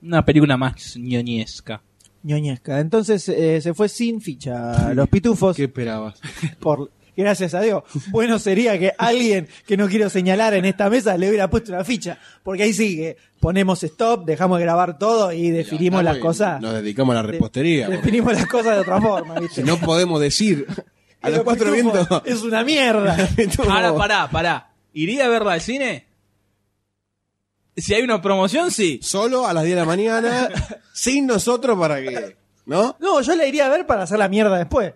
S3: Una película más ñoñesca.
S2: ñoñesca. Entonces eh, se fue sin ficha los pitufos.
S4: ¿Qué esperabas?
S2: Por, gracias a Dios. Bueno sería que alguien que no quiero señalar en esta mesa le hubiera puesto una ficha. Porque ahí sigue. Ponemos stop, dejamos de grabar todo y definimos las
S4: Y
S2: cosas.
S4: Nos dedicamos a la repostería. porque
S2: Definimos las cosas de otra forma,
S4: si
S2: ¿viste?
S4: no podemos decir a
S2: Y
S4: los cuatro
S2: pitufos
S4: vientos.
S2: Es una mierda.
S3: Ahora, pará, pará. ¿Iría a verla al cine? Si hay una promoción, sí.
S4: Solo a las 10 de la mañana, sin nosotros para que. ¿No?
S2: No, yo la iría a ver para hacer la mierda después.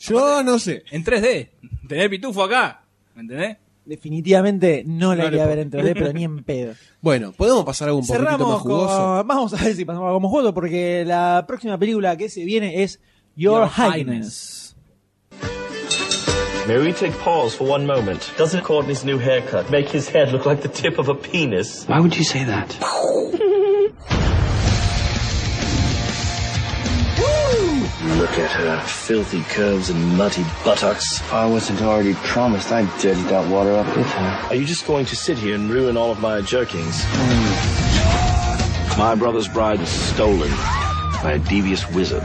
S4: Yo no sé.
S3: En 3D. Tener pitufo acá. ¿Me entendés?
S2: Definitivamente no la
S4: No le
S2: iría a
S4: puedo.
S2: ver en 3D, pero ni en pedo.
S4: Bueno, podemos pasar algo un poquito más
S2: Cerramos
S4: jugoso.
S2: con. Vamos a ver si pasamos algo más jugoso, porque la próxima película que se viene es Your,
S3: Your
S2: Highness.
S3: Highness.
S9: May we take pause for one moment? Doesn't Courtney's new haircut make his head look like the tip of a penis?
S10: Why would you say that?
S9: Look at her filthy curves and muddy buttocks.
S10: I wasn't already promised I'd dirty that water up with her.
S9: Are you just going to sit here and ruin all of my jerkings?
S10: Hmm. My brother's bride was stolen by a devious wizard.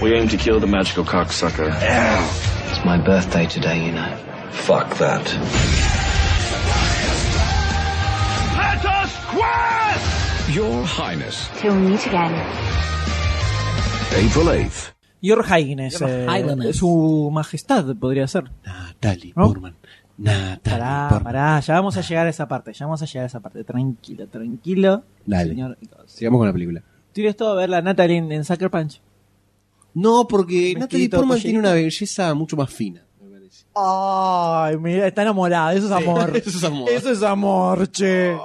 S9: We aim to kill the magical cocksucker.
S10: It's my birthday today, you know.
S9: Fuck that.
S5: Your Highness.
S6: Till we meet again.
S5: April 8th.
S2: Your Highness.
S3: Your
S2: eh,
S3: Highness.
S2: su majestad podría ser.
S4: Natalie
S2: ¿No?
S4: Portman. Natalie
S2: Pará,
S4: Portman.
S2: pará, ya vamos a llegar a esa parte, ya vamos a llegar a esa parte. Tranquilo, tranquilo.
S4: Dale.
S2: Señor.
S4: Sigamos con la película.
S2: Tienes todo a ver la Natalie en, en Sucker Punch.
S4: No, porque Natalie
S2: Mezquito,
S4: Portman
S2: collito.
S4: tiene una belleza mucho más fina.
S2: Ay, mira, está enamorada, eso es amor.
S4: Eso es amor.
S2: Eso es amor, che.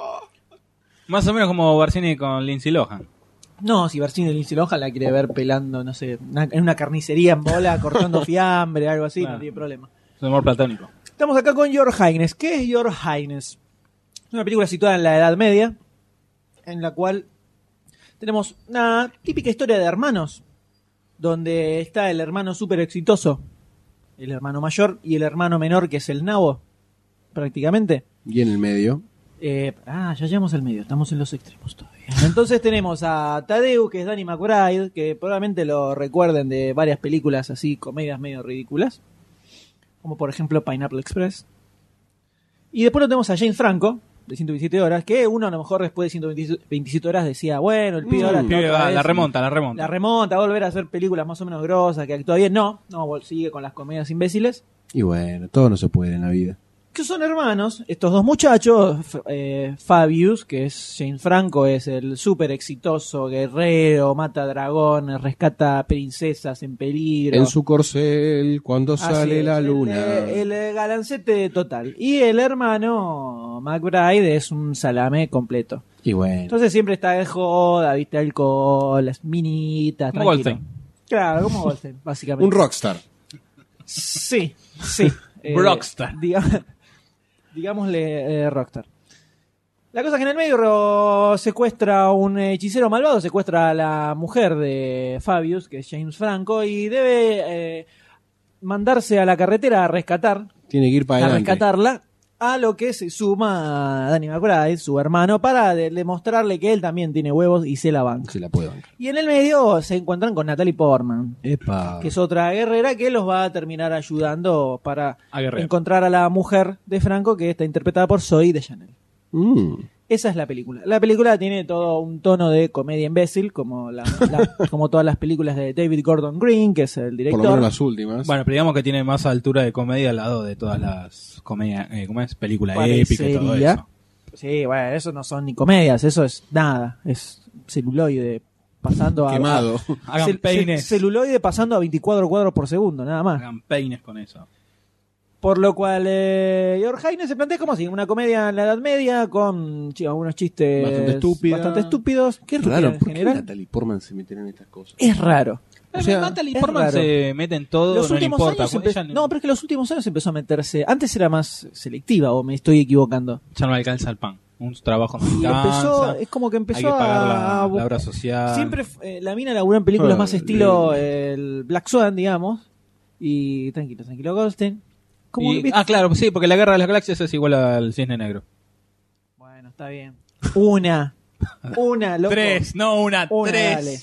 S3: Más o menos como Barcini con Lindsay Lohan.
S2: No, si Barcini Lindsay Lohan la quiere ver pelando, no sé, una- en una carnicería en bola, cortando fiambre, algo así,
S3: Claro.
S2: no tiene problema.
S3: Su amor platónico.
S2: Estamos acá con Your Highness. ¿Qué es Your Highness? Es una película situada en la Edad Media, en la cual tenemos una típica historia de hermanos, donde está el hermano súper exitoso, el hermano mayor y el hermano menor, que es el nabo, prácticamente.
S4: Y en el medio.
S2: Eh, ah, ya llegamos al medio, estamos en los extremos todavía. Entonces tenemos a Tadeu, que es Danny McBride, que probablemente lo recuerden de varias películas así, comedias medio ridículas, como por ejemplo Pineapple Express. Y después lo tenemos a James Franco, de 127 horas, que uno a lo mejor después de 127 horas decía, bueno, el pibe
S4: Mm,
S2: ahora está
S3: Pibe,
S2: otra
S3: va,
S2: vez
S3: la
S2: en-
S3: remonta, la remonta.
S2: la remonta, va a volver a hacer películas más o menos grosas, que todavía no, no, vol- sigue con las comedias imbéciles.
S4: Y bueno, todo no se puede en la vida.
S2: que son hermanos, estos dos muchachos, F- eh, Fabius, que es James Franco, es el súper exitoso guerrero, mata dragones, rescata princesas en peligro.
S4: En su corcel, cuando
S2: Así
S4: sale
S2: es,
S4: la
S2: el,
S4: luna.
S2: eh, El, eh, galancete total. Y el hermano McBride es un salame completo.
S4: Y bueno.
S2: Entonces siempre está de joda, viste, alcohol, las minitas,
S3: Como
S2: tranquilo.
S3: Goldstein.
S2: Claro, como Goldstein, básicamente.
S4: un rockstar.
S2: Sí, sí. Eh,
S3: Rockstar.
S2: diga- digámosle eh, Rockstar. La cosa es que en el medio ro- secuestra a un hechicero malvado, secuestra a la mujer de Fabius, que es James Franco, y debe eh, mandarse a la carretera a rescatar,
S4: Tiene que ir para
S2: a
S4: adelante.
S2: rescatarla, a lo que se suma Danny McBride, su hermano, para de- demostrarle que él también tiene huevos y se la banca.
S4: Se la puedo bancar.
S2: Y en el medio se encuentran con Natalie Portman,
S4: Epa.
S2: que es otra guerrera que los va a terminar ayudando para
S3: A guerrear.
S2: encontrar a la mujer de Franco que está interpretada por Zoe de Chanel.
S4: Mm.
S2: Esa es la película. La película tiene todo un tono de comedia imbécil, como, la- la- como todas las películas de David Gordon Green, que es el
S4: Por lo menos
S2: director.
S4: las últimas.
S3: Bueno, pero digamos que tiene más altura de comedia al lado de todas las comedias, eh, ¿cómo es? Película épica y todo
S2: Parecería.
S3: eso.
S2: Sí, bueno, eso no son ni comedias, eso es nada, es celuloide pasando a...
S4: Quemado.
S2: a-
S3: Hagan
S2: cel-
S3: peines.
S2: cel- celuloide pasando a 24 cuadros por segundo, nada más.
S3: Hagan peines con eso.
S2: Por lo cual, eh, Your Highness se plantea como si una comedia en la Edad Media con chi- algunos chistes
S4: Bastante estúpida.
S2: bastante estúpidos. Qué
S4: Es raro.
S2: en
S4: ¿Por qué
S2: general.
S4: Natalie Portman se meten en estas cosas?
S2: Es raro.
S4: O sea,
S3: Natalie
S2: es
S3: Portman
S2: raro.
S3: se mete en todo,
S2: Los
S3: no le
S2: últimos
S3: importa.
S2: años
S3: Ella
S2: empe-
S3: ni-
S2: No, pero es que los últimos años empezó a meterse. Antes era más selectiva o me estoy equivocando.
S3: ya no le alcanza el pan. Un trabajo no
S2: Y
S3: le
S2: empezó,
S3: alcanza.
S2: es como que empezó
S3: Hay que pagar
S2: a.
S3: la, la
S2: buscar-
S3: obra social.
S2: Siempre eh, la mina laburó en películas
S4: Ah,
S2: más
S4: bien.
S2: estilo el Black Swan, digamos. Y tranquilo, tranquilo, Goldstein. Como
S3: Y-
S2: que-
S3: ah, claro, sí, porque la guerra de las galaxias es igual al cisne negro.
S2: Bueno, está bien. Una. Una, loco.
S3: Tres, no una,
S2: Una,
S3: tres.
S2: dale.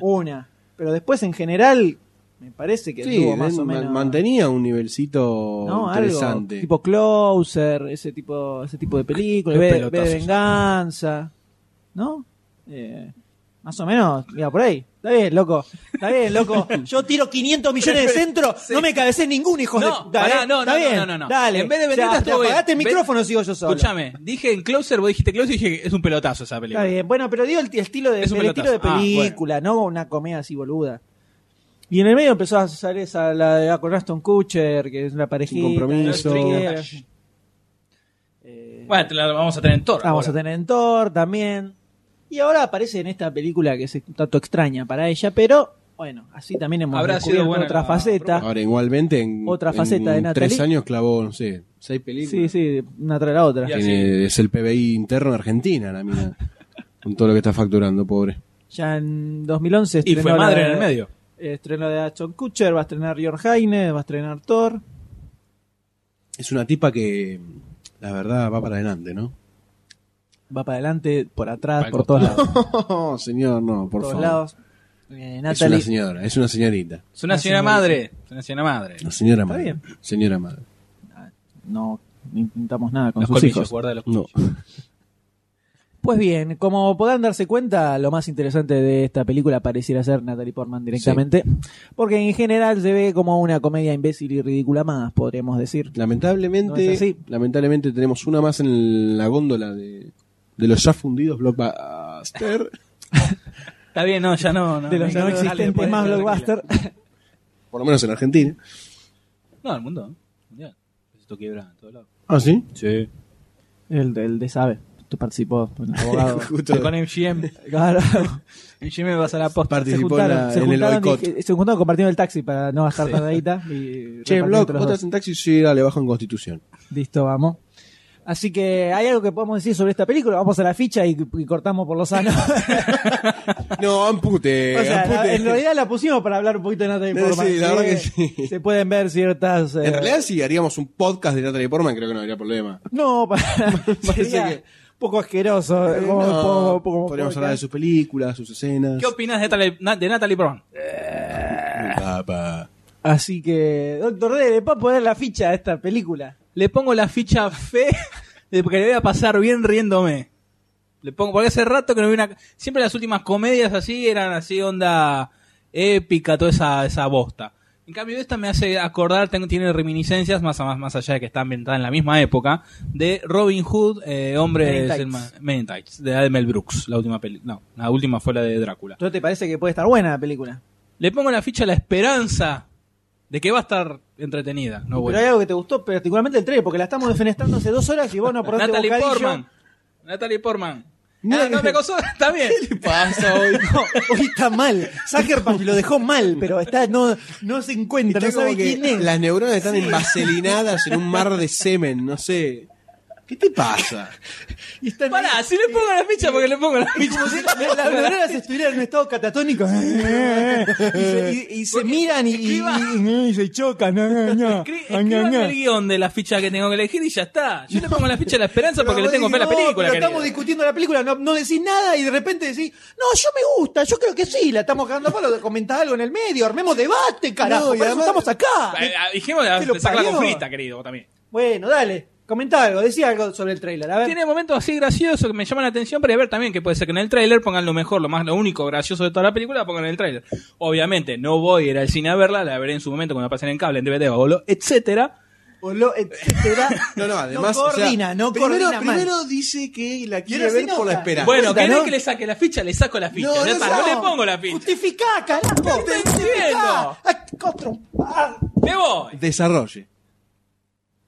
S2: Una. Pero después, en general, me parece que
S4: Sí,
S2: estuvo más o
S4: man-
S2: menos.
S4: mantenía un nivelcito
S2: ¿no? Algo
S4: interesante.
S2: tipo Closer, ese tipo, ese tipo de películas,
S3: Qué
S2: B, B de
S3: pelotazos.
S2: Venganza, ¿no? Eh, más o menos, mira, por ahí. Está bien, loco. Está bien, loco. Yo tiro 500 millones de centro, no me cabecés ninguno, hijo de
S3: No,
S2: puta,
S3: pará,
S2: ¿eh?
S3: no,
S2: Está
S3: no, no,
S2: bien,
S3: no, no, no.
S2: Dale.
S3: En vez de
S2: O sea,
S3: venderlas,
S2: te
S3: todo bien.
S2: apagaste el
S3: Ve-
S2: micrófono, sigo yo solo.
S3: Escuchame, dije en Closer, vos dijiste Closer y dije es un pelotazo esa película.
S2: Está bien, bueno, pero digo el, t- estilo de,
S3: Es un
S2: el estilo de
S3: pelotazo. Ah,
S2: película, no una comedia así boluda. Y en el medio empezó a salir esa, la de ah, con Aston Kutcher, que es una parejita.
S4: Sin compromiso.
S2: no sé qué. Eh,
S3: Bueno, te la vamos a tener en Thor.
S2: la vamos a
S3: ahora.
S2: tener en Thor también. Y ahora aparece en esta película que es un tanto extraña para ella, pero bueno, así también hemos
S3: Habrá sido
S2: descubierto
S3: buena
S2: otra
S3: la
S2: faceta.
S4: Ahora, igualmente, en,
S2: Otra
S4: en
S2: faceta de Natalie.
S4: tres años clavó, no sé, seis
S2: Sí,
S4: películas.
S2: sí, una tras la otra.
S3: Y así.
S4: Tiene- es el PBI interno de Argentina, la mina. con todo lo que está facturando, pobre.
S2: Ya en 2011
S3: Y fue
S2: estrenó la
S3: madre
S2: de-
S3: en el medio.
S2: eh, Estreno de Ashton Kutcher, va a estrenar George Haines, va a estrenar Thor.
S4: Es una tipa que, la verdad, va para adelante, ¿no?
S2: va para adelante, por atrás,
S3: Para
S2: por
S3: el
S2: todos
S3: costado.
S2: lados.
S4: No, Oh, señor, no, por
S2: por todos
S4: favor.
S2: lados. Eh,
S4: Es una
S2: Natalie.
S4: señora, es una señorita.
S3: Es una señora madre. Es una señora madre.
S4: Una señora
S2: Está
S4: madre.
S2: bien.
S4: Señora madre.
S2: No intentamos nada con
S3: Los
S2: sus
S3: colmillos,
S2: hijos.
S3: guarda los
S4: No.
S3: colmillos.
S2: Pues bien, como podrán darse cuenta, lo más interesante de esta película pareciera ser Natalie Portman directamente, porque en general se ve como una comedia imbécil y ridícula más, podríamos decir. No
S4: Lamentablemente,
S2: es así.
S4: lamentablemente tenemos una más en la góndola de, de los ya fundidos blockbuster.
S3: Está bien, no, ya no. no
S2: De los
S3: venga,
S2: no
S3: dale,
S2: existentes
S3: después,
S2: más
S3: tranquila.
S2: blockbuster.
S4: por lo menos en Argentina.
S3: No, el mundo. ¿no? Mundial. Esto quiebra en todos lados.
S4: Ah, sí.
S3: Sí.
S2: El, el de Sabe, tú participó, el abogado.
S4: Justo
S3: Con MGM.
S2: Claro.
S3: MGM vas a la posta.
S2: Se
S4: participó en,
S2: juntaron,
S4: la-
S2: se
S4: en el
S2: juntaron,
S4: boicot.
S2: dije- se juntaron compartiendo el taxi para no gastar tanta guita. y
S4: Che,
S2: repartieron
S4: Block,
S2: entre los
S4: ¿vos
S2: dos.
S4: estás en taxi? Sí, dale, bajo en Constitución.
S2: Listo, vamos. Así que, ¿hay algo que podemos decir sobre esta película? Vamos a la ficha y, y cortamos por lo sano.
S4: No, ampute,
S2: O sea, la-
S4: ampute.
S2: en realidad la pusimos para hablar un poquito de Natalie
S4: Eh, Sí,
S2: Portman.
S4: la verdad que sí.
S2: Se pueden ver ciertas... eh,
S4: En realidad, si haríamos un podcast de Natalie Portman, creo que no habría problema.
S2: No, para,
S4: Parece
S2: sería
S4: que-
S2: un poco asqueroso. eh,
S4: Eh,
S2: como-
S4: no,
S2: como- como-
S4: podríamos
S2: como-
S4: hablar de sus películas, sus escenas.
S3: ¿Qué opinas de Natalie, na- de Natalie Portman?
S4: Ah. Papá.
S2: Así que, Doctor D, ¿le puedo poner la ficha a esta película?
S3: Le pongo la ficha fe de que le voy a pasar bien riéndome. Le pongo, porque hace rato que no vi una. Siempre las últimas comedias así eran así, onda épica, toda esa, esa bosta. En cambio, esta me hace acordar, tengo- tiene reminiscencias, más, a- más, más allá de que está ambientada en la misma época, de Robin Hood, eh, Hombre
S2: Men in
S3: Men in Tights, de la de Mel Brooks, la última peli. No, la última fue la de Drácula.
S2: ¿No te parece que puede estar buena la película?
S3: Le pongo la ficha la esperanza de que va a estar entretenida. No
S2: Pero
S3: buena.
S2: hay algo que te gustó, particularmente el trailer, porque la estamos defenestrando hace dos horas y vos no aportaste
S3: Natalie
S2: bocadillo.
S3: Portman. Natalie Portman.
S4: Mira
S3: Ah, no
S4: que-
S3: me gozó, está bien.
S4: ¿Qué pasa hoy?
S2: No, hoy está mal. Zuckerberg lo dejó mal, pero está no, no se encuentra,
S4: Está
S2: no
S4: como
S2: sabe
S4: que
S2: quién es.
S4: Las neuronas están envaselinadas en un mar de semen, no sé. ¿Qué te pasa?
S2: Y está en-
S3: Pará, si le pongo la ficha, porque le pongo la
S2: es
S3: ficha.
S2: como si las las neuronas estuvieran en un estado catatónico. Y se, y- y se miran y, y-
S3: escriba-
S2: y se chocan.
S3: Escri- Escríbame el guión de la ficha que tengo que elegir y ya está. Yo le pongo la ficha de la esperanza porque le tengo fe a la
S2: No,
S3: película.
S2: pero
S3: querido.
S2: estamos discutiendo la película, no, no decís nada y de repente decís, no, yo me gusta, yo creo que sí, la estamos cagando a palo, comentá algo en el medio, armemos debate, carajo,
S4: No, y
S2: para eso
S4: además-
S2: estamos acá.
S3: Eh, ah, Dijimos
S2: ¿Qué lo
S3: de sacarla
S2: parió?
S3: con frita, querido, vos también.
S2: Bueno, dale, comentá algo, decía algo sobre el trailer, a ver.
S3: Tiene momentos así graciosos que me llaman la atención para ver también que puede ser que en el tráiler pongan lo mejor, lo más lo único gracioso de toda la película, pongan en el tráiler. Obviamente no voy a ir al cine a verla, la veré en su momento cuando la pasen en cable, en DVD o lo- etcétera.
S2: O lo- etcétera.
S4: No, no, además.
S2: No
S4: o sea,
S2: coordina, no
S4: primero,
S2: coordina mal.
S4: Primero dice que la
S2: Y
S4: quiere
S2: ahora se
S4: ver por la
S2: enoja.
S4: esperanza.
S3: Bueno,
S2: puta,
S3: ¿querés
S2: ¿no?
S3: que le saque la ficha? Le saco la ficha.
S4: No,
S3: Ya
S4: no,
S3: está,
S4: no.
S3: no le pongo la ficha.
S2: Justificá, carajo.
S3: ¿Qué está
S2: justificá.
S3: diciendo?
S2: Ah, contra un- ah.
S3: Me voy.
S4: Desarrolle.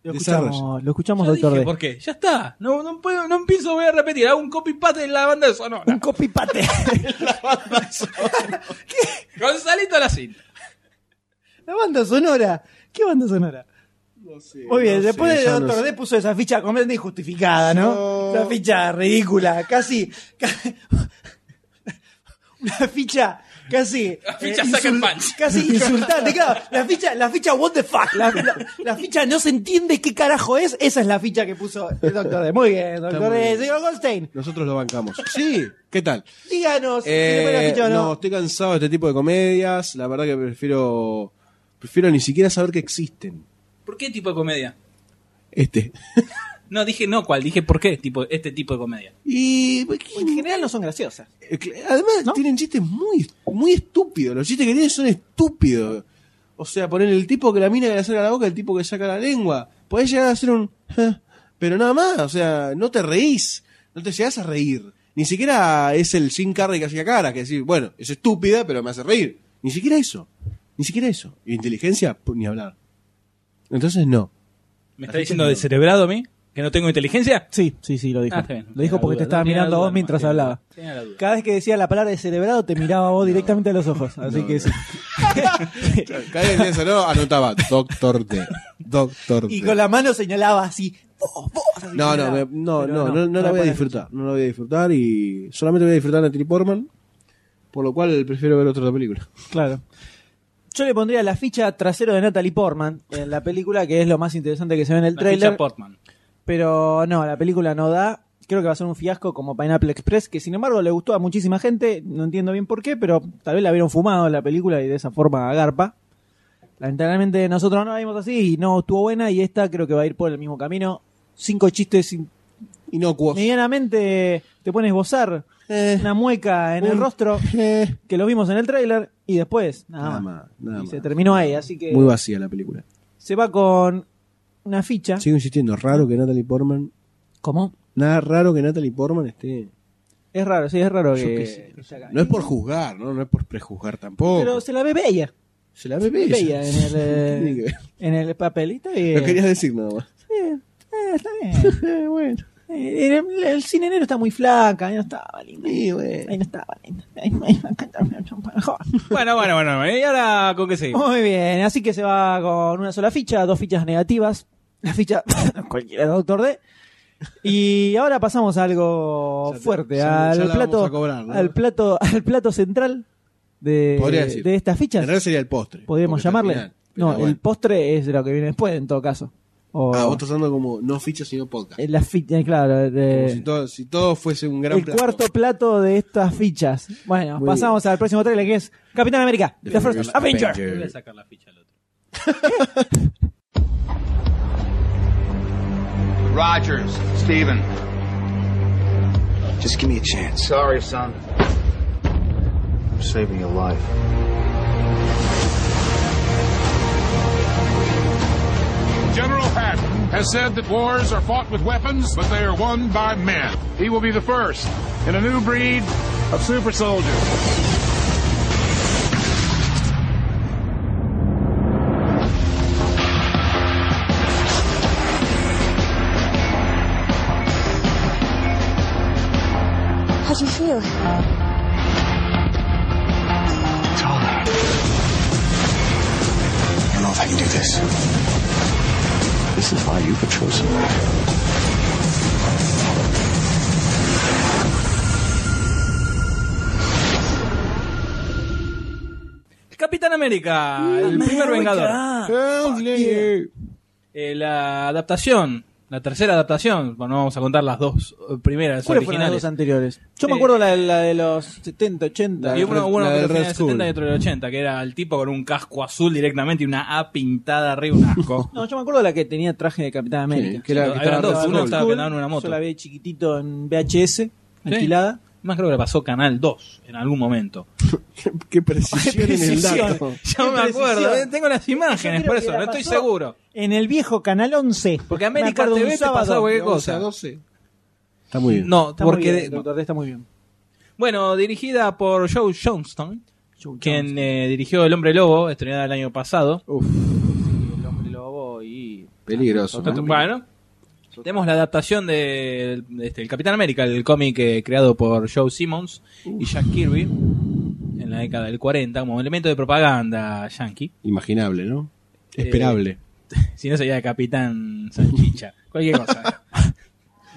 S2: Lo
S4: Desarrolla.
S2: escuchamos, lo escuchamos
S3: Ya
S2: doctor
S3: dije,
S2: D.
S3: ¿Por qué? Ya está. No, no puedo, no empiezo, voy a repetir. Hago un copy paste en la banda de sonora.
S2: Un copipate.
S3: Gonzalito la cinta.
S2: La banda sonora. ¿Qué banda sonora? Muy bien, después de Doctor D puso esa ficha completamente injustificada, ¿no?
S4: No.
S2: Esa ficha ridícula, casi. ca- una ficha casi. La
S3: ficha sucker punch.
S2: Casi insultante, claro. La ficha, la ficha what the fuck. La, la- la ficha no se entiende qué carajo es. Esa es la ficha que puso el Doctor D. Muy bien, Doctor
S4: muy
S2: D.
S4: bien.
S2: Señor Goldstein,
S4: Nosotros lo bancamos. Sí, ¿qué tal?
S2: díganos si le pone la
S4: Eh,
S2: ficha o
S4: no,
S2: no.
S4: estoy cansado de este tipo de comedias. La verdad que prefiero. Prefiero ni siquiera saber que existen.
S3: ¿Por qué tipo de comedia?
S4: Este.
S3: No, dije no cuál, dije por qué tipo, este tipo de comedia.
S4: Y.
S2: En general no son graciosas.
S4: Eh, cl- Además, tienen chistes muy, muy estúpidos. Los chistes que tienen son estúpidos. O sea, poner el tipo que la mina que le saca la boca, el tipo que saca la lengua. Podés llegar a hacer un. "Ja", Pero nada más, o sea, no te reís. No te llegás a reír. Ni siquiera es el sin carne que hacía cara, que decir, bueno, es estúpida, pero me hace reír. Ni siquiera eso. Ni siquiera eso. Inteligencia, pu- ni hablar. Entonces, no.
S3: ¿Me está diciendo descerebrado a mí? ¿Que no tengo inteligencia?
S2: Sí, sí, sí, lo dijo.
S3: Ah, está bien.
S2: Lo dijo
S3: Tenía
S2: porque
S3: la
S2: te
S3: duda,
S2: estaba
S3: tenía
S2: mirando
S3: la
S2: a
S3: duda
S2: vos
S3: nomás, eh,
S2: mientras
S3: tenía la
S2: hablaba.
S3: duda, tenía la duda.
S2: Cada vez que decía la palabra descerebrado, te miraba vos directamente a los ojos. Así que sí.
S4: Cada vez que decía eso, no, anotaba, doctor D. Doctor D.
S2: Y con la mano señalaba así. Vos, vos. así
S4: No, no,
S2: señalaba.
S4: me- no, no,
S2: Pero
S4: no, no, la voy a
S2: pones-
S4: disfrutar. No la voy a disfrutar y solamente voy a disfrutar de Natalie Portman. Por lo cual prefiero ver otra película.
S2: Claro. Yo le pondría la ficha trasero de Natalie Portman en la película, que es lo más interesante que se ve en el
S3: La ficha
S2: trailer.
S3: Portman.
S2: Pero no, la película no da. Creo que va a ser un fiasco como Pineapple Express, que sin embargo le gustó a muchísima gente. No entiendo bien por qué, pero tal vez la vieron fumado la película y de esa forma agarpa. Lamentablemente nosotros no la vimos así y no estuvo buena y esta creo que va a ir por el mismo camino. Cinco chistes in-
S4: Inocuos.
S2: medianamente te pones bozar
S4: Eh,
S2: una mueca en el
S4: un-
S2: rostro Ah,
S4: eh,
S2: que lo vimos en el tráiler y después nada,
S4: Nada
S2: más.
S4: más, nada
S2: Y se
S4: más.
S2: terminó ahí, así que
S4: Muy vacía la película.
S2: se va con una ficha.
S4: Sigo insistiendo, raro que Natalie Portman.
S2: ¿Cómo?
S4: Nada raro que Natalie Portman esté.
S2: Es raro, sí, es raro
S4: Yo
S2: que-
S4: qué sé.
S2: que salga.
S4: No es por juzgar, ¿no? No es por prejuzgar tampoco.
S2: Pero se la ve bella.
S4: se la ve bella.
S2: Bella en el, eh,
S4: Tiene que ver.
S2: en el papel. Y está bien.
S4: Lo quería decir nada más.
S2: Sí, eh, está bien.
S4: Eh, bueno.
S2: Eh, El, el cine negro está muy flaca, ahí no estaba linda.
S4: Y bueno.
S2: Ahí no estaba linda. Ahí no- ahí no- acá también hay un parajón.
S3: Bueno, bueno, bueno. ¿Y ahora con qué seguimos?
S2: Muy bien, así que se va con una sola ficha, dos fichas negativas. La ficha cualquiera, doctor D. Y ahora pasamos a algo
S4: Ya te-
S2: fuerte,
S4: ya- ya
S2: al
S4: la vamos
S2: plato,
S4: a cobrar, ¿no?
S2: al plato, al plato central
S4: Podría
S2: de,
S4: decir.
S2: de estas
S4: En
S2: fichas.
S4: realidad sería el postre. porque
S2: Podríamos
S4: está
S2: llamarle.
S4: al final. Pero
S2: no, el
S4: bueno.
S2: postre es lo que viene después, en todo caso. O
S4: Ah, vos estás dando como no ficha sino podcast.
S2: eh, la ficha, eh, claro. de-
S4: Como si todo, si todo fuese un gran
S2: el
S4: plato.
S2: cuarto plato de estas fichas. Bueno,
S4: Muy
S2: pasamos al próximo trailer que es Capitán América, The, First,
S4: First
S2: Avenger.
S4: Avenger.
S3: Voy a sacar la ficha al otro.
S1: Rogers, Steven.
S5: Just give me a chance.
S1: Sorry, son.
S5: I'm saving your life.
S11: General Patton has said that wars are fought with weapons, but they are won by men. He will be the first in a new breed of super soldiers.
S6: How do you feel?
S5: Taller. I don't know if I can do this. This is why you were chosen.
S3: Capitán América, el primer vengador.
S2: Oh,
S4: Hellslayer.
S3: Eh, la adaptación, la tercera adaptación. Bueno, no vamos a contar las dos eh, primeras
S2: ¿Cuáles fueron las
S3: originales.
S2: dos anteriores? Yo
S3: Eh,
S2: me acuerdo la, de- la de los 70, 80.
S3: Y uno, uno
S4: la
S3: que
S4: del
S3: era
S4: Red
S3: del
S4: Skull.
S3: 70 y otro del 80, que era el tipo con un casco azul directamente y una A pintada arriba, un asco.
S2: No, yo me acuerdo de la que tenía traje de Capitán América.
S4: que era-
S3: Sí,
S4: que
S3: eran
S4: estaba
S3: dos,
S4: Red
S3: uno
S4: Skull.
S3: estaba pendado en una moto.
S2: Yo la vi chiquitito en VHS, alquilada.
S3: Más creo que la pasó Canal 2 en algún momento.
S4: Qué- Qué precisión en el
S2: Precisión.
S4: dato.
S3: Ya me
S2: Qué
S3: acuerdo,
S2: precisión.
S3: eh, tengo las imágenes
S2: Yo creo
S3: por
S2: que
S3: eso,
S2: la
S3: no estoy
S2: pasó
S3: seguro.
S2: En el viejo Canal 11.
S3: Porque
S2: Me
S3: América
S2: acuerdo un
S3: TV te
S2: sábado.
S3: pasaba cualquier
S4: De 11
S3: cosa.
S4: a 12. Está muy bien.
S3: No,
S2: Está
S3: porque
S2: muy bien,
S3: de-
S2: doctor, está muy bien.
S3: bueno, dirigida por Joe Johnston, quien eh, dirigió El Hombre Lobo, estrenada el año pasado.
S4: Uf,
S2: El hombre lobo y...
S4: peligroso. ¿no?
S3: Bueno, Ah, tenemos la adaptación de, de este, el Capitán América, el cómic eh, creado por Joe Simmons y Jack Kirby en la década del 40 como elemento de propaganda yankee.
S4: Imaginable, ¿no?
S2: Eh,
S4: Esperable.
S3: Si no sería Capitán Sanchicha, cualquier cosa.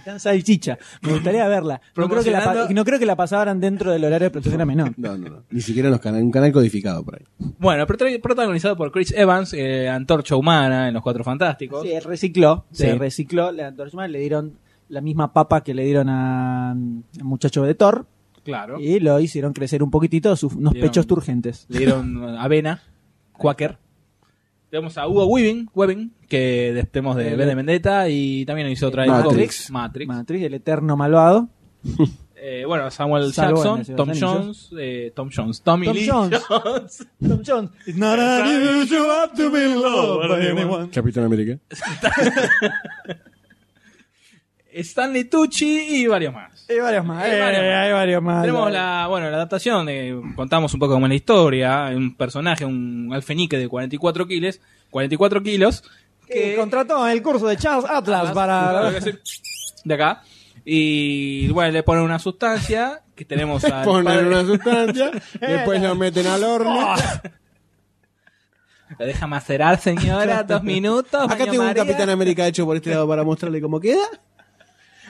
S2: Capitán Salchicha. Me gustaría verla. No creo, que la, pa-
S3: Promocionando-
S2: no creo que la pasaran dentro del horario de protección a menor.
S4: No, no, no. Ni siquiera en los canales, un canal codificado por ahí.
S3: bueno, protra- protagonizado por Chris Evans, eh, Antorcha Humana en Los Cuatro Fantásticos.
S2: Sí, recicló. Se
S3: Sí.
S2: recicló. La Dorchman le dieron la misma papa que le dieron a- al muchacho de Thor.
S3: Claro.
S2: Y lo hicieron crecer un poquitito, sus, unos
S3: Dieron-
S2: pechos turgentes.
S3: Le dieron avena, Quaker. Tenemos a Hugo Weaving, Weaving que despemos de Ben de Vendetta y también hizo otra de
S4: Matrix.
S3: Matrix. Matrix.
S2: Matriz, el eterno malvado.
S3: Eh, bueno, Samuel
S2: Salvo en El
S3: Jackson,
S2: Señor
S3: Tom
S2: de los Anillos.
S3: Jones, eh, Tom Jones, Tommy
S2: Tom
S3: Lee
S2: Jones.
S3: Jones.
S2: Tom Jones. It's not unusual to be loved by anyone.
S4: Capitán América.
S3: Stanley Tucci y varios más.
S2: Hay varios más.
S3: Hay varios
S2: eh,
S3: más.
S2: hay varios más.
S3: Tenemos la, bueno, la adaptación, eh, contamos un poco cómo es la historia, un personaje, un alfenique de 44 kilos, 44 kilos,
S2: que contrató el curso de Charles Atlas para.
S3: de acá. Y bueno, le ponen una sustancia que tenemos al
S4: Ponen
S3: padre-
S4: una sustancia, después lo meten al horno.
S3: La deja macerar, señora, dos minutos.
S4: Acá
S3: doña
S4: tengo un
S3: María.
S4: Capitán América hecho por este lado para mostrarle cómo queda.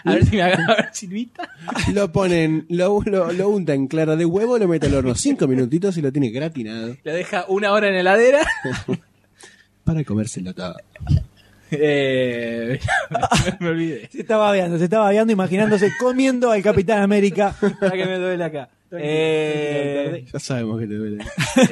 S3: A ver si me agarra Silvita.
S4: Lo ponen, lo, lo, lo unta en clara de huevo, lo mete al horno cinco minutitos y lo tiene gratinado
S3: La deja una hora en la heladera.
S4: para comérselo todo.
S3: Eh, me, me olvidé.
S2: Se estaba babeando, se estaba babeando, imaginándose comiendo al Capitán América.
S3: Para que me duele acá. Eh,
S4: Ya sabemos que te duele.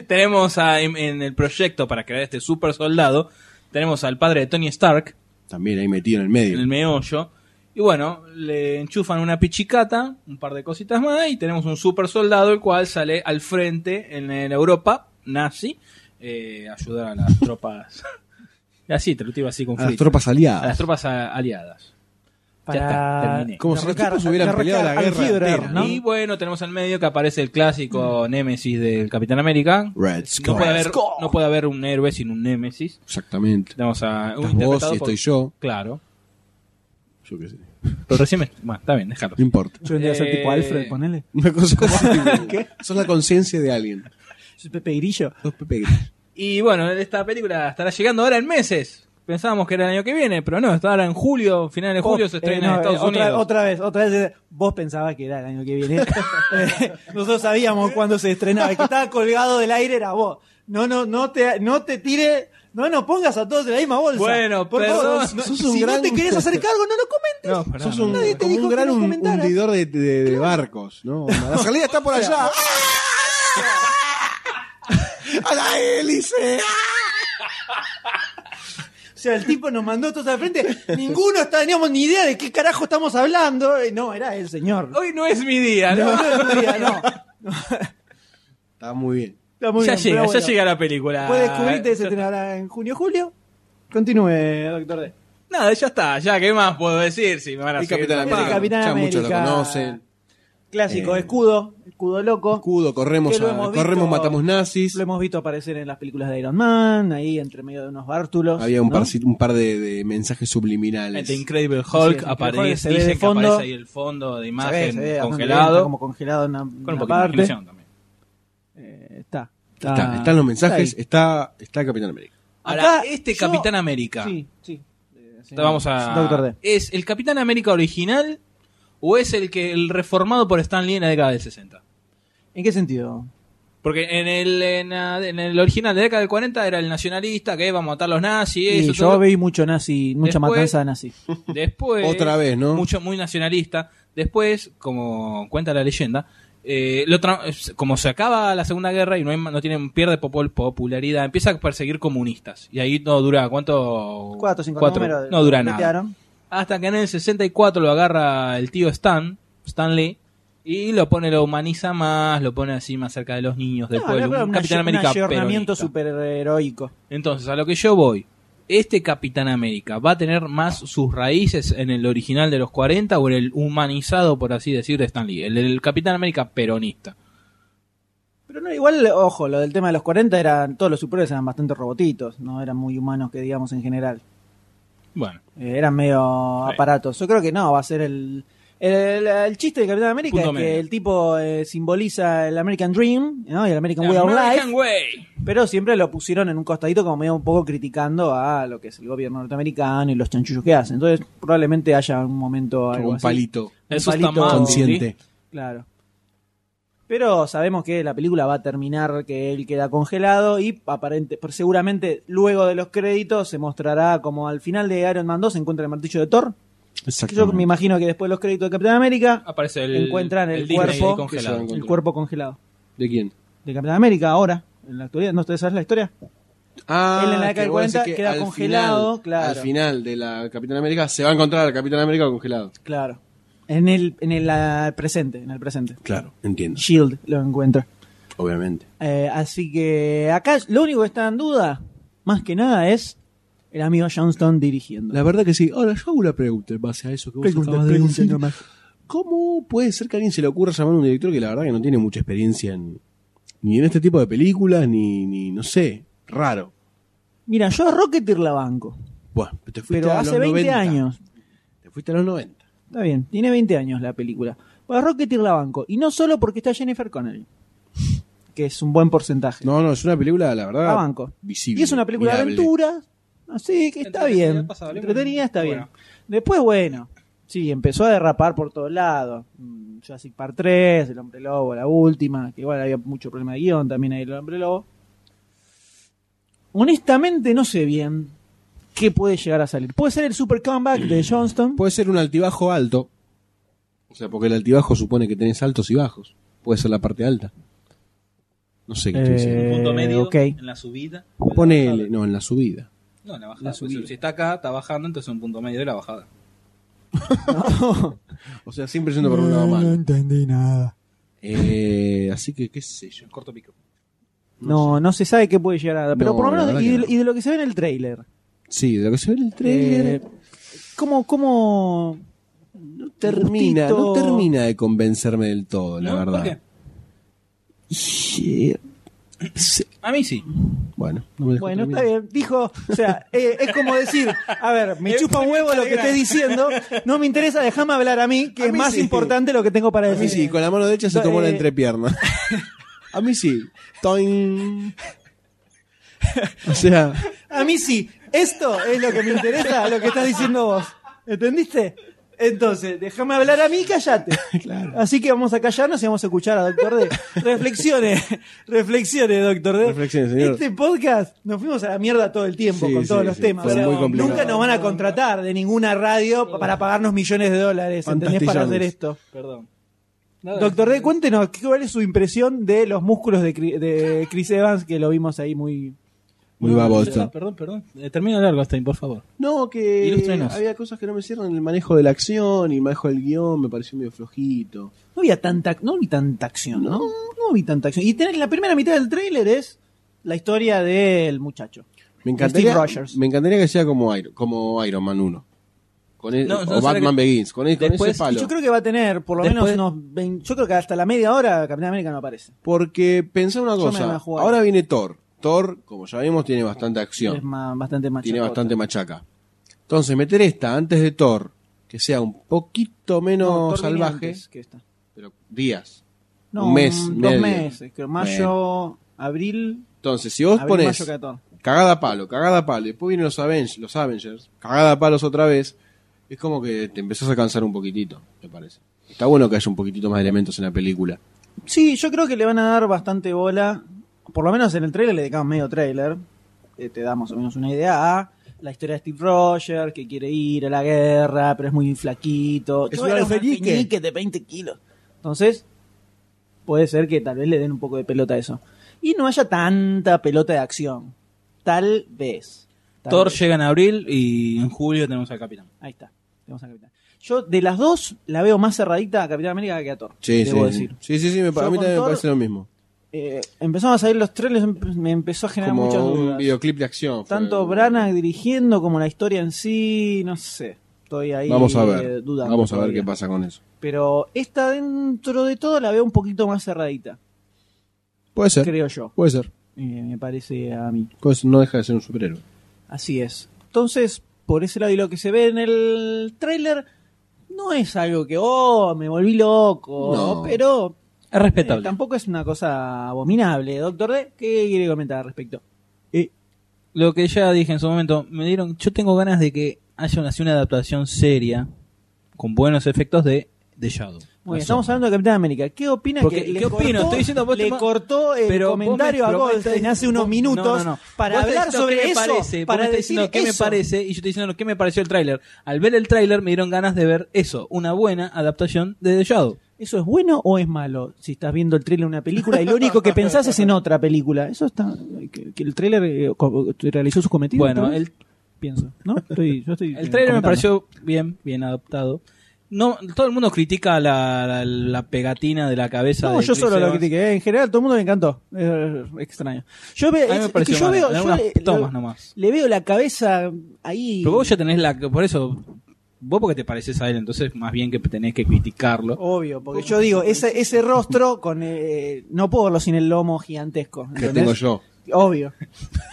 S3: tenemos a- en, en el proyecto para crear este super soldado, tenemos al padre de Tony Stark,
S4: También ahí metido en el medio.
S3: en el meollo, Y bueno, le enchufan una pichicata, un par de cositas más, y tenemos un super soldado el cual sale al frente en, la Europa nazi, eh, a ayudar a las tropas. así, te lo digo así con
S4: A las
S3: frito.
S4: tropas aliadas.
S3: A las tropas a- aliadas. Ya
S2: Para-
S3: está, terminé.
S4: Como si los
S2: Derrocar-
S4: tipos hubieran
S2: derrocar
S4: peleado la
S2: al
S4: guerra
S2: Führer,
S4: entera.
S2: ¿no?
S3: Y bueno, tenemos al medio que aparece el clásico Némesis del Capitán América.
S4: Red
S3: No
S4: Skull.
S3: puede, haber, no puede haber un héroe sin un Némesis.
S4: Exactamente.
S3: Tenemos a un
S4: Estás vos
S3: interpretado
S4: y
S3: por-
S4: estoy yo.
S3: Claro.
S4: Yo qué sé. No
S3: Pero recién me- Bueno, está bien, déjalo.
S4: importa.
S2: Yo vendría a ser tipo
S3: Eh,
S2: Alfred, ponele.
S4: Una cosa así. Sos la conciencia de alguien.
S2: Soy Pepe Grillo.
S4: Sos Pepe Grillo.
S3: Y bueno, esta película estará llegando ahora en meses. Pensábamos que era el año que viene, pero no, está ahora en julio, final de julio
S2: Oh,
S3: se estrena
S2: eh, no,
S3: en Estados
S2: eh, otra,
S3: Unidos.
S2: Otra vez, otra vez. eh, Vos pensabas que era el año que viene. Eh, Nosotros sabíamos cuándo se estrenaba. El que estaba colgado del aire era vos. No, no, no te, no te tire. No, no pongas a todos de la misma bolsa.
S3: Bueno,
S2: Por favor,
S3: perdón.
S2: no-
S4: Sos un
S2: si
S4: gran-
S2: no te querés hacer cargo, no lo comentes.
S3: No, pará,
S4: Sos
S3: no,
S4: un,
S3: no.
S2: Nadie te
S4: como un
S2: dijo que
S4: gran
S2: no
S4: un-
S2: comentaras.
S4: hundidor de, de- de barcos, ¿no? La salida está por allá. ¡A la hélice!
S2: O sea, el tipo nos mandó todos al frente. Ninguno está, teníamos ni idea de qué carajo estamos hablando. Eh, No, era el señor.
S3: Hoy no es mi día, ¿no?
S2: No, no, no, no, no.
S4: Está muy bien.
S2: Está muy
S3: ya
S2: bien,
S3: llega,
S2: pero
S3: ya
S2: bueno.
S3: llega la película.
S2: Puede descubrirte ese ahora en junio julio. Continúe, doctor D.
S3: Nada, ya está, ya, ¿qué más puedo decir? Si me van a
S4: El
S3: seguir
S4: Capitán
S3: tapando.
S4: América.
S2: Capitán
S4: ya muchos lo
S2: América.
S4: conocen.
S2: Clásico,
S4: Eh,
S2: escudo, escudo loco.
S4: Escudo, corremos,
S2: Que lo
S4: a-
S2: hemos
S4: corremos
S2: visto-
S4: matamos nazis.
S2: Lo hemos visto aparecer en las películas de Iron Man, ahí entre medio de unos bártulos.
S4: Había un,
S2: ¿no?
S4: par, un par de, de mensajes
S3: El
S4: subliminales.
S3: de Incredible Hulk
S2: Así es, Hulk
S3: aparece,
S2: se ve
S3: dicen
S2: de fondo.
S3: que aparece ahí el fondo de
S2: Se ve,
S3: imagen
S2: se ve bastante bien, está
S3: congelado.
S2: como congelado en una,
S3: Con un
S2: una
S3: poquito de
S2: parte.
S3: imaginación también.
S2: Eh, está, está,
S4: Está- están los mensajes,
S2: está ahí.
S4: está, está Capitán América.
S3: Ahora,
S2: Acá
S3: este
S2: yo-
S3: Capitán América.
S2: Sí, sí. Eh, sí.
S3: Entonces vamos a.
S2: Doctor D.
S3: ¿Es el Capitán América original o es el que el reformado por Stan Lee en la década del 60?
S2: ¿En qué sentido?
S3: Porque en el, en, la- en el original de la década del 40 era el nacionalista que vamos a matar a los nazis.
S2: Y
S3: Eso,
S2: yo
S3: todo.
S2: vi mucho nazi, mucha
S3: Después-
S2: matanza de nazi.
S3: Después,
S4: Otra vez, ¿no?
S3: Mucho, muy nacionalista. Después, como cuenta la leyenda, eh, lo tra- es- como se acaba la Segunda Guerra y no, hay ma- no tienen, pierde popol- popularidad, empieza a perseguir comunistas. Y ahí no dura, ¿cuánto?
S2: Cuatro, cinco números.
S3: No dura
S2: le
S3: nada.
S2: quedaron.
S3: Hasta que en el 64 lo agarra el tío Stan, Stan Lee, y lo pone, lo humaniza más, lo pone así más cerca de los niños del
S2: No,
S3: pueblo.
S2: era
S3: un
S2: un
S3: Capitán
S2: ayor-
S3: América
S2: Un ayornamiento
S3: peronista.
S2: superheroico.
S3: Entonces, a lo que yo voy, ¿este Capitán América va a tener más sus raíces en el original de los 40 o en el humanizado, por así decir, de Stan Lee? El, del Capitán América peronista.
S2: Pero no, igual, ojo, lo del tema de los 40 eran, todos los superhéroes eran bastante robotitos, no eran muy humanos que digamos en general.
S3: Bueno,
S2: Eh, eran medio
S3: Sí.
S2: aparatos. Yo creo que no, va a ser el... El, el chiste de Capitán América
S3: Punto
S2: es que
S3: medio.
S2: el tipo eh, simboliza el American Dream ¿no? y el American Way of Life,
S3: American Way.
S2: pero siempre lo pusieron en un costadito como medio un poco criticando a lo que es el gobierno norteamericano y los chanchullos que hacen. Entonces probablemente haya un momento algo
S4: Como un
S2: así. Ah,
S4: palito
S3: Eso está
S2: palito
S3: mal.
S4: consciente.
S3: ¿sí?
S2: Claro. Pero sabemos que la película va a terminar que él queda congelado y aparente, pero seguramente luego de los créditos se mostrará como al final de Iron Man 2 se encuentra el martillo de Thor. Que yo
S4: Exactamente.
S2: me imagino que después de los créditos de Capitán América,
S3: Aparece el,
S2: Encuentran el
S3: Disney
S2: cuerpo.
S3: ahí congelado.
S4: Eso,
S2: el cuerpo congelado.
S4: ¿De quién?
S2: De Capitán América ahora, en la actualidad, ¿no ustedes saben la historia?
S4: Ah,
S2: Él en la década
S4: que
S2: del
S4: vos
S2: 40
S4: decís que
S2: queda
S4: al
S2: congelado,
S4: final-
S2: claro.
S4: Al final de la Capitán América se va a encontrar al Capitán América congelado.
S2: Claro. En el, en el ah, presente, en el presente.
S4: Claro, entiendo,
S2: Shield lo encuentra.
S4: obviamente.
S2: Eh, así que acá lo único que está en duda, más que nada, es el amigo Johnston dirigiendo.
S4: La verdad que sí. Ahora, yo hago una pregunta en base a eso que vos acabas de decir. ¿Cómo puede ser que a alguien se le ocurra llamar a un director que la verdad que no tiene mucha experiencia en, ni en este tipo de películas, ni, ni no sé, raro?
S2: Mira, yo a Rocketeer la banco,
S4: Bueno, te fuiste
S2: pero
S4: a
S2: hace
S4: los
S2: 20
S4: 90.
S2: años.
S4: Te fuiste a los 90.
S2: Está bien, tiene 20 años la película. Pero a Rocketeer la banco, y no solo porque está Jennifer Connelly, que es un buen porcentaje.
S4: No, no, es una película, la verdad,
S2: La banco.
S4: visible.
S2: Y es una película
S4: mirable.
S2: de aventura, así que está
S3: Entretenida,
S2: bien.
S3: pasable,
S2: Entretenida está
S3: bueno.
S2: bien. Después, bueno, sí, empezó a derrapar por todos lados. Mm, Jurassic Park 3, El Hombre Lobo, la última, que igual había mucho problema de guión también ahí, El Hombre Lobo. Honestamente, no sé bien qué puede llegar a salir. Puede ser el super comeback de Johnston.
S4: Puede ser un altibajo alto. O sea, porque el altibajo supone que tenés altos y bajos. Puede ser la parte alta. No sé qué estoy diciendo.
S2: Eh,
S3: Punto medio
S2: ok.
S3: en la subida. en la
S4: Ponele,
S3: bajada.
S4: no, en la subida.
S3: No, en la bajada.
S2: La
S3: pues,
S2: subida.
S3: Si está acá, está bajando, entonces un punto medio de la bajada.
S4: o sea, siempre yendo por un lado malo.
S2: Eh, entendí nada.
S4: Eh, así que, qué sé yo. Corto pico.
S2: No, no se sabe qué puede llegar a dar. Pero
S4: No,
S2: por lo
S4: la
S2: menos,
S4: verdad
S2: y
S4: que
S2: de,
S4: no.
S2: y de lo que se ve en el trailer.
S4: Sí, de lo que se ve en el trailer.
S2: Eh, ¿Cómo, cómo
S4: termina, no
S2: justito.
S4: termina de convencerme del todo, la
S3: ¿No? ¿Por
S4: verdad.
S3: qué?
S4: Y, eh, sí,
S3: A mí sí.
S4: Bueno, no me dejó
S2: Bueno, está
S4: terminar.
S2: bien. Dijo, o sea, eh, es como decir, a ver, me chupa un huevo lo que estés diciendo, no me interesa, déjame hablar a mí, que
S4: A
S2: es
S4: mí
S2: más
S4: sí.
S2: importante lo que tengo para
S4: A mí
S2: decir.
S4: sí, con la mano derecha se
S2: No,
S4: tomó la
S2: eh,
S4: entrepierna. A mí sí. Toin. O sea,
S2: A mí sí, esto es lo que me interesa, lo que estás diciendo vos. ¿Entendiste? Entonces, déjame hablar a mí y callate. Así que vamos a callarnos y vamos a escuchar a Doctor D. Reflexiones, reflexiones, Doctor D.
S4: reflexiones, señor.
S2: Este podcast nos fuimos a la mierda todo el tiempo
S4: Sí,
S2: con todos
S4: sí,
S2: los
S4: sí,
S2: temas.
S4: fue
S2: O sea,
S4: muy complicado.
S2: nunca nos van a contratar de ninguna radio pa- para pagarnos millones de dólares, ¿entendés? Para
S4: Fantastillones.
S2: hacer esto.
S3: Perdón.
S2: Doctor D, cuéntenos, ¿qué- ¿cuál es su impresión de los músculos de, Cri- de Chris Evans que lo vimos ahí muy...
S4: Muy baboso.
S3: Perdón, perdón. Eh, Termina largo hasta por favor.
S4: No, que
S3: Ilústrenos.
S4: había cosas que no me cierran. El manejo de la acción y manejo del guión me pareció medio flojito.
S2: No había tanta, no vi tanta acción, ¿no? No vi tanta acción. Y tenés, la primera mitad del tráiler es la historia del muchacho.
S4: Me
S2: Steve
S4: encantaría,
S2: Rogers.
S4: me encantaría que sea como Iron, como Iron Man 1. Con el- o
S3: No, no, ¿sabes
S4: Batman
S3: que-
S4: Begins. Con, el- con
S3: Después-
S4: ese palo.
S2: Y yo creo que va a tener por lo
S3: Después-
S2: menos unos... vein- yo creo que hasta la media hora Capitán América no aparece.
S4: Porque pensá una
S2: Yo me la
S4: cosa.
S2: juego.
S4: Ahora viene Thor. Thor, como ya vimos, tiene bastante acción.
S2: Es ma- bastante macho.
S4: tiene bastante machaca. Entonces, meter esta antes de Thor, que sea un poquito menos salvaje,
S2: Que esta.
S4: pero días.
S2: No,
S4: Un mes,
S2: Dos
S4: medio.
S2: meses. Creo, mayo, abril.
S4: Entonces, si vos
S2: abril,
S4: pones
S2: mayo, 14.
S4: cagada a palo, cagada a palo, y después vienen los Avengers, los Avengers, cagada a palos otra vez, es como que te empezás a cansar un poquitito, me parece. Está bueno que haya un poquitito más de elementos en la película.
S2: Sí, yo creo que le van a dar bastante bola. Por lo menos en el trailer le dedicamos medio trailer. eh, te da más o menos una idea a la historia de Steve Rogers, que quiere ir a la guerra, pero es muy flaquito.
S4: Es
S2: Yo
S4: un
S2: era
S4: alfeñique.
S2: alfeñique de 20 kilos. Entonces, puede ser que tal vez le den un poco de pelota a eso. Y no haya tanta pelota de acción. Tal vez. Tal
S3: Thor
S2: vez.
S3: llega en abril y en julio tenemos al capitán.
S2: Ahí está. Tenemos a Capitán. Yo de las dos la veo más cerradita a Capitán América que a Thor.
S4: Sí,
S2: debo
S4: sí,
S2: decir.
S4: sí, sí, sí, me, pa-
S2: Yo
S4: a mí
S2: con
S4: también me
S2: Thor-
S4: parece lo mismo.
S2: Eh, empezaron a salir los trailers, em- me empezó a generar
S4: Como
S2: muchas
S4: un
S2: dudas.
S4: videoclip de acción. fue-
S2: Tanto Branagh dirigiendo como la historia en sí, no sé. Estoy ahí
S4: Vamos a
S2: eh,
S4: ver,
S2: dudando.
S4: vamos a ver
S2: todavía.
S4: qué pasa con eso.
S2: Pero esta dentro de todo la veo un poquito más cerradita,
S4: Puede ser,
S2: creo yo.
S4: puede ser.
S2: Eh, me parece a mí.
S4: Puede ser, No deja de ser un superhéroe.
S2: Así es. Entonces, por ese lado y lo que se ve en el trailer no es algo que, oh, me volví loco,
S4: No.
S2: pero
S3: Es
S2: eh,
S3: respetable.
S2: tampoco es una cosa abominable. Doctor D, ¿qué quiere comentar al respecto?
S3: lo que ya dije en su momento, me dieron, yo tengo ganas de que haya una, así una adaptación seria con buenos efectos de The Shadow.
S2: Muy bien,
S3: La
S2: estamos
S3: sombra.
S2: hablando de Capitán América. ¿Qué opina
S3: Porque,
S2: que le
S3: ¿qué opino?
S2: cortó,
S3: Estoy diciendo, vos
S2: le
S3: te ma-
S2: cortó el
S3: Pero vos me
S2: comentario a
S3: prometes-
S2: Goldstein hace unos
S3: vos-
S2: minutos
S3: no, no, no.
S2: para
S3: Vos
S2: hablar
S3: estás
S2: sobre
S3: diciendo
S2: eso,
S3: qué me parece,
S2: para
S3: vos me
S2: decir
S3: estás diciendo qué me
S2: eso.
S3: parece y yo estoy diciendo lo que me pareció el tráiler. Al ver el tráiler me dieron ganas de ver eso, una buena adaptación de The Shadow.
S2: ¿Eso es bueno o es malo? Si estás viendo el tráiler de una película y lo único que pensás es en otra película. Eso está que, que el tráiler eh, co- realizó su cometido.
S3: Bueno,
S2: entonces,
S3: el,
S2: pienso, ¿no? Estoy, yo estoy eh,
S3: el tráiler me
S2: comentando.
S3: pareció bien, bien adaptado. No, todo el mundo critica la, la- la pegatina de la cabeza
S2: No,
S3: de
S2: yo
S3: Chris
S2: solo lo
S3: Evans.
S2: critiqué. eh, En general, todo el mundo le encantó. Eh, extraño. Yo veo,
S3: A mí
S2: es-
S3: me
S2: es que
S3: pareció
S2: yo
S3: mal,
S2: veo,
S3: en
S2: yo
S3: algunas
S2: le-
S3: tomas
S2: lo-
S3: nomás.
S2: le veo la cabeza ahí.
S3: Pero vos ya tenés la... Por eso, vos porque te pareces a él, entonces más bien que tenés que criticarlo.
S2: Obvio, porque yo digo, ese, ese rostro con eh, no puedo verlo sin el lomo gigantesco.
S4: ¿Qué
S2: ¿entendés?
S4: tengo yo?
S2: Obvio,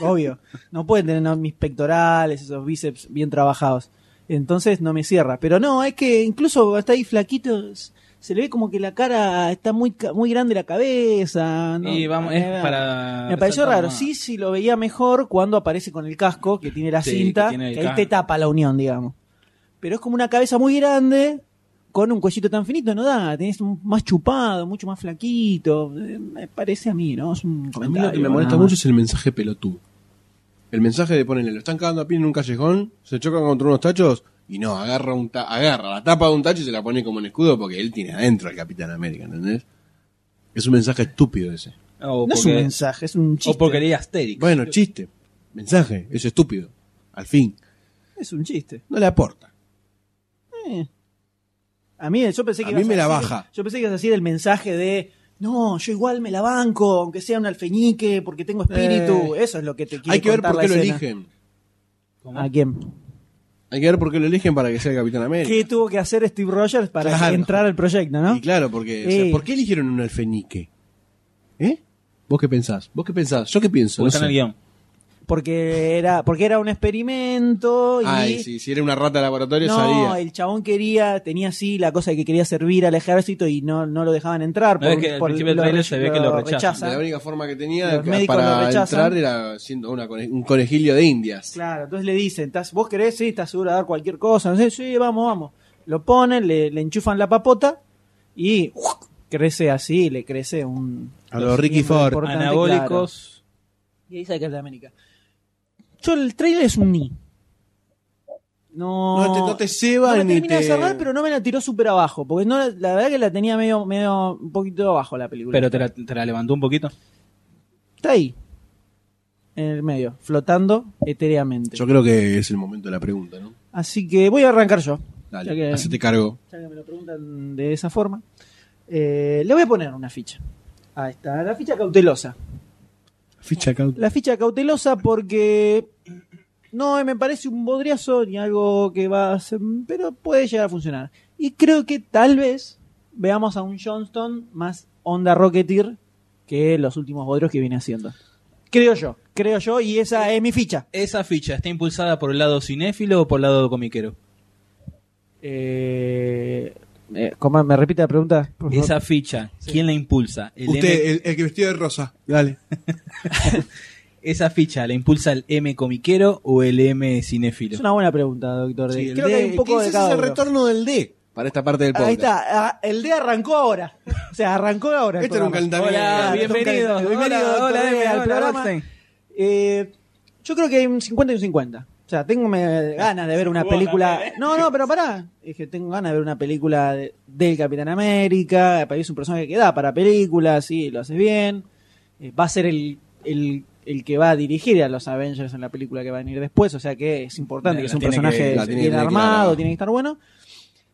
S2: obvio. No pueden tener ¿no? mis pectorales, esos bíceps bien trabajados. Entonces no me cierra. Pero no, es que incluso está ahí flaquito, s- se le ve como que la cara está muy ca- muy grande la cabeza. ¿no?
S3: Y vamos, es
S2: Eh,
S3: para.
S4: Ah,
S2: Me pareció
S3: resaltar
S2: raro.
S3: más.
S2: Sí, sí, lo veía mejor cuando aparece con el casco, que tiene la
S3: Sí,
S2: cinta,
S3: que
S2: que,
S3: tiene el
S2: ahí te
S3: casco.
S2: tapa la unión, digamos. Pero es como una cabeza muy grande, con un cuellito tan finito, no da. Tenés un- más chupado, mucho más flaquito. Eh, Me parece a mí, ¿no? Es un
S4: A mí
S2: comentario.
S4: lo que me molesta
S2: nada más.
S4: mucho es el mensaje pelotudo. El mensaje de ponerle, lo están cagando a pie en un callejón, se chocan contra unos tachos y no, agarra un ta- agarra la tapa de un tacho y se la pone como un escudo porque él tiene adentro al Capitán América, ¿entendés? Es un mensaje estúpido ese.
S3: O
S2: No es un
S3: porque-
S2: mensaje, es un chiste.
S3: O porque leía Asterix.
S4: Bueno, chiste, mensaje, es estúpido. Al fin,
S2: Es un chiste.
S4: no le aporta.
S2: eh. A mí, yo pensé que
S4: A
S2: ibas
S4: mí me la
S2: decir-
S4: baja.
S2: Yo pensé que ibas a decir el mensaje de. No, yo igual me la banco, aunque sea un alfeñique, porque tengo espíritu.
S4: Eh,
S2: Eso es lo que te quiere
S4: Hay que ver
S2: contar
S4: por qué
S2: la
S4: lo
S2: escena.
S4: eligen.
S2: ¿A quién?
S4: Hay que ver por qué lo eligen para que sea el Capitán América.
S2: ¿Qué tuvo que hacer Steve Rogers para
S4: Claro.
S2: entrar al proyecto, no?
S4: Y claro, porque, o sea,
S2: Sí.
S4: ¿por qué eligieron un alfenique? ¿Eh? ¿Vos qué pensás? ¿Vos qué pensás? ¿Yo qué pienso?
S3: Porque
S4: No
S3: está en
S4: sé.
S3: el guión.
S2: Porque era, porque era un experimento y
S4: Ay, sí, si era una rata de laboratorio
S2: no,
S4: salía.
S2: el chabón quería, tenía así la cosa de que quería servir al ejército y no, no lo dejaban entrar.
S3: No, es que al principio del trailer se ve que lo rechazan.
S4: La única forma que tenía
S2: Los
S4: ca-
S2: médicos lo
S4: para
S2: rechazan.
S4: entrar era siendo una cone- un conejillo de indias.
S2: Claro, entonces le dicen, "¿Estás- vos querés, sí, estás seguro de dar cualquier cosa, no sé, sí, vamos, vamos. Lo ponen, le, le enchufan la papota y ¡uac! crece así, le crece un...
S4: A los Ricky
S2: miembro
S4: Ford.
S2: importante, claro.
S3: Anabólicos.
S2: Y ahí saca el de América. Yo, el trailer es un ni. No,
S4: No te, no te ceba
S2: No la
S4: ni
S2: terminé de
S4: te...
S2: cerrar, pero no me la tiró súper abajo. Porque no, la- la verdad que la tenía medio, medio un poquito abajo la película.
S3: Pero te la, te la levantó un poquito.
S2: Está ahí. En el medio, flotando etéreamente.
S4: Yo creo que es el momento de la pregunta, ¿no?
S2: Así que voy a arrancar yo.
S4: Dale,
S2: Ya que-
S4: hacete cargo.
S2: Ya que me lo preguntan de esa forma. Eh, le voy a poner una ficha. Ahí está, la ficha cautelosa.
S4: Ficha caut-
S2: La ficha cautelosa porque no eh, me parece un bodriazo ni algo que va a ser, pero puede llegar a funcionar. Y creo que tal vez veamos a un Johnston más onda Rocketeer que los últimos bodrios que viene haciendo. Creo yo, creo yo, y esa es mi ficha.
S3: ¿Esa ficha está impulsada por el lado cinéfilo o por el lado comiquero?
S2: Eh, eh, coma, ¿Me repite la pregunta? por favor?
S3: Esa ficha, ¿quién la impulsa? El
S4: Usted,
S3: M-
S4: el, el que vestido de rosa. Dale.
S3: ¿Esa ficha la impulsa el M comiquero o el M cinéfilo?
S2: Es una buena pregunta, doctor. Eh,
S4: Sí, el
S2: creo que
S4: D,
S2: hay un poco
S4: ¿qué
S2: de
S4: es ese?
S2: cada
S4: es el
S2: uno.
S4: retorno del D para esta parte del podcast.
S2: Ahí está, ah, el D arrancó ahora. O sea, arrancó ahora. el
S4: Esto era Este un
S2: programa.
S4: calentamiento.
S3: Hola, bienvenidos.
S2: Bienvenido,
S3: Hola,
S2: doctor
S3: hola,
S2: D,
S3: M,
S2: al
S3: hola,
S2: programa.
S3: Rockstein.
S2: Eh, yo creo que hay un 50 y un 50. O sea, tengo me- ganas de ver una película. No, no, pero pará. Es que tengo ganas de ver una película de- del Capitán América. Para mí es un personaje que da para películas, sí, lo haces bien. Eh, va a ser el, el, el que va a dirigir a los Avengers en la película que va a venir después. O sea que es importante,
S3: La
S2: que es un
S3: tiene que-
S2: personaje
S4: la tiene que
S2: bien
S4: tener
S2: armado,
S4: clara.
S2: tiene que estar bueno.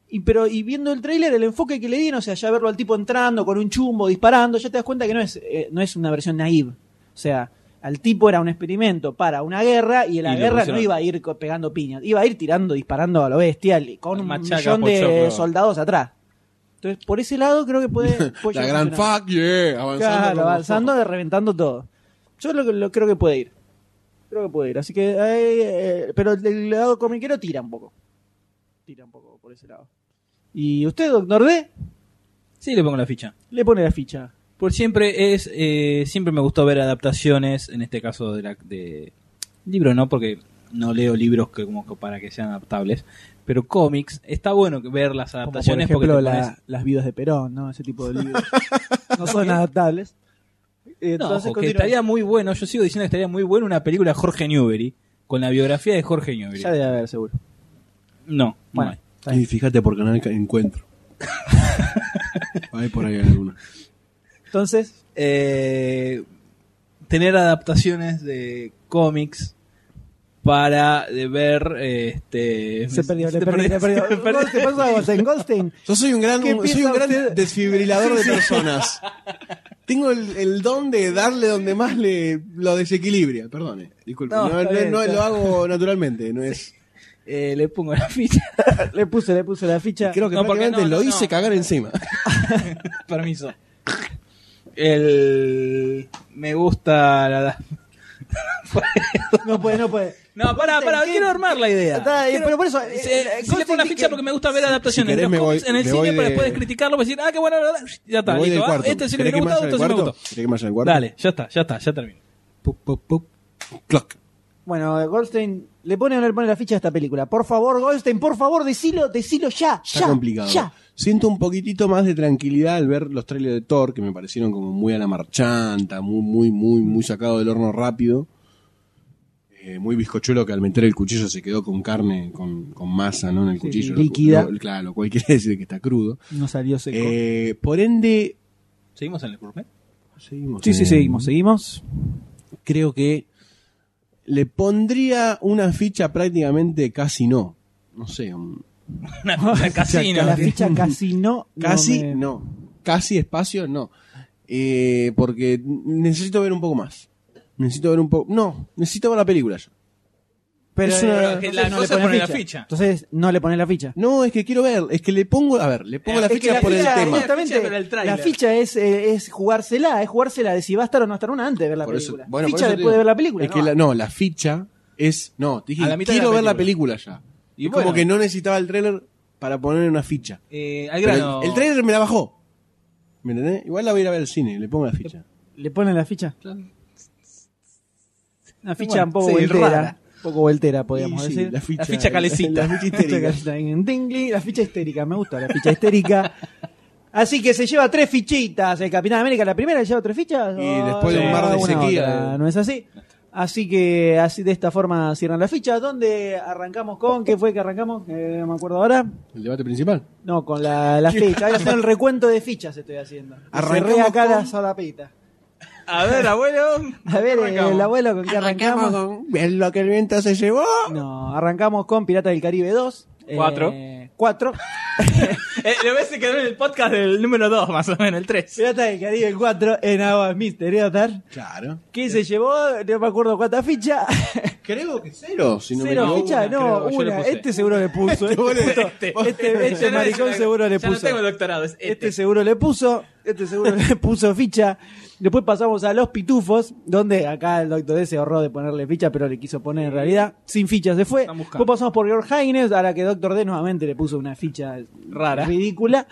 S2: Y, pero, y viendo el tráiler, el enfoque que le dieron, o sea, ya verlo al tipo entrando con un chumbo, disparando, ya te das cuenta que no es, eh, no es una versión naive. O sea, al tipo era un experimento para una guerra y en la
S3: Y lo
S2: guerra no
S3: pusieron.
S2: iba a ir co- pegando piñas, iba a ir tirando, disparando a lo bestia li- con
S3: Al
S2: un
S3: machaca,
S2: millón de
S3: pochoclo.
S2: soldados atrás. Entonces, por ese lado creo que puede... puede
S4: La
S2: llegar a
S4: gran
S2: funcionar.
S4: fuck, yeah. Avanzando.
S2: Pues Claro,
S4: como-
S2: avanzando, reventando todo. Yo lo, lo creo que puede ir. Creo que puede ir. Así que. eh, eh, pero el, el lado comiquero tira un poco. Tira un poco por ese lado. Y usted, doctor D,
S3: Sí, le pongo la ficha.
S2: le pone la ficha.
S3: Por siempre es, eh, siempre me gustó ver adaptaciones, en este caso de, la, de libro no, porque no leo libros que, como que para que sean adaptables, pero cómics, está bueno que ver las
S2: Como por
S3: adaptaciones
S2: ejemplo,
S3: porque te
S2: la-
S3: pones-
S2: las vidas de Perón, ¿no? Ese tipo de libros. no son adaptables. Eh,
S3: No,
S2: Entonces,
S3: ojo, que
S2: continúa.
S3: estaría muy bueno, yo sigo diciendo que estaría muy bueno una película de Jorge Newbery, con la biografía de Jorge Newbery.
S2: Ya debe haber, seguro.
S3: No, no
S2: Bueno,
S3: hay.
S2: está bien.
S4: Y fíjate por canal Ca- encuentro. Ahí por ahí hay alguna.
S2: Entonces,
S3: Eh, tener adaptaciones de cómics para de ver eh, este
S2: se perdió,
S3: te
S2: le perdí, le
S3: perdés-
S2: perdió.
S3: te perdés-
S2: Goldstein, pasa a Goldstein, Goldstein.
S4: Yo soy un gran,
S2: ¿Qué
S4: un- soy un
S2: piensa
S4: gran
S2: usted?
S4: desfibrilador de personas. Tengo el, el don de darle donde más le lo desequilibria. Perdone, disculpe.
S3: No,
S4: No,
S3: está
S4: no-
S3: bien,
S4: no
S3: está-
S4: lo hago naturalmente, no es.
S3: eh, le pongo la ficha
S2: Le puse, le puse la ficha.
S4: Creo que
S3: No, porque
S4: prácticamente
S3: no, no,
S4: lo hice
S3: no.
S4: cagar encima.
S3: Permiso. El. Me gusta la.
S2: No puede, no puede.
S3: No, pará, pará,
S2: ¿Qué?
S3: quiero armar la idea.
S2: Está, eh,
S3: Quiero-
S2: pero por eso, eh,
S3: Se-
S2: eh,
S3: se le
S2: Goldstein
S3: pongo la
S2: di-
S3: ficha
S2: que-
S3: porque me gusta ver
S4: querés
S3: adaptaciones de los
S4: me
S3: cómics
S4: voy-
S3: en el
S4: me voy
S3: cine para
S4: de-
S3: después criticarlo, para decir, ah, qué bueno, la- la- ya está,
S4: Me voy
S3: listo.
S4: del
S3: ah,
S4: cuarto.
S3: Este es el que
S4: ¿Querés
S3: me
S4: me
S3: gusta,
S4: vaya
S3: esto
S4: del
S3: es el que me
S4: cuarto?
S3: gusta.
S4: ¿Querés que me vaya del cuarto?
S3: Dale, ya está, ya está, ya termino.
S4: Pup, pup, pup. Clock.
S2: Bueno, Goldstein, le pone o no le pone la ficha a esta película. Por favor, Goldstein, por favor, decilo, decilo ya,
S4: Está
S2: ya,
S4: complicado.
S2: ya.
S4: Siento un poquitito más de tranquilidad al ver los trailers de Thor, que me parecieron como muy a la marchanta, muy, muy, muy, muy sacado del horno rápido. Eh, muy bizcochuelo que al meter el cuchillo se quedó con carne, con, con masa, ¿no? En el
S2: Sí,
S4: cuchillo.
S2: líquida.
S4: Lo- lo- claro, lo cual quiere decir que está crudo.
S2: No salió seco.
S4: Eh, por ende. eh,
S3: ¿Seguimos en el gourmet?
S4: Seguimos.
S2: sí, sí,
S4: en-
S2: seguimos, seguimos.
S4: Creo que le pondría una ficha prácticamente casi no. No sé, un
S3: Una ficha casino.
S2: La ficha casino. no
S4: Casi
S2: me-
S4: no. Casi espacio no. Eh, porque necesito ver un poco más. Necesito ver un poco. No, necesito ver la película yo.
S2: Pero
S4: Es una-
S2: eh,
S3: que
S2: entonces
S3: la
S2: no
S3: cosa
S2: le
S3: es
S2: pones
S3: poner la
S2: ficha.
S3: ficha.
S2: Entonces no le pones la ficha.
S4: No, es que quiero ver. Es que le pongo. A ver, le pongo la
S2: Es que
S4: ficha por el tema.
S2: Exactamente.
S3: La ficha, pero el tráiler.
S2: la ficha es, eh, es jugársela, es jugársela de si va a estar o no estar una antes de ver la
S4: Por eso-
S2: película.
S4: bueno, por
S2: ficha
S4: eso te
S2: después de
S4: digo,
S2: ver la película.
S4: Es
S2: no
S4: que
S2: va.
S4: la- no, la ficha es. No, te
S3: A
S4: dije,
S3: la mitad de
S4: quiero
S3: la
S4: ver la
S3: película.
S4: película ya.
S3: Y
S4: Y
S3: bueno.
S4: como que no necesitaba el trailer para poner una ficha.
S3: Eh, al
S4: Pero el-
S3: grano.
S4: el, trailer me la bajó. ¿Me entendés? Igual la voy a ir a ver al cine, le pongo la ficha.
S2: ¿Le ponen la ficha? Una ficha
S3: Bueno,
S2: un poco
S3: sí,
S2: voltera.
S3: rara.
S2: Un poco voltera, podríamos
S4: Y sí,
S2: decir.
S4: la ficha,
S3: La ficha calecita.
S4: La ficha
S2: Esta que
S4: histérica.
S2: está en Tingly, La ficha histérica, me gusta la ficha histérica. Así que se lleva tres fichitas el Capitán América. La primera lleva tres fichas.
S4: Y después
S3: de un mar de
S2: una
S4: sequía,
S2: otra,
S4: eh.
S2: No es así. Así que así de esta forma cierran la ficha. ¿Dónde arrancamos con? ¿Qué fue que arrancamos? Eh, no me acuerdo ahora.
S4: El debate principal.
S2: No, con la, la ficha. Voy a hacer el recuento de fichas estoy haciendo.
S4: Arrancamos
S2: Cerré acá la
S4: con-
S2: solapita.
S3: A ver, abuelo.
S2: A ver, eh,
S3: Arrancamos.
S2: el abuelo con qué arrancamos.
S4: con lo que el viento se llevó.
S2: No, arrancamos con Pirata del Caribe eh, 2.
S3: Cuatro.
S2: 4.
S3: Eh, lo ves se quedó en el podcast del número 2, más o menos, el 3.
S2: Pirata del Caribe 4 en aguas misteriosas.
S4: Claro.
S2: Que se llevó, no me acuerdo cuántas fichas.
S4: Creo que cero, si no
S2: Cero
S4: me equivoco.
S2: fichas, no,
S3: creo, yo le
S2: una.
S3: puse.
S2: Este seguro le puso. Este,
S4: boludo,
S2: puto-
S3: este.
S2: este- este
S3: Ya no es-
S2: maricón seguro le
S3: ya no
S2: puso.
S3: tengo doctorado, es este.
S2: Este seguro le puso, este seguro le puso ficha. Después pasamos a Los Pitufos, donde acá el doctor D se ahorró de ponerle ficha, pero le quiso poner en realidad. Sin ficha se fue.
S3: Están buscando.
S2: Después pasamos por George Haines, a la que doctor D nuevamente le puso una ficha
S3: Rara.
S2: ridícula.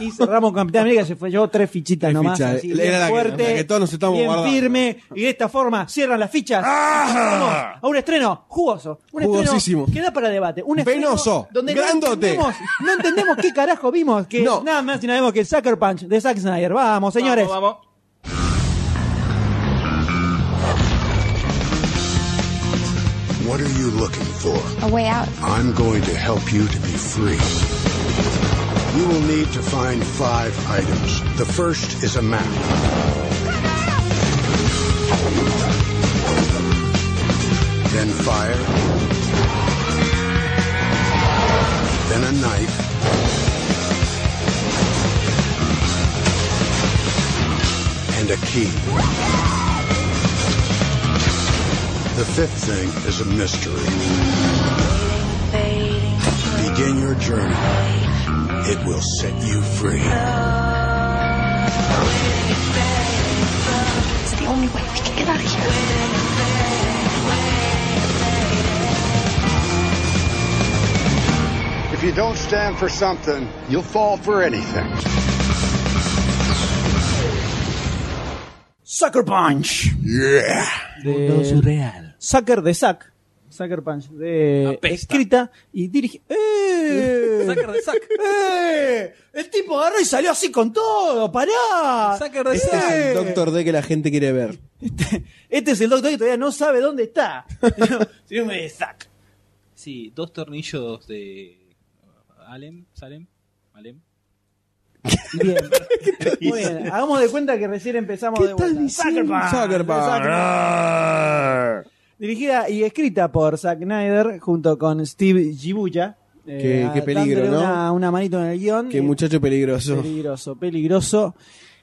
S2: Y cerramos con Capitán América, se fue, llevó tres fichitas
S4: Tres
S2: nomás.
S4: fichas,
S2: así,
S4: era
S2: bien
S4: la que-
S2: fuerte,
S4: la que todos nos estamos
S2: bien
S4: guardando. ¡Ah!
S2: firme. Y de esta forma cierran las fichas. Vamos A un estreno jugoso. Un
S4: Jugosísimo.
S2: estreno que da para debate. Un estreno
S4: Penoso,
S2: donde no
S4: grandote.
S2: entendemos- no entendemos qué carajo vimos, que
S4: No.
S2: nada más y nada menos que Sucker Punch de Zack Snyder. Vamos, señores.
S3: Vamos, vamos.
S5: What are you looking for?
S6: A way out.
S5: I'm going to help you to be free. You will need to find five items. The first is a map. Then fire. Then a knife. And a key. The fifth thing is a mystery. Begin your journey. It will set you free.
S6: It's the only way we can get out of here.
S12: If you don't stand for something, you'll fall for anything.
S2: Sucker Punch.
S5: Yeah.
S3: Eh,
S2: Mundo surreal. Sucker de Zack. Sucker Punch. De
S3: Apesta.
S2: escrita y dirige. ¡Eh!
S3: Sucker de Zack.
S2: ¡Eh! El tipo agarró y salió así con todo. ¡Pará!
S3: Sucker de
S2: ¡Eh!
S3: Zack.
S4: Este es el Doctor D que la gente quiere ver.
S2: Este es el doctor que todavía no sabe dónde está. Sí, me de Zack.
S3: Sí, dos tornillos de. Alem, Salem, Alem.
S2: Bien. Muy bien. Hagamos de cuenta que recién empezamos de vuelta. Sucker Punch.
S4: Sucker Punch.
S2: De Zack Snyder. Dirigida y escrita por Zack Snyder junto con Steve Gibuya.
S4: Qué- qué peligro, ¿no?
S2: Una, una manito en el guión.
S4: Qué
S2: Eh,
S4: muchacho peligroso.
S2: Peligroso, peligroso.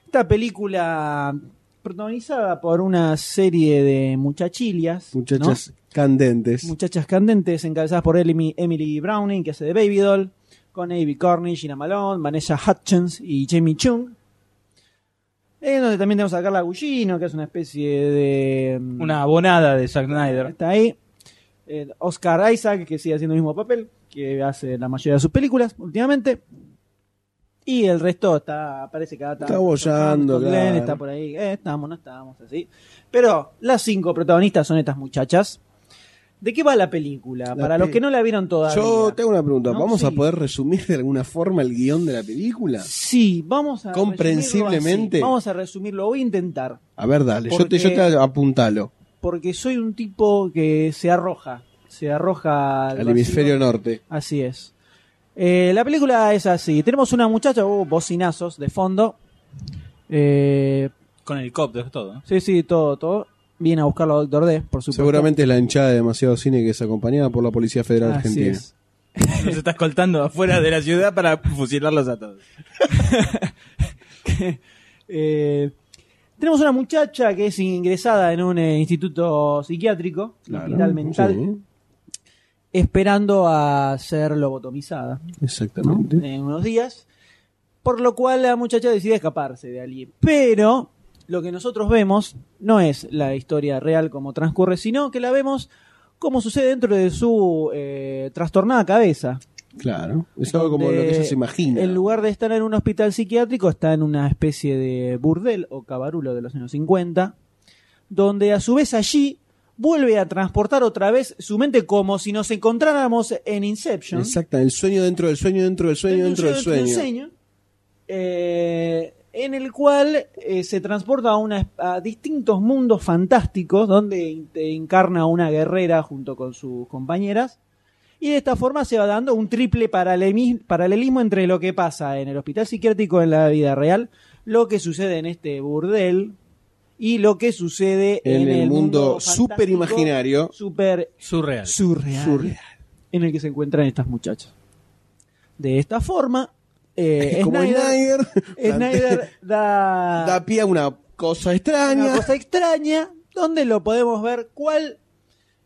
S2: Esta película protagonizada por una serie de muchachilias. ¿no?
S4: Muchachas candentes.
S2: Muchachas candentes encabezadas por Emily, Emily Browning, que hace de Baby Doll, con Avi Cornish, Gina Malone, Vanessa Hutchins y Jamie Chung. Eh, donde también tenemos a Carla Gugino, que es una especie de... mm,
S3: Una abonada de Zack Snyder.
S2: Está ahí. Eh, Oscar Isaac, que sigue haciendo el mismo papel, que hace la mayoría de sus películas últimamente. Y el resto está, parece que está,
S4: Está boyando,
S2: Tom Glenn
S4: claro.
S2: está por ahí. Eh, estamos, no estamos, así. Pero las cinco protagonistas son estas muchachas. ¿De qué va la película? Para
S4: pe-
S2: los que no la vieron todavía.
S4: Yo tengo una pregunta.
S2: No,
S4: ¿Vamos a
S2: sí.
S4: poder resumir de alguna forma el guión de la película?
S2: Sí, vamos a. resumirlo
S4: Comprensiblemente.
S2: así. Vamos a resumirlo, voy a intentar.
S4: A ver, dale. Yo te,
S2: Porque-
S4: yo te apuntalo.
S2: Porque soy un tipo que se arroja. Se arroja
S4: Al
S2: vacío.
S4: hemisferio norte.
S2: Así es. Eh, la película es así. Tenemos una muchacha, uh, bocinazos de fondo. Eh,
S3: Con el cop, de todo. ¿no?
S2: sí, sí, todo, todo. Viene a buscarlo a Doctor D, por supuesto.
S4: Seguramente es la hinchada de demasiado cine que es acompañada por la Policía Federal
S2: Así
S4: Argentina.
S2: es.
S13: nos está escoltando afuera de la ciudad para fusilarlos a todos.
S2: Eh, tenemos una muchacha que es ingresada en un eh, instituto psiquiátrico,
S4: Claro,
S2: hospital mental, esperando a ser lobotomizada
S4: Exactamente.
S2: en unos días, por lo cual la muchacha decide escaparse de allí. Pero lo que nosotros vemos no es la historia real como transcurre, sino que la vemos como sucede dentro de su eh, trastornada cabeza.
S4: Claro. Es algo como lo que ella se imagina.
S2: En lugar de estar en un hospital psiquiátrico, está en una especie de burdel o cabarulo de los años 50, donde a su vez allí vuelve a transportar otra vez su mente como si nos encontráramos en Inception.
S4: Exacto, el sueño dentro del sueño, dentro del sueño, dentro del
S2: Dentro de
S4: sueño.
S2: un sueño, eh, en el cual eh, se transporta a, una, a distintos mundos fantásticos donde in- te encarna a una guerrera junto con sus compañeras. Y de esta forma se va dando un triple paralemi- paralelismo entre lo que pasa en el hospital psiquiátrico en la vida real, lo que sucede en este burdel y lo que sucede
S4: En, el mundo
S2: fantástico,
S4: súper imaginario.
S2: Súper
S3: Surreal.
S2: surreal, en el que se encuentran estas muchachas. De esta forma, eh,
S4: Como
S2: Snyder,
S4: Snyder,
S2: Snyder da,
S4: Da pie a una cosa extraña.
S2: una cosa extraña donde lo podemos ver cuál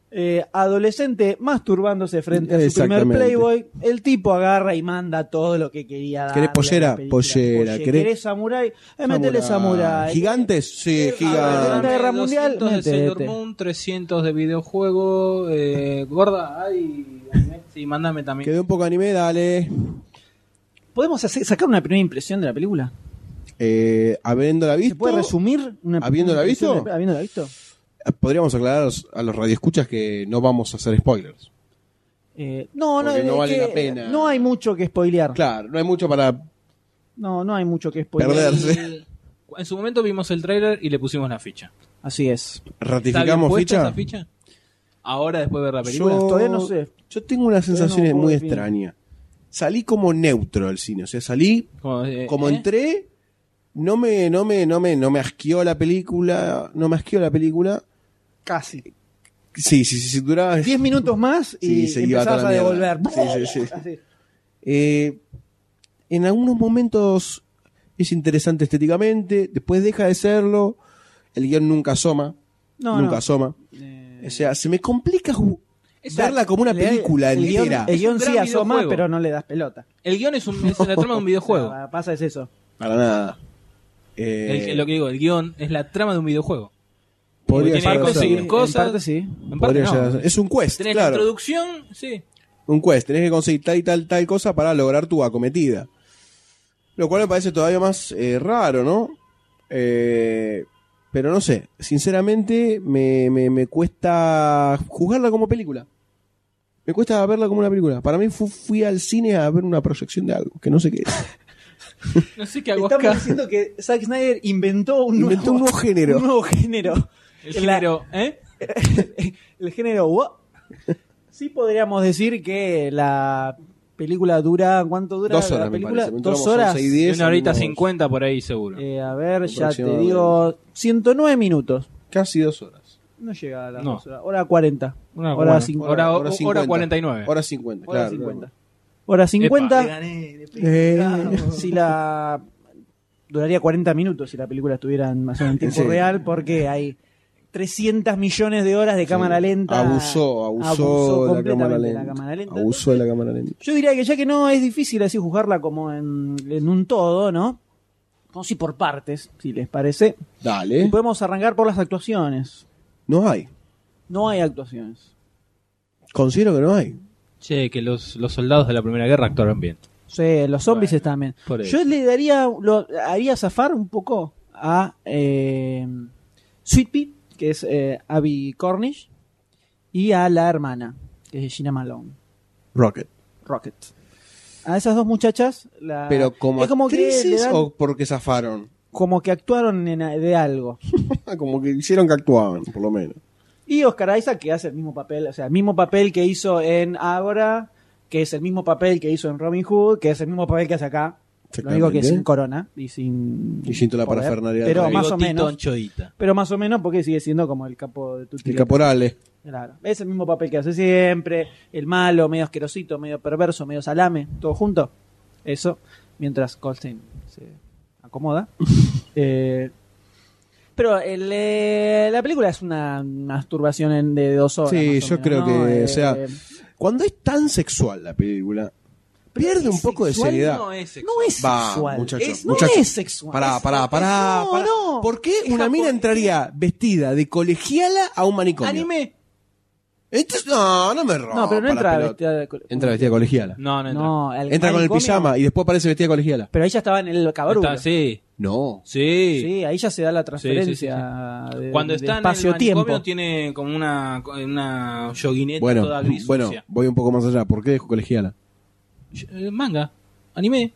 S2: eh, adolescente masturbándose frente a su primer
S4: Exactamente.
S2: Playboy. El tipo agarra y manda todo lo que quería dar.
S4: ¿Querés pollera? Pollera.
S2: ¿Querés,
S4: ¿Querés-
S2: samurái? Eh, métele
S4: Samurai.
S2: samurái. Eh,
S4: ¿Gigantes? Sí,
S2: Segunda
S4: gigantes.
S2: Guerra Mundial.
S3: 200 de Sailor
S2: metete.
S3: Moon, 300 de videojuego. eh, gorda, ay, anime, sí, mándame también.
S4: Quedó un poco anime, dale.
S2: ¿Podemos hacer- sacar una primera impresión de la película?
S4: Eh, habiéndola visto.
S2: ¿Puede resumir? Una
S4: ¿Habiéndola
S2: una impresión
S4: visto?
S2: de- ¿Habiéndola visto?
S4: Podríamos aclarar a los, a los radioescuchas que no vamos a hacer spoilers.
S2: Eh, no, no,
S4: Porque no
S2: es
S4: vale
S2: que
S4: la pena.
S2: No hay mucho que spoilear.
S4: Claro, no hay mucho para
S2: No, no hay mucho que spoilear.
S4: perderse.
S3: En su momento vimos el trailer y le pusimos la ficha.
S2: Así es.
S3: ¿Está bien
S4: ¿Ratificamos
S3: puesta
S4: ficha?
S3: esa ficha? Ahora después de ver la película.
S4: Yo,
S2: Todavía no sé.
S4: yo tengo una
S2: Todavía
S4: sensación
S2: no puedo
S4: muy
S2: definir.
S4: extraña. Salí como neutro del cine, o sea, salí
S3: Como, eh,
S4: como
S3: ¿eh?
S4: entré, no me, no me, no me, no me asqueó la película, no me asqueó la película.
S2: Casi.
S4: Sí, sí, sí, sí, duraba.
S2: 10 minutos más
S4: Sí,
S2: y
S4: se iba
S2: empezabas
S4: toda la
S2: a devolver.
S4: mierda. Sí, sí, sí.
S2: Así.
S4: Eh, en algunos momentos es interesante estéticamente, después deja de serlo, el guión nunca asoma,
S2: No,
S4: nunca
S2: no.
S4: asoma. O sea, se me complica ju-
S3: Es-
S4: verla como una
S2: Le-
S4: película
S2: el guión-
S4: entera.
S2: El guión
S3: Es un
S2: sí
S3: gran
S2: asoma,
S3: videojuego.
S2: pero no le das pelota.
S3: El guión es, un, es la trama de un videojuego.
S2: La pasa es eso.
S4: Para nada. Eh,
S3: El- lo que digo, el guión es la trama de un videojuego.
S4: podría
S3: tiene
S4: llegar
S3: que
S4: a serlo.
S3: conseguir cosas.
S2: En parte sí.
S3: En parte
S4: Podría
S3: no.
S4: llegar a ser- Es un quest,
S3: Tenés la
S4: claro.
S3: introducción, sí.
S4: Un quest. Tenés que conseguir tal y tal, tal cosa para lograr tu acometida. Lo cual me parece todavía más eh, raro, ¿no? Eh, pero no sé. Sinceramente, me, me- me cuesta juzgarla como película. Me cuesta verla como una película. Para mí fu- fui al cine a ver una proyección de algo, que no sé qué es.
S3: No sé qué hago
S2: Estamos
S3: acá.
S2: diciendo que Zack Snyder inventó un
S4: Inventó un
S2: nuevo,
S4: nuevo género.
S2: un nuevo género.
S3: El
S2: La-
S3: género, ¿eh?
S2: el género wo- Sí podríamos decir que la película dura... ¿Cuánto dura
S4: Dos horas,
S2: la
S4: me
S2: película?
S4: parece. Entramos
S2: Dos
S4: a
S2: horas.
S4: 6:10.
S3: De eh, una horita
S4: Unos-
S3: 50 por ahí seguro.
S2: Eh, a ver, ya te
S4: Aproximadamente.
S2: digo... 109 minutos.
S4: Casi dos horas.
S2: No llega a la
S3: No.
S2: hora. Hora 40. hora
S3: Una buena.
S2: 50.
S3: Hora- hora 49.
S4: Hora 50,
S2: Hora
S4: claro. Eh.
S2: 50. Hora 50.
S3: Epa.
S2: Claro, si la duraría 40 minutos si la película estuviera en más o menos en tiempo
S4: Sí.
S2: real porque hay 300 millones de horas de cámara lenta.
S4: Abusó, abusó,
S2: Abusó
S4: de la cámara
S2: completamente
S4: lenta.
S2: la cámara lenta.
S4: Abusó de la cámara lenta.
S2: Yo diría que ya que no es difícil así juzgarla como en, en un todo, ¿no? Como si por partes, si les parece.
S4: Dale.
S2: Podemos arrancar por las actuaciones.
S4: No hay.
S2: No hay actuaciones.
S4: Considero que no hay.
S3: Che, que los, los soldados de la Primera Guerra actuaron bien.
S2: Sí, los zombies están bien.
S3: por eso.
S2: Yo le daría, lo haría zafar un poco a eh, Sweet Pea, que es eh, Abby Cornish, y a la hermana, que es Gina Malone,
S4: Rocket.
S2: Rocket. A esas dos muchachas, la-
S4: Pero como
S2: Ah, es como que, le
S4: actrices
S2: dan-
S4: o porque zafaron.
S2: como que actuaron en- de algo.
S4: como que hicieron que actuaban, por lo menos.
S2: Y Oscar Isaac, que hace el mismo papel, o sea, el mismo papel que hizo en Ágora, que es el mismo papel que hizo en Robin Hood, que es el mismo papel que hace acá. Lo digo que
S4: Exactamente.
S2: sin corona y sin.
S4: Y sin toda la
S2: poder,
S4: parafernalia del
S2: Pero
S4: rey.
S2: más o
S3: Bigotito
S2: menos.
S3: anchoita.
S2: Pero más o menos porque sigue siendo como el capo de tu
S4: El caporal. eh.
S2: Claro. Es el mismo papel que hace siempre, el malo, medio asquerosito, medio perverso, medio salame, todo junto. Eso, mientras Colstein se acomoda. Eh, pero el, eh, la película es una masturbación en- de dos horas.
S4: Sí,
S2: más o
S4: yo
S2: menos,
S4: creo
S2: ¿no?
S4: que,
S2: Eh,
S4: o sea, cuando es tan sexual la película, pierde un poco de
S2: sexual
S4: seriedad.
S2: no es sexual. No es
S4: Va,
S2: sexual.
S4: muchacho,
S2: Es- no
S4: muchacho.
S2: es sexual.
S4: Pará,
S2: Es-
S4: pará, pará.
S2: no,
S4: pará.
S2: no.
S4: ¿Por qué una mina entraría vestida de colegiala a un manicomio?
S2: Anime.
S4: Esto es- no, no me rompa
S2: No, pero no
S4: la
S2: entra
S4: pelota.
S2: vestida de co-
S4: Entra vestida de colegiala.
S3: No, no entra.
S2: No, al
S4: Entra con el
S2: manicomio-
S4: pijama y después aparece vestida de colegiala.
S2: Pero ahí ya estaba en el cabrón.
S3: Está- sí,
S4: No.
S3: sí.
S2: Sí, ahí ya se da la
S3: sí, sí,
S2: transferencia de-
S3: Cuando
S2: de
S3: está en el
S2: espacio-tiempo.
S3: manicomio tiene como una, una yoguineta
S4: Bueno,
S3: toda gris
S4: bueno,
S3: sucia.
S4: voy un poco más allá. ¿Por qué dejo colegiala?
S3: Eh, Manga, anime.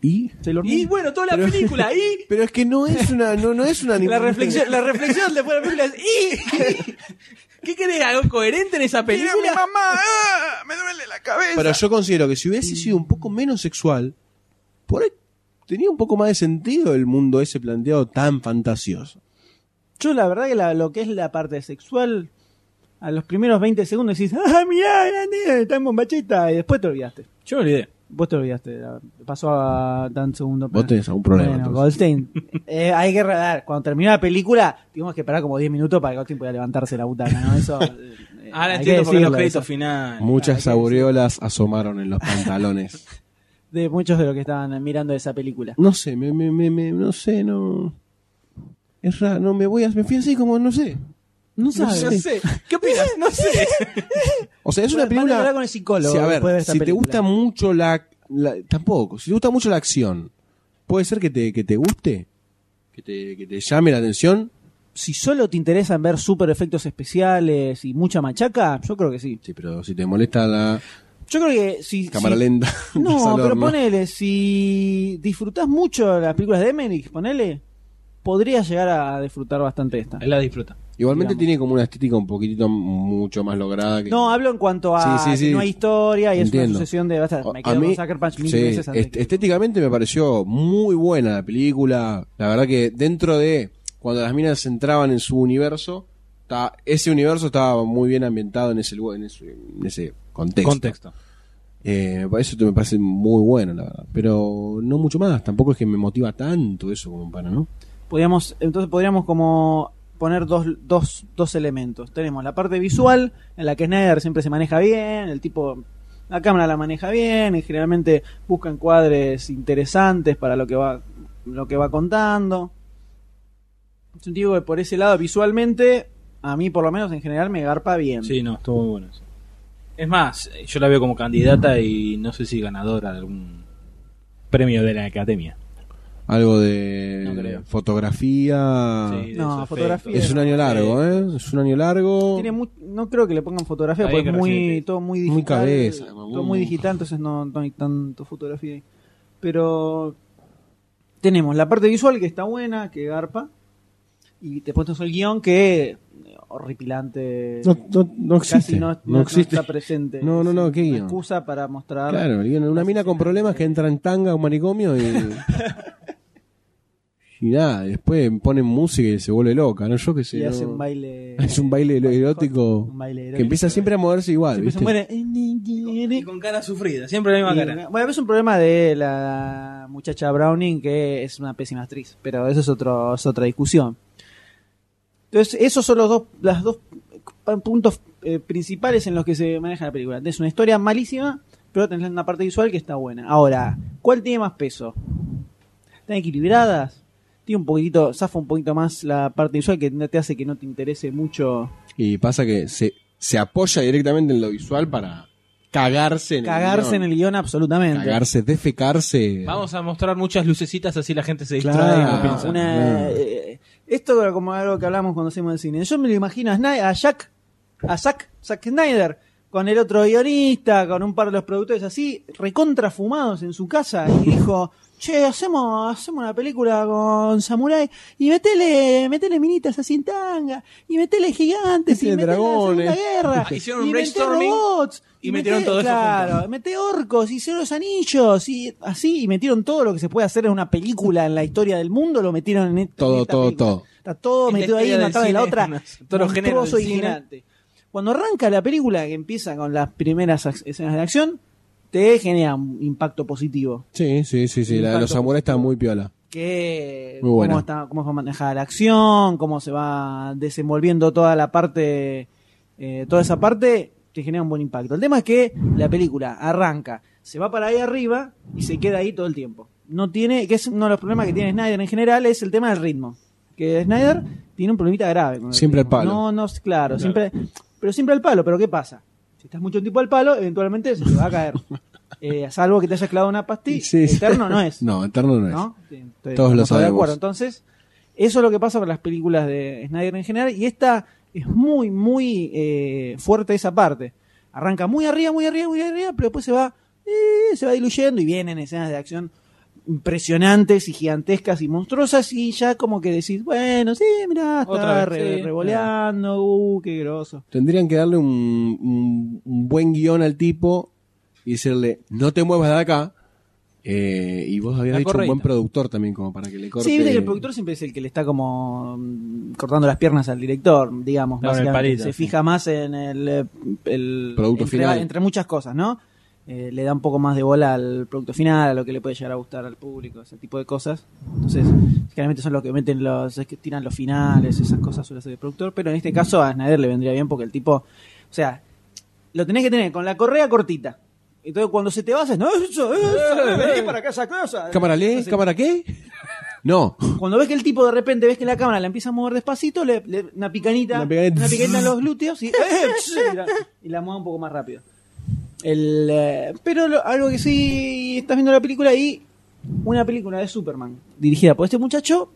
S4: ¿Y?
S2: Y bueno, toda la película ahí.
S4: Pero es que no es una, no, no es una
S3: La reflexión, la reflexión después de la película es "Y, ¿Qué querés? ¿Algo coherente en esa película?
S13: mamá! ¡Ah! ¡Me duele la cabeza!
S4: Pero yo considero que si
S2: Mm.
S4: hubiese sido un poco menos sexual, por ahí tenía un poco más de sentido el mundo ese planteado tan fantasioso.
S2: Yo la verdad que la- lo que es la parte sexual, a los primeros 20 segundos decís, ah, mirá, grande, está en bombachita, y después te olvidaste.
S3: Yo me olvidé.
S2: Vos te olvidaste, la- pasó a tan segundo
S4: Vos
S2: plano.
S4: tenés algún problema,
S2: Ah. Bueno,
S4: entonces.
S2: Goldstein, eh, hay que radar. Cuando terminó la película, tuvimos que esperar como 10 minutos para que Goldstein pudiera levantarse de la butaca, ¿no? Eso, eh,
S3: Ahora
S2: hay que
S3: entiendo por qué los
S2: decirlo, eso.
S3: créditos finales.
S4: Muchas aureolas asomaron en los pantalones.
S2: de muchos de los que estaban mirando esa película.
S4: No sé, me, me, me, me- no sé, no. Es raro, no me voy a. Me fui así como, no sé.
S2: No
S4: sabes.
S2: sabes.
S3: ¿Qué opinas? No sé.
S4: O sea, es una
S2: Van a hablar
S4: película.
S2: con el psicólogo
S4: Sí, a ver,
S2: después de esta
S4: si te
S2: película.
S4: gusta mucho la, la- Tampoco. Si te gusta mucho la acción, puede ser que te, que te guste, que te, que te llame la atención.
S2: Si solo te interesan ver super efectos especiales y mucha machaca, yo creo que sí.
S4: Sí, pero si te molesta la
S2: Yo creo que si.
S4: cámara
S2: si-
S4: lenta. vas
S2: No,
S4: al
S2: pero
S4: horno.
S2: ponele, si disfrutás mucho las películas de Emmerich, ponele, podrías llegar a disfrutar bastante esta.
S3: Él la disfruta.
S4: Igualmente
S2: digamos.
S4: tiene como una estética un poquitito mucho más lograda que.
S2: No, hablo en cuanto a
S4: Sí, sí,
S2: que
S4: sí.
S2: no hay historia y es
S4: Entiendo.
S2: una sucesión de. basta, me
S4: A
S2: quedo
S4: mí-
S2: con Sucker Punch mil
S4: sí, este,
S2: veces antes.
S4: est- estéticamente me pareció muy buena la película. La verdad que dentro de cuando las minas entraban en su universo, ta- ese universo estaba muy bien ambientado en ese lugar, en ese, en ese contexto.
S3: Contexto.
S4: Eh, me pa- eso te- me parece muy bueno, la verdad. Pero no mucho más. Tampoco es que me motiva tanto eso como para, ¿no?
S2: podríamos, entonces podríamos como poner dos, dos, dos elementos. Tenemos la parte visual, en la que Snyder siempre se maneja bien, el tipo, la cámara la maneja bien, y generalmente busca encuadres interesantes para lo que va, lo que va contando. Es un tipo que por ese lado, visualmente, a mí por lo menos en general me garpa bien.
S3: Sí, no, estuvo muy bueno eso. Es más, eh, yo la veo como candidata y no sé si ganadora de algún premio de la academia.
S4: Algo de
S3: No creo.
S4: fotografía.
S3: Sí, de
S2: no,
S3: esos
S2: fotografía.
S3: efectos.
S4: Ah. Es un año largo, ¿eh? Es un año largo.
S2: Tiene mu- no creo que le pongan fotografía,
S3: Había
S2: porque es
S3: que
S2: muy,
S3: recibir.
S2: todo muy digital.
S4: Muy cabeza,
S2: Todo
S4: mamón.
S2: muy digital, entonces no, no hay tanto fotografía ahí. Pero tenemos la parte visual que está buena, que garpa. Y después tenemos el guión que eh, horripilante.
S4: No, no, no
S2: casi
S4: existe.
S2: no,
S4: No,
S2: no- no
S4: existe.
S2: está presente.
S4: No, no, no,
S2: Es
S4: ¿qué
S2: una
S4: guión?
S2: excusa para mostrar.
S4: Claro, el guion, una mina con problemas que entra en tanga a un manicomio y. y nada, después ponen música y se vuelve loca, ¿no? Yo qué sé.
S2: y
S4: no-
S2: hace un baile.
S4: Es un baile
S2: hot,
S4: erótico
S2: un baile
S4: que empieza siempre a moverse igual,
S2: Siempre se
S4: ¿viste?
S2: muere.
S3: Y con cara sufrida, siempre la misma
S2: Y,
S3: cara.
S2: Bueno, es un problema de la muchacha Browning, que es una pésima actriz, pero eso es, otro, es otra discusión. Entonces, esos son los dos, las dos p- puntos eh, principales en los que se maneja la película. Es una historia malísima, pero tenés una parte visual que está buena. Ahora, ¿cuál tiene más peso? ¿Están equilibradas? Tiene un poquitito, zafa un poquito más la parte visual que te hace que no te interese mucho
S4: Y pasa que se, se apoya directamente en lo visual para cagarse en
S2: cagarse en el guión absolutamente.
S4: Cagarse, defecarse.
S3: Vamos a mostrar muchas lucecitas así la gente se distrae y no
S4: Claro,
S3: piensa.
S2: una-
S4: Claro.
S2: eh, esto era como algo que hablamos cuando hacemos el cine. Yo me lo imagino a, Sny- a Jack, a Zack, Zack Snyder, con el otro guionista, con un par de los productores así, recontrafumados en su casa, y dijo, che, hacemos, hacemos una película con Samurai y metele, metele minitas a Sintanga y metele gigantes y
S4: Metele
S2: metele
S4: dragones.
S2: la Segunda guerra.
S3: Ah, hicieron
S2: y
S3: un
S2: meté
S3: brainstorming
S2: robots,
S3: y metieron todo eso
S2: Claro,
S3: junto.
S2: meté orcos, hicieron los anillos y así, y metieron todo lo que se puede hacer en una película en la historia del mundo, lo metieron en esta- en
S4: Todo,
S2: esta
S4: todo,
S2: película.
S4: todo.
S2: Está todo
S3: Es la
S2: metido Oh, ahí
S3: historia
S2: una
S3: del
S2: atrás de la
S3: cine,
S2: otra.
S3: unos- todos los géneros
S2: monstruoso
S3: del
S2: y
S3: cine.
S2: gigante. Cuando arranca la película, que empieza con las primeras ac- escenas de acción, te genera un impacto positivo.
S4: Sí, sí, sí, sí. La de los
S2: Impacto
S4: samuráis está muy piola.
S2: Que
S4: Muy buena.
S2: cómo, está, cómo fue manejada la acción, cómo se va desenvolviendo toda la parte, eh, toda esa parte, te genera un buen impacto. El tema es que la película arranca, se va para ahí arriba y se queda ahí todo el tiempo. No tiene, que es uno de los problemas que tiene Snyder en general, es el tema del ritmo. Que Snyder tiene un problemita grave. con el
S4: Siempre al
S2: ritmo.
S4: palo.
S2: No, no, claro, siempre, pero siempre al palo. Pero ¿qué pasa? Si estás mucho tiempo al palo, eventualmente se te va a caer. Eh, a salvo que te hayas clavado una pastilla,
S4: Sí, sí.
S2: eterno no es.
S4: No, eterno no es.
S2: ¿no? Entonces,
S4: Todos lo
S2: estamos De
S4: sabemos.
S2: acuerdo. Entonces, eso es lo que pasa con las películas de Snyder en general. Y esta es muy, muy eh, fuerte esa parte. Arranca muy arriba, muy arriba, muy arriba, pero después se va, eh, se va diluyendo y vienen escenas de acción impresionantes y gigantescas y monstruosas y ya como que decís, bueno, sí, mirá,
S3: Otra
S2: está
S3: vez,
S2: re-
S3: sí,
S2: revoleando, uh, qué groso.
S4: Tendrían que darle un, un- un buen guión al tipo y decirle, no te muevas de acá. Eh, y vos habías
S3: La
S4: hecho un buen
S3: correita.
S4: productor también como para que le corte.
S2: Sí, viste que el productor siempre es el que le está como mm, cortando las piernas al director, digamos.
S3: Claro, el
S2: básicamente.
S3: palito,
S2: Se
S3: sí.
S2: fija más en el, eh, el-
S4: Producto
S2: entre,
S4: final.
S2: entre muchas cosas, ¿no? Eh, le da un poco más de bola al producto final, a lo que le puede llegar a gustar al público, ese tipo de cosas. Entonces, generalmente son los que meten los, es que tiran los finales, esas cosas suele ser el productor, pero en este caso a Snyder le vendría bien porque el tipo, o sea, lo tenés que tener con la correa cortita. Entonces cuando se te va, haces, no, eso, eso, vení para acá esa cosa.
S4: ¿Cámara le?
S2: Entonces,
S4: ¿Cámara qué? No.
S2: cuando ves que el tipo de repente ves que la cámara la empieza a mover despacito, le, le- una picanita,
S4: Una
S2: una
S4: picanita.
S2: picanita, en los glúteos y, ¡eh! y la, y la mueve un poco más rápido. El, eh, pero lo- algo que sí estás viendo la película y una película de Superman dirigida por este muchacho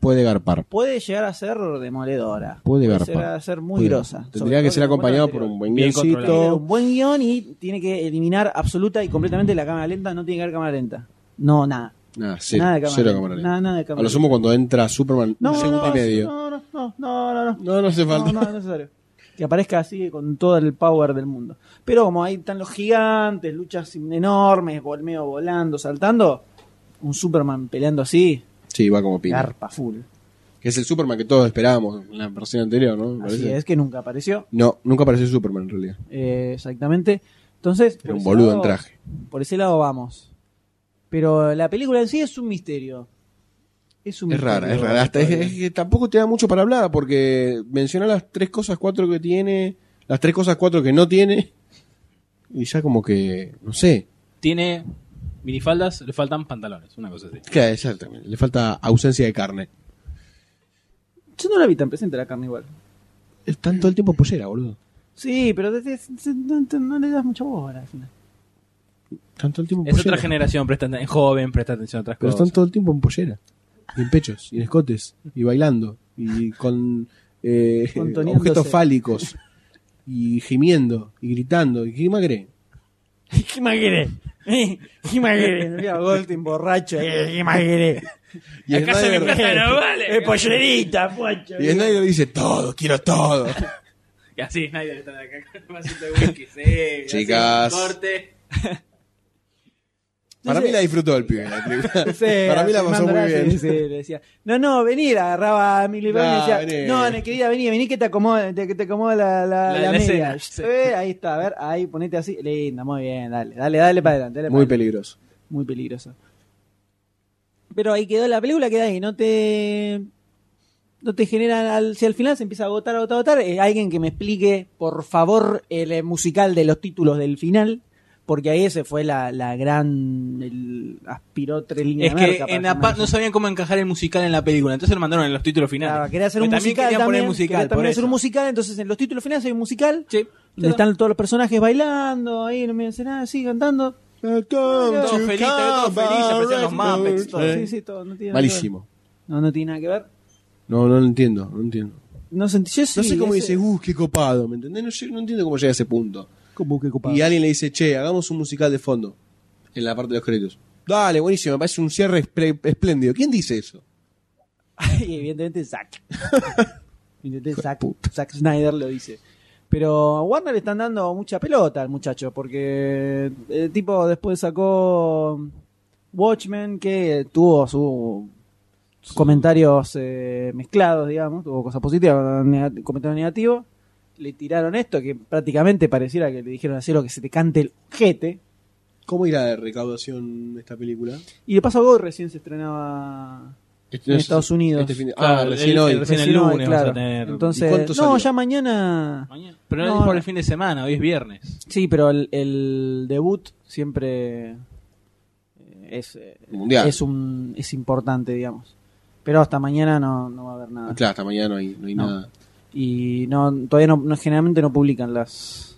S4: Puede garpar.
S2: puede llegar a ser demoledora.
S4: Puede garpar.
S2: llegar a ser muy
S4: Puede.
S2: grosa. Sobre
S4: Tendría que
S2: todo
S4: ser
S2: teniendo en cuenta
S4: acompañado
S2: que
S4: por un buen
S3: Bien
S2: tiene
S4: guioncito.
S2: un buen guión y tiene que eliminar absoluta y completamente la cámara lenta. No tiene que haber cámara lenta. No, nada.
S4: Nada, cero,
S2: nada de cámara
S4: cero
S2: lenta.
S4: cámara lenta.
S2: Nada, nada de cámara
S4: A lo sumo cuando entra Superman
S2: no,
S4: un segundo
S2: no,
S4: y medio.
S2: No, no, no, no, no, no.
S4: No, no hace falta.
S2: No, no es necesario. Que aparezca así con todo el power del mundo. Pero como ahí están los gigantes, luchas enormes, volmeo volando, saltando, un Superman peleando así,
S4: Sí, va como pica.
S2: garpa full.
S4: Que es el Superman que todos esperábamos en la versión anterior, ¿no? Me
S2: Así
S4: parece.
S2: es que nunca apareció,
S4: No, nunca apareció Superman en realidad.
S2: eh, exactamente. Entonces, por
S4: Era un
S2: ese
S4: boludo
S2: lado-
S4: en traje.
S2: Por ese lado vamos. Pero la película en sí es un misterio. Es, un
S4: Es
S2: misterio
S4: rara, es rara. Hasta es, es que tampoco te da mucho para hablar porque menciona las tres cosas cuatro que tiene, las tres cosas cuatro que no tiene. Y ya como que, no sé.
S3: Tiene minifaldas, le faltan pantalones, una cosa así.
S4: Claro, exactamente. Le falta ausencia de carne.
S2: Yo no la vi tan presente la carne igual.
S4: Están todo el tiempo pollera, boludo.
S2: Sí, pero desde- no, no- no le das mucha bola al final.
S4: Están todo el tiempo en
S3: Es otra
S4: pollera.
S3: generación, presta aten- joven, presta atención a otras
S4: Pero
S3: cosas.
S4: están todo el tiempo en pollera. Y en pechos, y en escotes, y bailando, y con eh,
S2: Contoneándose.
S4: objetos fálicos, y gimiendo, y gritando. ¿Y qué más cree?
S2: ¿Qué más querés? ¿Eh? ¿Qué más querés? Me mira Goldstein borracho. ¿eh? ¿Qué más querés?
S4: Y Snyder,
S2: vale? Es pollerita, pocho.
S4: y Snyder dice, todo, quiero todo.
S3: Y así Snyder está de acá con un vasito de whisky, sí,
S4: Chicas.
S3: así, corte.
S4: Para mí la disfrutó el pibe. la película. Para mí la pasó muy bien.
S2: Sí, sí, le decía, no, no, vení, la agarraba a Milly Brown y
S4: Nah,
S2: decía,
S4: vení.
S2: no, ne- querida, vení, vení que te acomoda, te- que te acomoda la, la,
S3: La-
S2: la,
S3: la
S2: media.
S3: escena, sí.
S2: Eh, ahí está, a ver, ahí ponete así, linda, muy bien, dale, dale, dale para adelante. Dale para
S4: Muy
S2: adelante.
S4: peligroso.
S2: muy peligrosa. Pero ahí quedó la película, queda ahí, no te no te genera al, si al final se empieza a agotar, agotar, agotar, eh, alguien que me explique, por favor, el eh, musical de los títulos del final, porque ahí ese fue la, la gran el, aspiró tres líneas
S3: Es
S2: de
S3: que
S2: merca para
S3: en la
S2: hacer
S3: pa-
S2: una-
S3: no sabían cómo encajar el musical en la película, entonces lo mandaron en los títulos finales.
S2: Claro, quería hacer un
S3: Porque
S2: musical
S3: también
S2: también,
S3: querían poner
S2: quería
S3: musical.
S2: también
S3: por
S2: hacer un
S3: eso.
S2: musical, entonces en los títulos finales hay un musical
S3: Sí,
S2: donde están todos los personajes bailando, ahí no me dicen nada, así cantando.
S4: Todo
S3: feliz, todo feliz, aparecían los Muppets, todo.
S2: Sí, sí, todo, no tiene nada que ver.
S4: Malísimo.
S2: No, no tiene nada que ver.
S4: No, no lo entiendo, no entiendo.
S2: No sentí, yo
S4: No
S2: sí,
S4: sé cómo
S2: ese-
S4: dice, uh, qué copado, ¿me entendés? No, sé- no entiendo cómo llega a ese punto.
S2: Como que copado.
S4: Y alguien le dice, che, hagamos un musical de fondo en la parte de los créditos. Dale, buenísimo, me parece un cierre esple- espléndido. ¿Quién dice eso?
S2: Y evidentemente Zack. evidentemente Zack, Zack Snyder lo dice. Pero a Warner le están dando mucha pelota al muchacho, porque el tipo después sacó Watchmen, que tuvo su- sus comentarios eh, mezclados, digamos, tuvo cosas positivas, nega- comentarios negativos. Le tiraron esto, que prácticamente pareciera que le dijeron así lo que se te cante el jete.
S4: ¿Cómo irá de recaudación esta película?
S2: Y de paso a recién se estrenaba en Estados Unidos.
S4: Este fin de- ah, recién hoy.
S3: recién el
S2: hoy,
S3: lunes vas a tener.
S4: ¿Y
S2: Entonces,
S4: cuánto
S2: no,
S4: salió?
S2: ya mañana.
S3: Pero no,
S2: No,
S3: es por
S2: no.
S3: el fin de semana, hoy es viernes.
S2: Sí, pero el, el debut siempre eh, es, eh,
S4: Mundial.
S2: es un es importante, digamos. Pero hasta mañana no, no va a haber nada.
S4: Claro, hasta mañana no hay, no hay
S2: No.
S4: nada.
S2: Y no todavía no, no- generalmente no publican las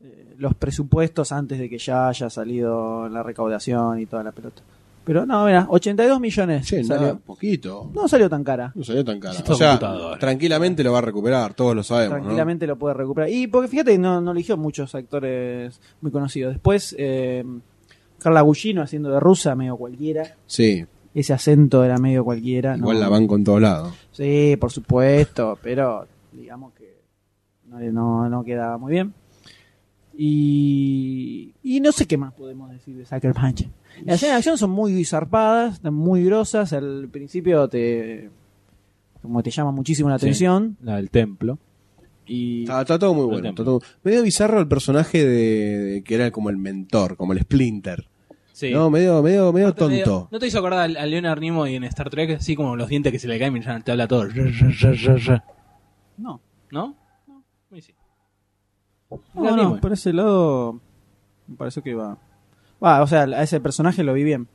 S2: eh, los presupuestos antes de que ya haya salido la recaudación y toda la pelota. Pero no, mira, 82 millones.
S4: Che,
S2: salió.
S4: nada, poquito.
S2: No salió tan cara.
S4: No salió tan cara.
S2: Esto
S4: O
S2: es
S4: sea,
S2: computadora.
S4: tranquilamente lo va a recuperar, todos lo sabemos. ¿no?
S2: tranquilamente lo puede recuperar. Y porque fíjate, no, no eligió muchos actores muy conocidos. Después, eh, Carla Gugino haciendo de rusa, medio cualquiera.
S4: Sí,
S2: Ese acento era medio cualquiera. ¿no?
S4: igual la van con todos lados.
S2: Sí, por supuesto, pero digamos que no, no, no quedaba muy bien. Y, y no sé qué más podemos decir de Sucker Punch. Las escenas de acción son muy zarpadas, están muy grosas. Al principio te como te llama muchísimo la atención.
S3: La del templo.
S2: Y
S4: Está, está todo muy bueno. está todo- Medio bizarro el personaje de, de que era como el mentor, como el Splinter.
S3: Sí.
S4: No, medio, medio, medio tonto.
S3: ¿No te hizo acordar al- a Leonard Nimoy en Star Trek? Así como los dientes que se le caen y ya te habla todo. Re, re, re, re, re.
S2: No.
S3: ¿No?
S2: No, no,
S3: Nimoy.
S2: por ese lado me pareció que va. Va, o sea, a ese personaje lo vi bien.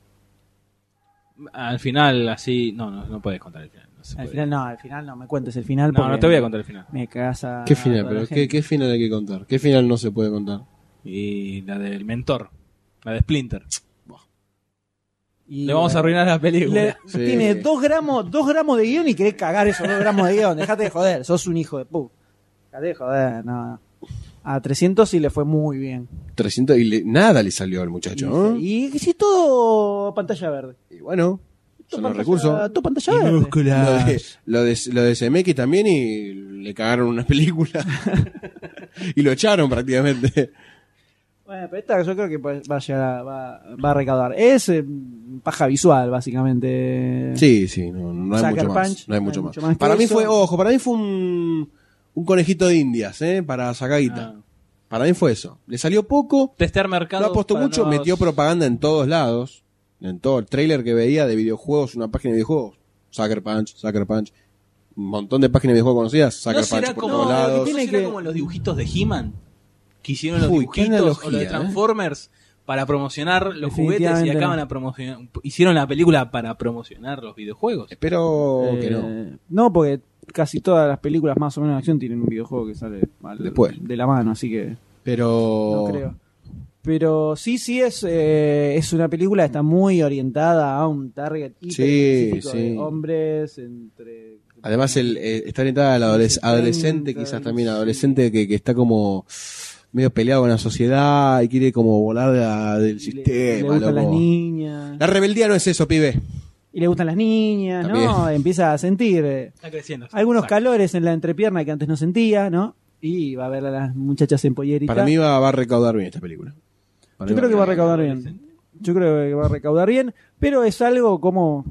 S3: Al final, así. No, no, no puedes contar el final. no se
S2: Al
S3: puede.
S2: final no, al final no me cuentes el final
S3: No,
S2: porque
S3: no te voy a contar el final.
S2: Me casa.
S4: ¿Qué final? Pero ¿qué, ¿Qué final hay que contar? ¿Qué final no se puede contar?
S3: Y la del mentor. La de Splinter. Le vamos a arruinar la película.
S2: Le-
S3: Sí.
S2: Tiene dos gramos, dos gramos de guión y querés cagar esos dos gramos de guión. Dejate de joder, sos un hijo de pu. Dejate de joder, no. A 300 sí le fue muy bien.
S4: 300 y le- nada le salió al muchacho. ¿no?
S2: Y que sí, todo pantalla verde.
S4: Y bueno, son los
S2: pantalla-
S4: recursos.
S2: Todo pantalla verde.
S4: Lo de, lo, de, lo de CMX también y le cagaron una película. y lo echaron prácticamente.
S2: Bueno, pero esta yo creo que pues, va a, llegar a- va, va a recaudar. Es eh, paja visual, básicamente.
S4: Sí, sí, no, no hay
S2: Sucker
S4: mucho
S2: Punch,
S4: más. No hay mucho más.
S2: que
S4: Para mí
S2: eso.
S4: fue, ojo, para mí fue un, un conejito de indias, ¿eh? Para Zacaguita. Para mí fue eso. Le salió poco,
S3: Testear mercado.
S4: no apostó
S3: para
S4: mucho,
S3: nuevos-
S4: metió propaganda en todos lados. En todo el trailer que veía de videojuegos, una página de videojuegos. Sucker Punch, Sucker Punch. Un montón de páginas de videojuegos conocidas. Sucker
S3: ¿No será
S4: Punch por
S3: como,
S4: todos
S3: no
S4: lados.
S3: será como los dibujitos de He-Man? Que hicieron los
S4: Uy, qué
S3: dibujitos o los de
S4: analogía, ¿eh?
S3: Transformers para promocionar los juguetes y
S2: Definitivamente
S3: acaban
S2: no.
S3: a promocionar. Hicieron la película para promocionar los videojuegos.
S4: Espero Oh, que no.
S2: Eh, no, porque casi todas las películas más o menos de acción tienen un videojuego que sale al-
S4: Después. Oh.
S2: de la mano, así que
S4: Pero.
S2: no creo. Pero sí, sí es eh, es una película que está muy orientada a un target hiper
S4: Sí,
S2: específico de
S4: sí.
S2: hombres entre
S4: Además, el, eh, está orientada al adoles- adolescente, quizás también adolescente que, que está como medio peleado con la sociedad y quiere como volar de la- del
S2: le
S4: sistema.
S2: gustan las
S4: loco.
S2: niñas
S4: La rebeldía no es eso, pibe.
S2: y le gustan las niñas, ¿no?
S4: También.
S2: Empieza a sentir eh,
S3: Está creciendo.
S2: algunos
S3: Exacto.
S2: calores en la entrepierna que antes no sentía, ¿no? Y va a ver a las muchachas en pollerita.
S4: Para mí va, va a recaudar bien esta película. Para
S2: Yo
S4: mí
S2: creo que va a recaudar bien. Yo creo que va a recaudar bien, pero es algo como.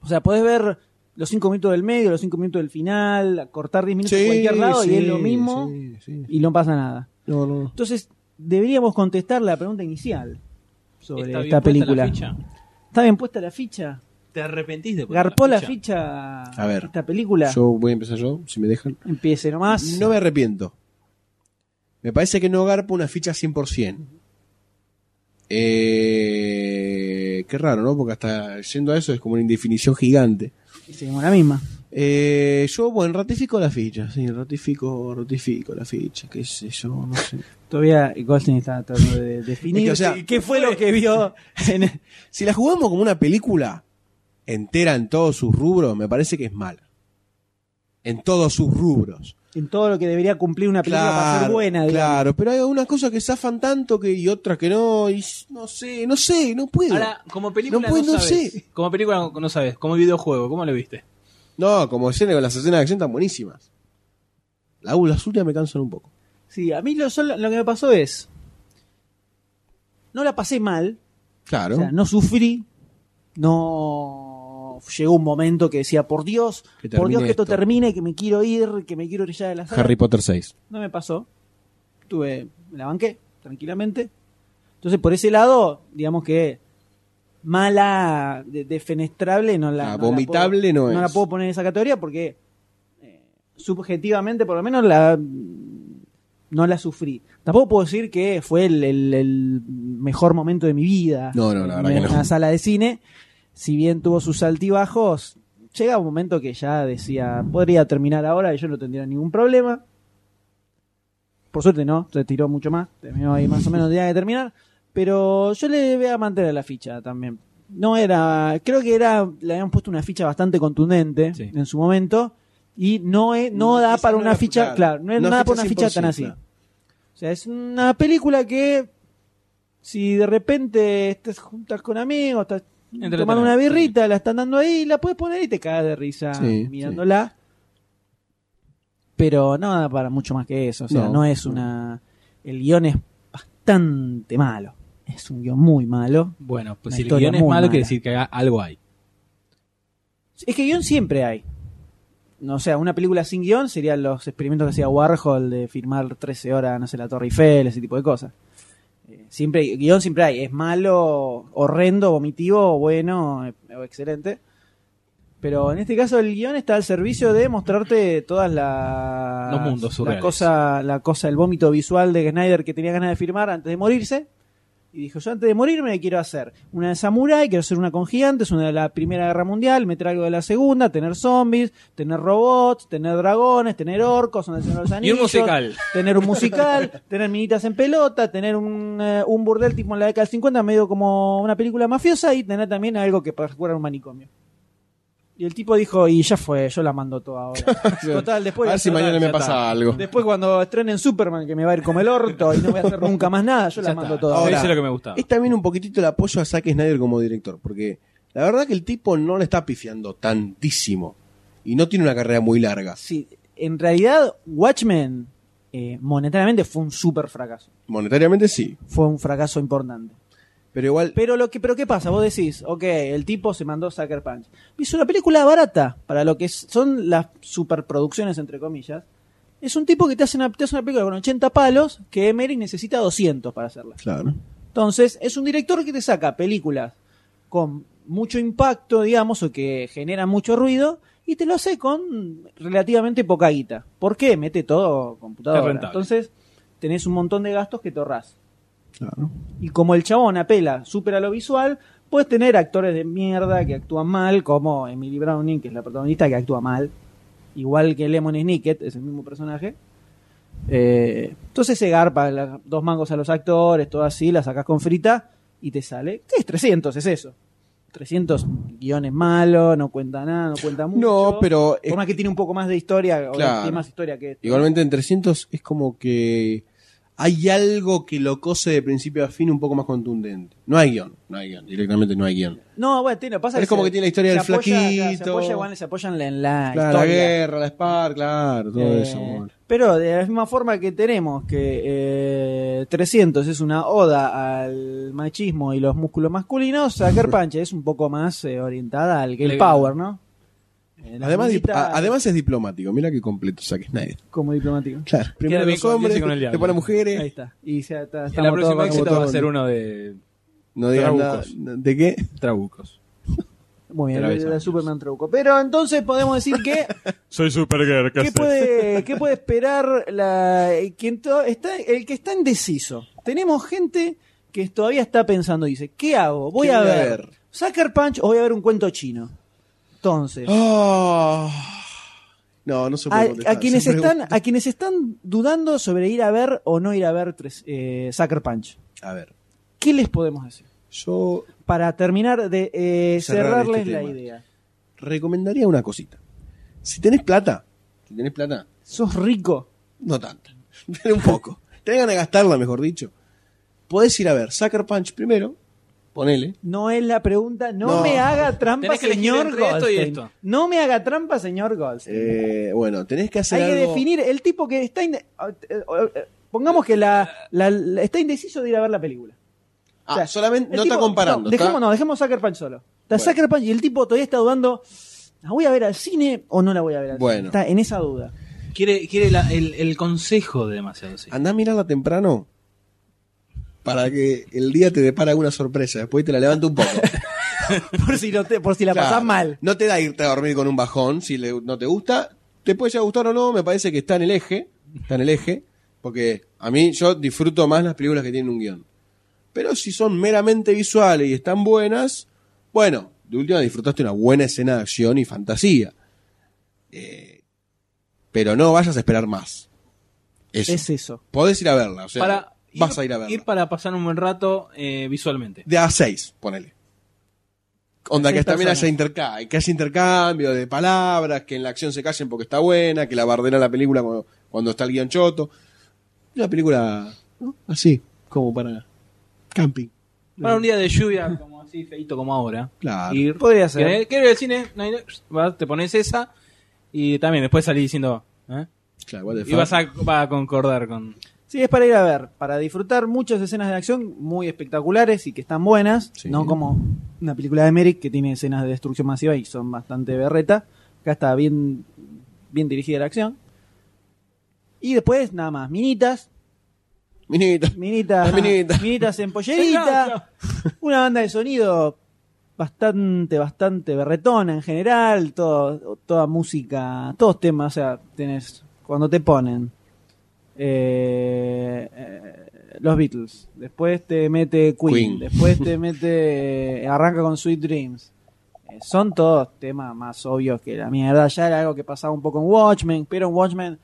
S2: O sea, podés ver los 5 minutos del medio, los 5 minutos del final, cortar 10 minutos
S4: Sí,
S2: de cualquier lado y
S4: sí,
S2: es lo mismo
S4: sí, sí.
S2: y no pasa nada.
S4: No, no.
S2: Entonces, deberíamos contestar la pregunta inicial sobre
S3: ¿Está bien
S2: esta
S3: puesta la
S2: película.
S3: ficha?
S2: ¿Está bien puesta la ficha?
S3: ¿Te arrepentís de poner
S2: ¿Garpó la ficha,
S4: A ver.
S2: esta película?
S4: Yo voy a empezar yo, si me dejan.
S2: Empiece nomás.
S4: No me arrepiento. Me parece que no garpo una ficha 100%. Eh, qué raro, ¿no? Porque hasta yendo a eso es como una indefinición gigante.
S2: Y seguimos la misma.
S4: Eh, yo, bueno, ratifico la ficha, sí, ratifico, ratifico la ficha, qué sé yo, no sé.
S2: Todavía Goldstein está tratando de definir
S4: Es que, o sea,
S2: qué- qué fue lo que vio en,
S4: si la jugamos como una película entera en todos sus rubros, me parece que es mala. En todos sus rubros.
S2: en todo lo que debería cumplir una película para ser buena. digamos.
S4: claro, pero hay algunas cosas que zafan tanto que y otras que no, y s- no sé, no sé, no puedo.
S3: Ahora, como película
S4: No
S3: no,
S4: puedo, no
S3: sabes.
S4: sé.
S3: Como película no- no sabes. Como videojuego, ¿cómo lo viste?
S4: No, como escena, las escenas de acción están buenísimas. La U, las últimas me cansan un poco.
S2: Sí, a mí lo, solo- lo que me pasó es. No la pasé mal,
S4: Claro.
S2: o sea, no sufrí, no. Llegó un momento que decía, por Dios,
S4: Que
S2: por Dios
S4: termine
S2: que esto,
S4: esto.
S2: termine, que me quiero ir, que me quiero ir ya de la sala.
S4: Harry Potter 6.
S2: No me pasó. Tuve, me la banqué tranquilamente. Entonces, por ese lado, digamos que mala, de- defenestrable, no la.
S4: Ah,
S2: no la
S4: vomitable
S2: puedo-
S4: no es.
S2: la puedo poner en esa categoría porque eh, subjetivamente, por lo menos, la no la sufrí. Tampoco puedo decir que fue el, el- el mejor momento de mi vida
S4: No, no, la verdad
S2: en
S4: que no.
S2: una sala de cine. Si bien tuvo sus altibajos, llega un momento que ya decía, podría terminar ahora y yo no tendría ningún problema. Por suerte no, se tiró mucho más, terminó ahí más o menos, tenía que terminar. Pero yo le voy a mantener la ficha también. No era, creo que era, le habían puesto una ficha bastante contundente
S3: Sí.
S2: en su momento y no, es, no,
S4: No,
S2: da
S4: esa
S2: para
S4: no
S2: una
S4: era-
S2: ficha,
S4: claro,
S2: claro, no es
S4: una
S2: nada
S4: ficha
S2: para una ficha tan
S4: 100%,
S2: así.
S4: claro.
S2: O sea, es una película que si de repente estás juntas con amigos, estás
S3: Entretenida.
S2: tomando una birrita, la están dando ahí, la puedes poner y te caes de risa
S4: Sí,
S2: mirándola. Pero no da para mucho más que eso, o sea,
S4: No,
S2: no, es
S4: no.
S2: una el guión es bastante malo. Es un guión muy malo.
S3: Bueno, pues
S2: Una
S3: si el
S2: historia
S3: guión es
S2: muy
S3: malo, quiere
S2: mala.
S3: decir que haga- algo hay.
S2: Es que guión siempre hay. No, o sea, una película sin guión serían los experimentos que hacía Warhol de firmar 13 horas, no sé, la Torre Eiffel, ese tipo de cosas. Eh, siempre hay- guión siempre hay. Es malo, horrendo, vomitivo, bueno, eh, o excelente. Pero en este caso el guión está al servicio de mostrarte todas las...
S3: Los mundos
S2: la
S3: surreales.
S2: cosa, la cosa, el vómito visual de Snyder que tenía ganas de firmar antes de morirse. Y dijo, yo antes de morirme quiero hacer una de samurái, quiero hacer una con gigantes, una de la Primera Guerra Mundial, meter algo de la Segunda, tener zombies, tener robots, tener dragones, tener orcos, una de Señor de los
S3: Y un
S2: Anillos,
S3: musical.
S2: tener un musical, tener minitas en pelota, tener un, eh, un burdel tipo en la década del 50, medio como una película mafiosa, y tener también algo que parezca un manicomio. Y el tipo dijo, y ya fue, yo la mando toda ahora. Total, después...
S4: a ver si
S2: total,
S4: mañana me
S2: ya
S4: pasa
S2: está.
S4: algo.
S2: Después cuando estrenen Superman, que me va a ir como el orto y no voy a hacer nunca más nada, yo la
S3: Ya
S2: mando
S3: está. Oh,
S2: toda Este
S3: Eso
S2: ahora.
S3: es lo que me gustaba.
S4: Es también un poquitito el apoyo a Zack Snyder como director, porque la verdad que el tipo no le está pifiando tantísimo y no tiene una carrera muy larga
S2: Sí, en realidad Watchmen eh, monetariamente fue un super fracaso.
S4: monetariamente sí
S2: Fue un fracaso importante.
S4: pero igual
S2: Pero lo que pero qué pasa, vos decís, ok, el tipo se mandó Sucker Punch. Hizo una película barata para lo que es- son las superproducciones entre comillas. Es un tipo que te hace una, te hace una película con 80 palos que Emmerich necesita 200 para hacerla.
S4: claro
S2: Entonces, es un director que te saca películas con mucho impacto, digamos, o que genera mucho ruido, y te lo hace con relativamente poca guita. ¿Por qué? Mete todo
S3: Es
S2: computadora.
S3: rentable.
S2: Entonces, tenés un montón de gastos que te ahorrás.
S4: claro
S2: Y como el chabón apela súper a lo visual, puedes tener actores de mierda que actúan mal, como Emily Browning, que es la protagonista, que actúa mal. Igual que Lemon Snicket, es el mismo personaje. Eh, entonces se garpa la- dos mangos a los actores, todo así, la sacas con frita y te sale. ¿Qué es 300? Es eso. 300 guiones malos, no cuenta nada, no cuenta mucho.
S4: no pero eh,
S2: Por más que tiene un poco más de historia, o
S4: Claro.
S2: tiene más historia que esto.
S4: igualmente en 300 es como que hay algo que lo cose de principio a fin un poco más contundente no hay guión no hay guión directamente no hay guión
S2: No, bueno, tiene, pasa
S4: Pero es como
S2: se-
S4: que tiene la historia
S2: se
S4: del
S2: claro, se
S4: flaquito.
S2: apoya, igual se apoyan en la
S4: claro la
S2: historia.
S4: guerra la spar claro todo
S2: Eh,
S4: eso bueno.
S2: Pero de la misma forma que tenemos que eh, 300 es una oda al machismo y los músculos masculinos, Sacar Panche es un poco más eh, orientada al gay
S3: Le-
S2: power, ¿no? Eh, la
S4: además, dip-
S2: minita
S4: a- además es diplomático mira que completo Zack Snyder
S2: como diplomático.
S4: claro primero
S3: bien
S4: los
S3: con Dios y
S4: hombres
S3: con el
S4: después
S3: diablo.
S4: las mujeres
S2: Ahí está. Y ya está.
S3: Y la
S2: estamos todos
S3: próxima
S2: con
S3: éxito va a
S2: botones.
S3: ser uno de
S4: no digan nada
S3: Trabucos.
S4: de qué
S3: Trabucos.
S2: Muy bien,
S3: Te lo
S2: el-
S3: avisamos.
S2: el Superman Trauco. Pero entonces podemos decir que
S13: Soy Supergirl,
S2: ¿Qué puede, qué puede esperar la, quien to- está, el que está indeciso? Tenemos gente que todavía está pensando, dice, ¿qué hago? Voy,
S4: ¿Qué
S2: a,
S4: voy a
S2: ver,
S4: ver?
S2: Sucker Punch o voy a ver un cuento chino. Entonces,
S4: Ah. No, no se
S2: a,
S4: puede
S2: a
S4: contestar.
S2: quienes
S4: Siempre-
S2: están, a quienes están dudando sobre ir a ver o no ir a ver tres- eh, Sucker Punch,
S4: A ver,
S2: ¿qué les podemos decir?
S4: yo
S2: Para terminar de eh,
S4: Cerrar
S2: cerrarles
S4: este
S2: la
S4: tema.
S2: idea.
S4: recomendaría una cosita. Si tenés plata, Si tenés plata.
S2: ¿Sos rico?
S4: No tanto. Tenés un poco. Tenés ganas de gastarla, mejor dicho. Podés ir a ver Sucker Punch primero. Ponele.
S2: No es la pregunta. No,
S4: No.
S2: me haga trampa,
S3: Tenés que elegir
S2: señor
S3: entre esto y
S2: Goldstein.
S3: esto.
S2: No me haga trampa, señor Goldstein.
S4: Eh, bueno, tenés que hacer
S2: Hay que
S4: algo-
S2: definir el tipo que está. inde- eh, eh, Pongamos que la, la- la- está indeciso de ir a ver la película.
S4: Ah,
S2: O sea,
S4: solamente,
S2: el
S4: no
S2: tipo-
S4: está comparando.
S2: No,
S4: está-
S2: dejemos, no, dejemos Sucker Punch solo. Está
S4: Bueno.
S2: Sucker Punch y el tipo todavía está dudando. ¿La voy a ver al cine o no la voy a ver al
S4: Bueno.
S2: cine? Está en esa duda.
S3: Quiere, quiere la- el, el consejo de demasiado
S2: Ah,
S3: sí.
S4: Andá a mirarla temprano para que el día te depara una sorpresa. Después te la levanta un poco.
S2: por, si no te- por si la
S4: Claro.
S2: pasás mal.
S4: No te da irte a dormir con un bajón. Si le- no te gusta, te puede llegar a gustar o no. Me parece que está en el eje. Está en el eje. Porque a mí yo disfruto más las películas que tienen un guión. Pero si son meramente visuales y están buenas, bueno, de última disfrutaste una buena escena de acción y fantasía. Eh, pero no vayas a esperar más. Eso.
S2: Es eso.
S4: Podés ir a verla. O sea,
S3: para
S4: vas
S3: ir,
S4: a ir a verla.
S3: ir para pasar un buen rato eh, visualmente.
S4: De a seis, ponele. Onda que
S2: Seis
S4: también
S2: personas.
S4: haya intercambio, que haya intercambio de palabras, que en la acción se callen porque está buena, que la bardera la película cuando, cuando está el guión choto. Una película ¿no? así, como para camping.
S3: Para un día de lluvia, como así, feito como ahora.
S4: Claro.
S3: Ir.
S2: Podría ser.
S3: Quiero ir al cine, no hay- vas, te pones esa y también después salís diciendo. ¿eh?
S4: Claro, what the
S3: Y
S4: fuck.
S3: vas a, va a concordar con.
S2: Sí, es para ir a ver, para disfrutar muchas escenas de acción muy espectaculares y que están buenas,
S4: Sí.
S2: no como una película de Merrick que tiene escenas de destrucción masiva y son bastante berreta. Acá está bien, bien dirigida la acción. Y después, nada más, minitas,
S4: Minita.
S2: minitas,
S4: Las minitas.
S2: minitas en pollerita, una banda de sonido bastante, bastante berretona en general, todo, toda música, todos temas, o sea, tenés, cuando te ponen eh, eh, los Beatles, después te mete Queen,
S4: Queen.
S2: después te mete, eh, arranca con Sweet Dreams. Eh, Son todos temas más obvios que la mierda. Ya era algo que pasaba un poco en Watchmen, pero en Watchmen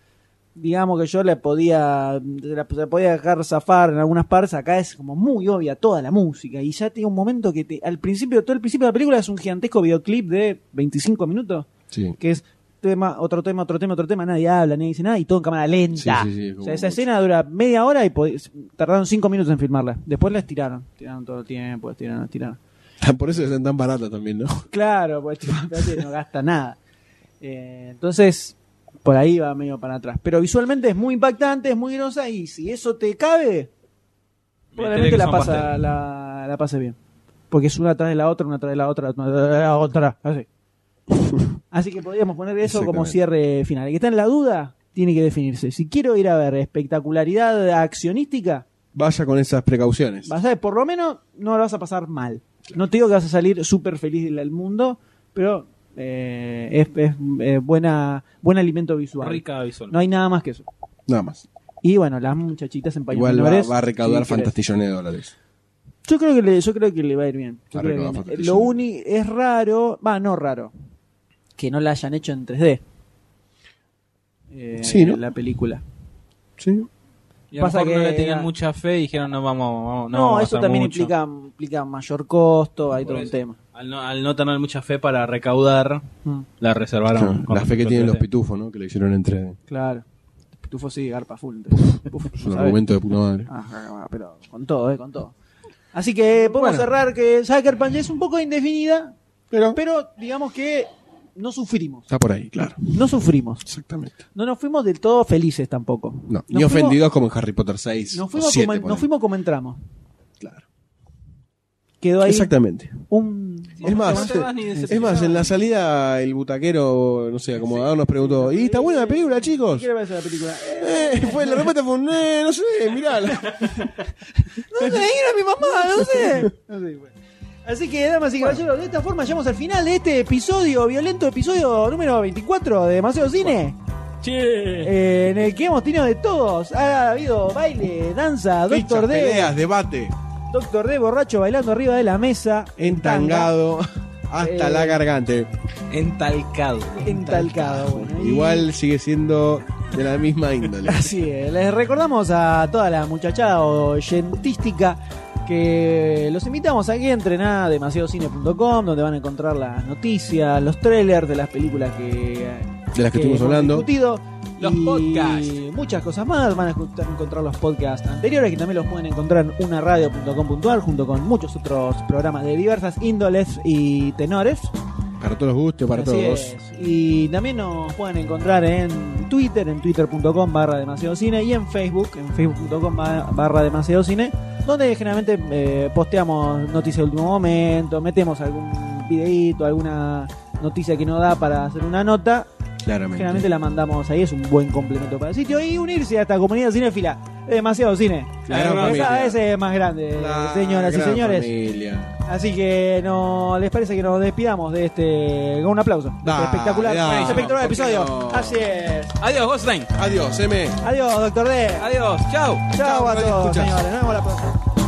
S2: digamos que yo le podía la, la podía dejar zafar en algunas partes acá es como muy obvia toda la música y ya tiene un momento que te, al principio todo el principio de la película es un gigantesco videoclip de 25 minutos
S4: Sí.
S2: que es tema otro tema otro tema otro tema nadie habla nadie dice nada y todo en cámara lenta
S4: Sí, sí, sí, es como
S2: o sea,
S4: mucho.
S2: esa escena dura media hora y pod- tardaron 5 minutos en filmarla después la estiraron tiraron todo el tiempo estiraron estiraron
S4: Por eso son tan baratas también, ¿no?
S2: Claro, porque tipo, espérate, no gasta nada. Eh, entonces, por ahí va medio para atrás. Pero visualmente es muy impactante, es muy grosa y si eso te cabe,
S3: Tiene que
S2: probablemente la
S3: ser un
S2: pasa,
S3: pastel.
S2: la, la pase bien. Porque es una tras de la otra, una tras de la otra, una tras de la otra, así. Así que podríamos poner eso como
S4: Exactamente.
S2: cierre final. El que está en la duda tiene que definirse. Si quiero ir a ver espectacularidad accionística,
S4: Vaya con esas precauciones.
S2: Vas a, por lo menos no lo vas a pasar mal. No te digo que vas a salir súper feliz del- del mundo, pero eh, es, es, eh, buena, buen alimento visual.
S3: Rica visual.
S2: No hay nada más que eso.
S4: Nada más.
S2: Y bueno, las muchachitas en pañuelos
S4: Igual va,
S2: menores,
S4: va a recaudar
S2: si querés.
S4: fantastillones de dólares.
S2: Yo creo, que le, yo creo que le va a ir bien. Yo
S4: Va a
S2: creo que
S4: recaudar
S2: bien.
S4: fantastillones.
S2: Lo único es raro, va, no raro, que no la hayan hecho en 3D. Eh,
S4: Sí, ¿no?
S2: La película.
S4: Sí.
S3: Y a lo
S2: Pasa
S3: mejor no
S2: que-
S3: le tenían mucha fe y dijeron, no vamos, vamos no,
S2: No,
S3: vamos a
S2: eso
S3: gastar
S2: también
S3: mucho".
S2: implica, implica mayor costo, hay
S3: Por
S2: todo un
S3: eso.
S2: tema.
S3: Al no, al no tener mucha fe para recaudar,
S2: Mm.
S3: la reservaron. con
S4: la fe que tienen los
S3: 3D.
S4: pitufos, ¿no? Que le hicieron entre.
S2: Claro. Pitufo sí, garpa full. Uf,
S4: Es un
S2: ¿sabes?
S4: argumento de puta madre.
S2: Ah, ah, ah, pero con todo, eh, con todo. Así que podemos cerrar que Sucker Punch es un poco indefinida,
S4: pero,
S2: pero digamos que no sufrimos.
S4: Está por ahí, claro.
S2: No sufrimos.
S4: Exactamente.
S2: No nos fuimos del todo felices tampoco.
S4: No,
S2: Nos
S4: ni
S2: fuimos-
S4: ofendidos como en Harry Potter 6.
S2: Nos
S4: o
S2: fuimos,
S4: 7,
S2: como, nos
S4: ponele.
S2: fuimos como entramos.
S4: Claro.
S2: Quedó ahí
S4: Exactamente.
S2: un.
S4: Es
S3: No
S4: más,
S3: te vas ni
S4: es más, en la salida el butaquero, no sé, acomodador nos preguntó, ¿y está buena la película, chicos?
S2: ¿Qué le parece la película?
S4: Eh, fue, la respuesta fue, un, eh, no sé, mirala.
S2: No sé, era mi mamá, no sé. Así que, damas y caballeros, de esta forma llegamos al final de este episodio, violento episodio número 24 de Demasiado Cine. Eh, en el que hemos tenido de todos. Ha habido baile, danza,
S4: Fichas,
S2: Doctor D,
S4: peleas, debate,
S2: Doctor D borracho bailando arriba de la mesa,
S4: entangado hasta
S2: Eh,
S4: la garganta.
S3: Entalcado.
S2: entalcado. Bueno, y-
S4: Igual sigue siendo de la misma índole.
S2: Así es. Les recordamos a toda la muchachada oyentística que los invitamos a que entren a demasiadocine.com donde van a encontrar las noticias, los trailers de las películas que eh,
S4: De las que estuvimos
S2: hemos
S4: hablando.
S2: discutido. Los podcasts. Muchas cosas más. Van a escuchar- encontrar los podcasts anteriores que también los pueden encontrar en unaradio.com.ar junto con muchos otros programas de diversas índoles y tenores.
S4: Para todos los gustos, para
S2: Así
S4: todos.
S2: es. Y también nos pueden encontrar en Twitter, en twitter.com barra demasiado cine y en Facebook, en facebook.com ba- barra demasiado cine, donde generalmente eh, posteamos noticias de último momento, metemos algún videíto, alguna noticia que nos da para hacer una nota.
S4: Claramente.
S2: Generalmente la mandamos ahí, es un buen complemento para el sitio. Y unirse a esta comunidad cinéfila, de demasiado cine.
S4: La gran
S2: Cada
S4: familia.
S2: vez es más grande, señoras y
S4: gran
S2: señores.
S4: familia.
S2: Así que no les parece que nos despidamos de este con un aplauso. de este
S4: Dale,
S2: espectacular,
S4: dale, ¿por
S2: espectacular
S4: qué
S2: episodio.
S4: no?
S2: Así es.
S3: Adiós, Goldstein.
S4: Adiós, M.
S2: Adiós, doctor D.
S3: Adiós, chao.
S2: Chao a
S4: radio
S2: todos,
S4: escuchas.
S2: señores. Nos vemos la próxima.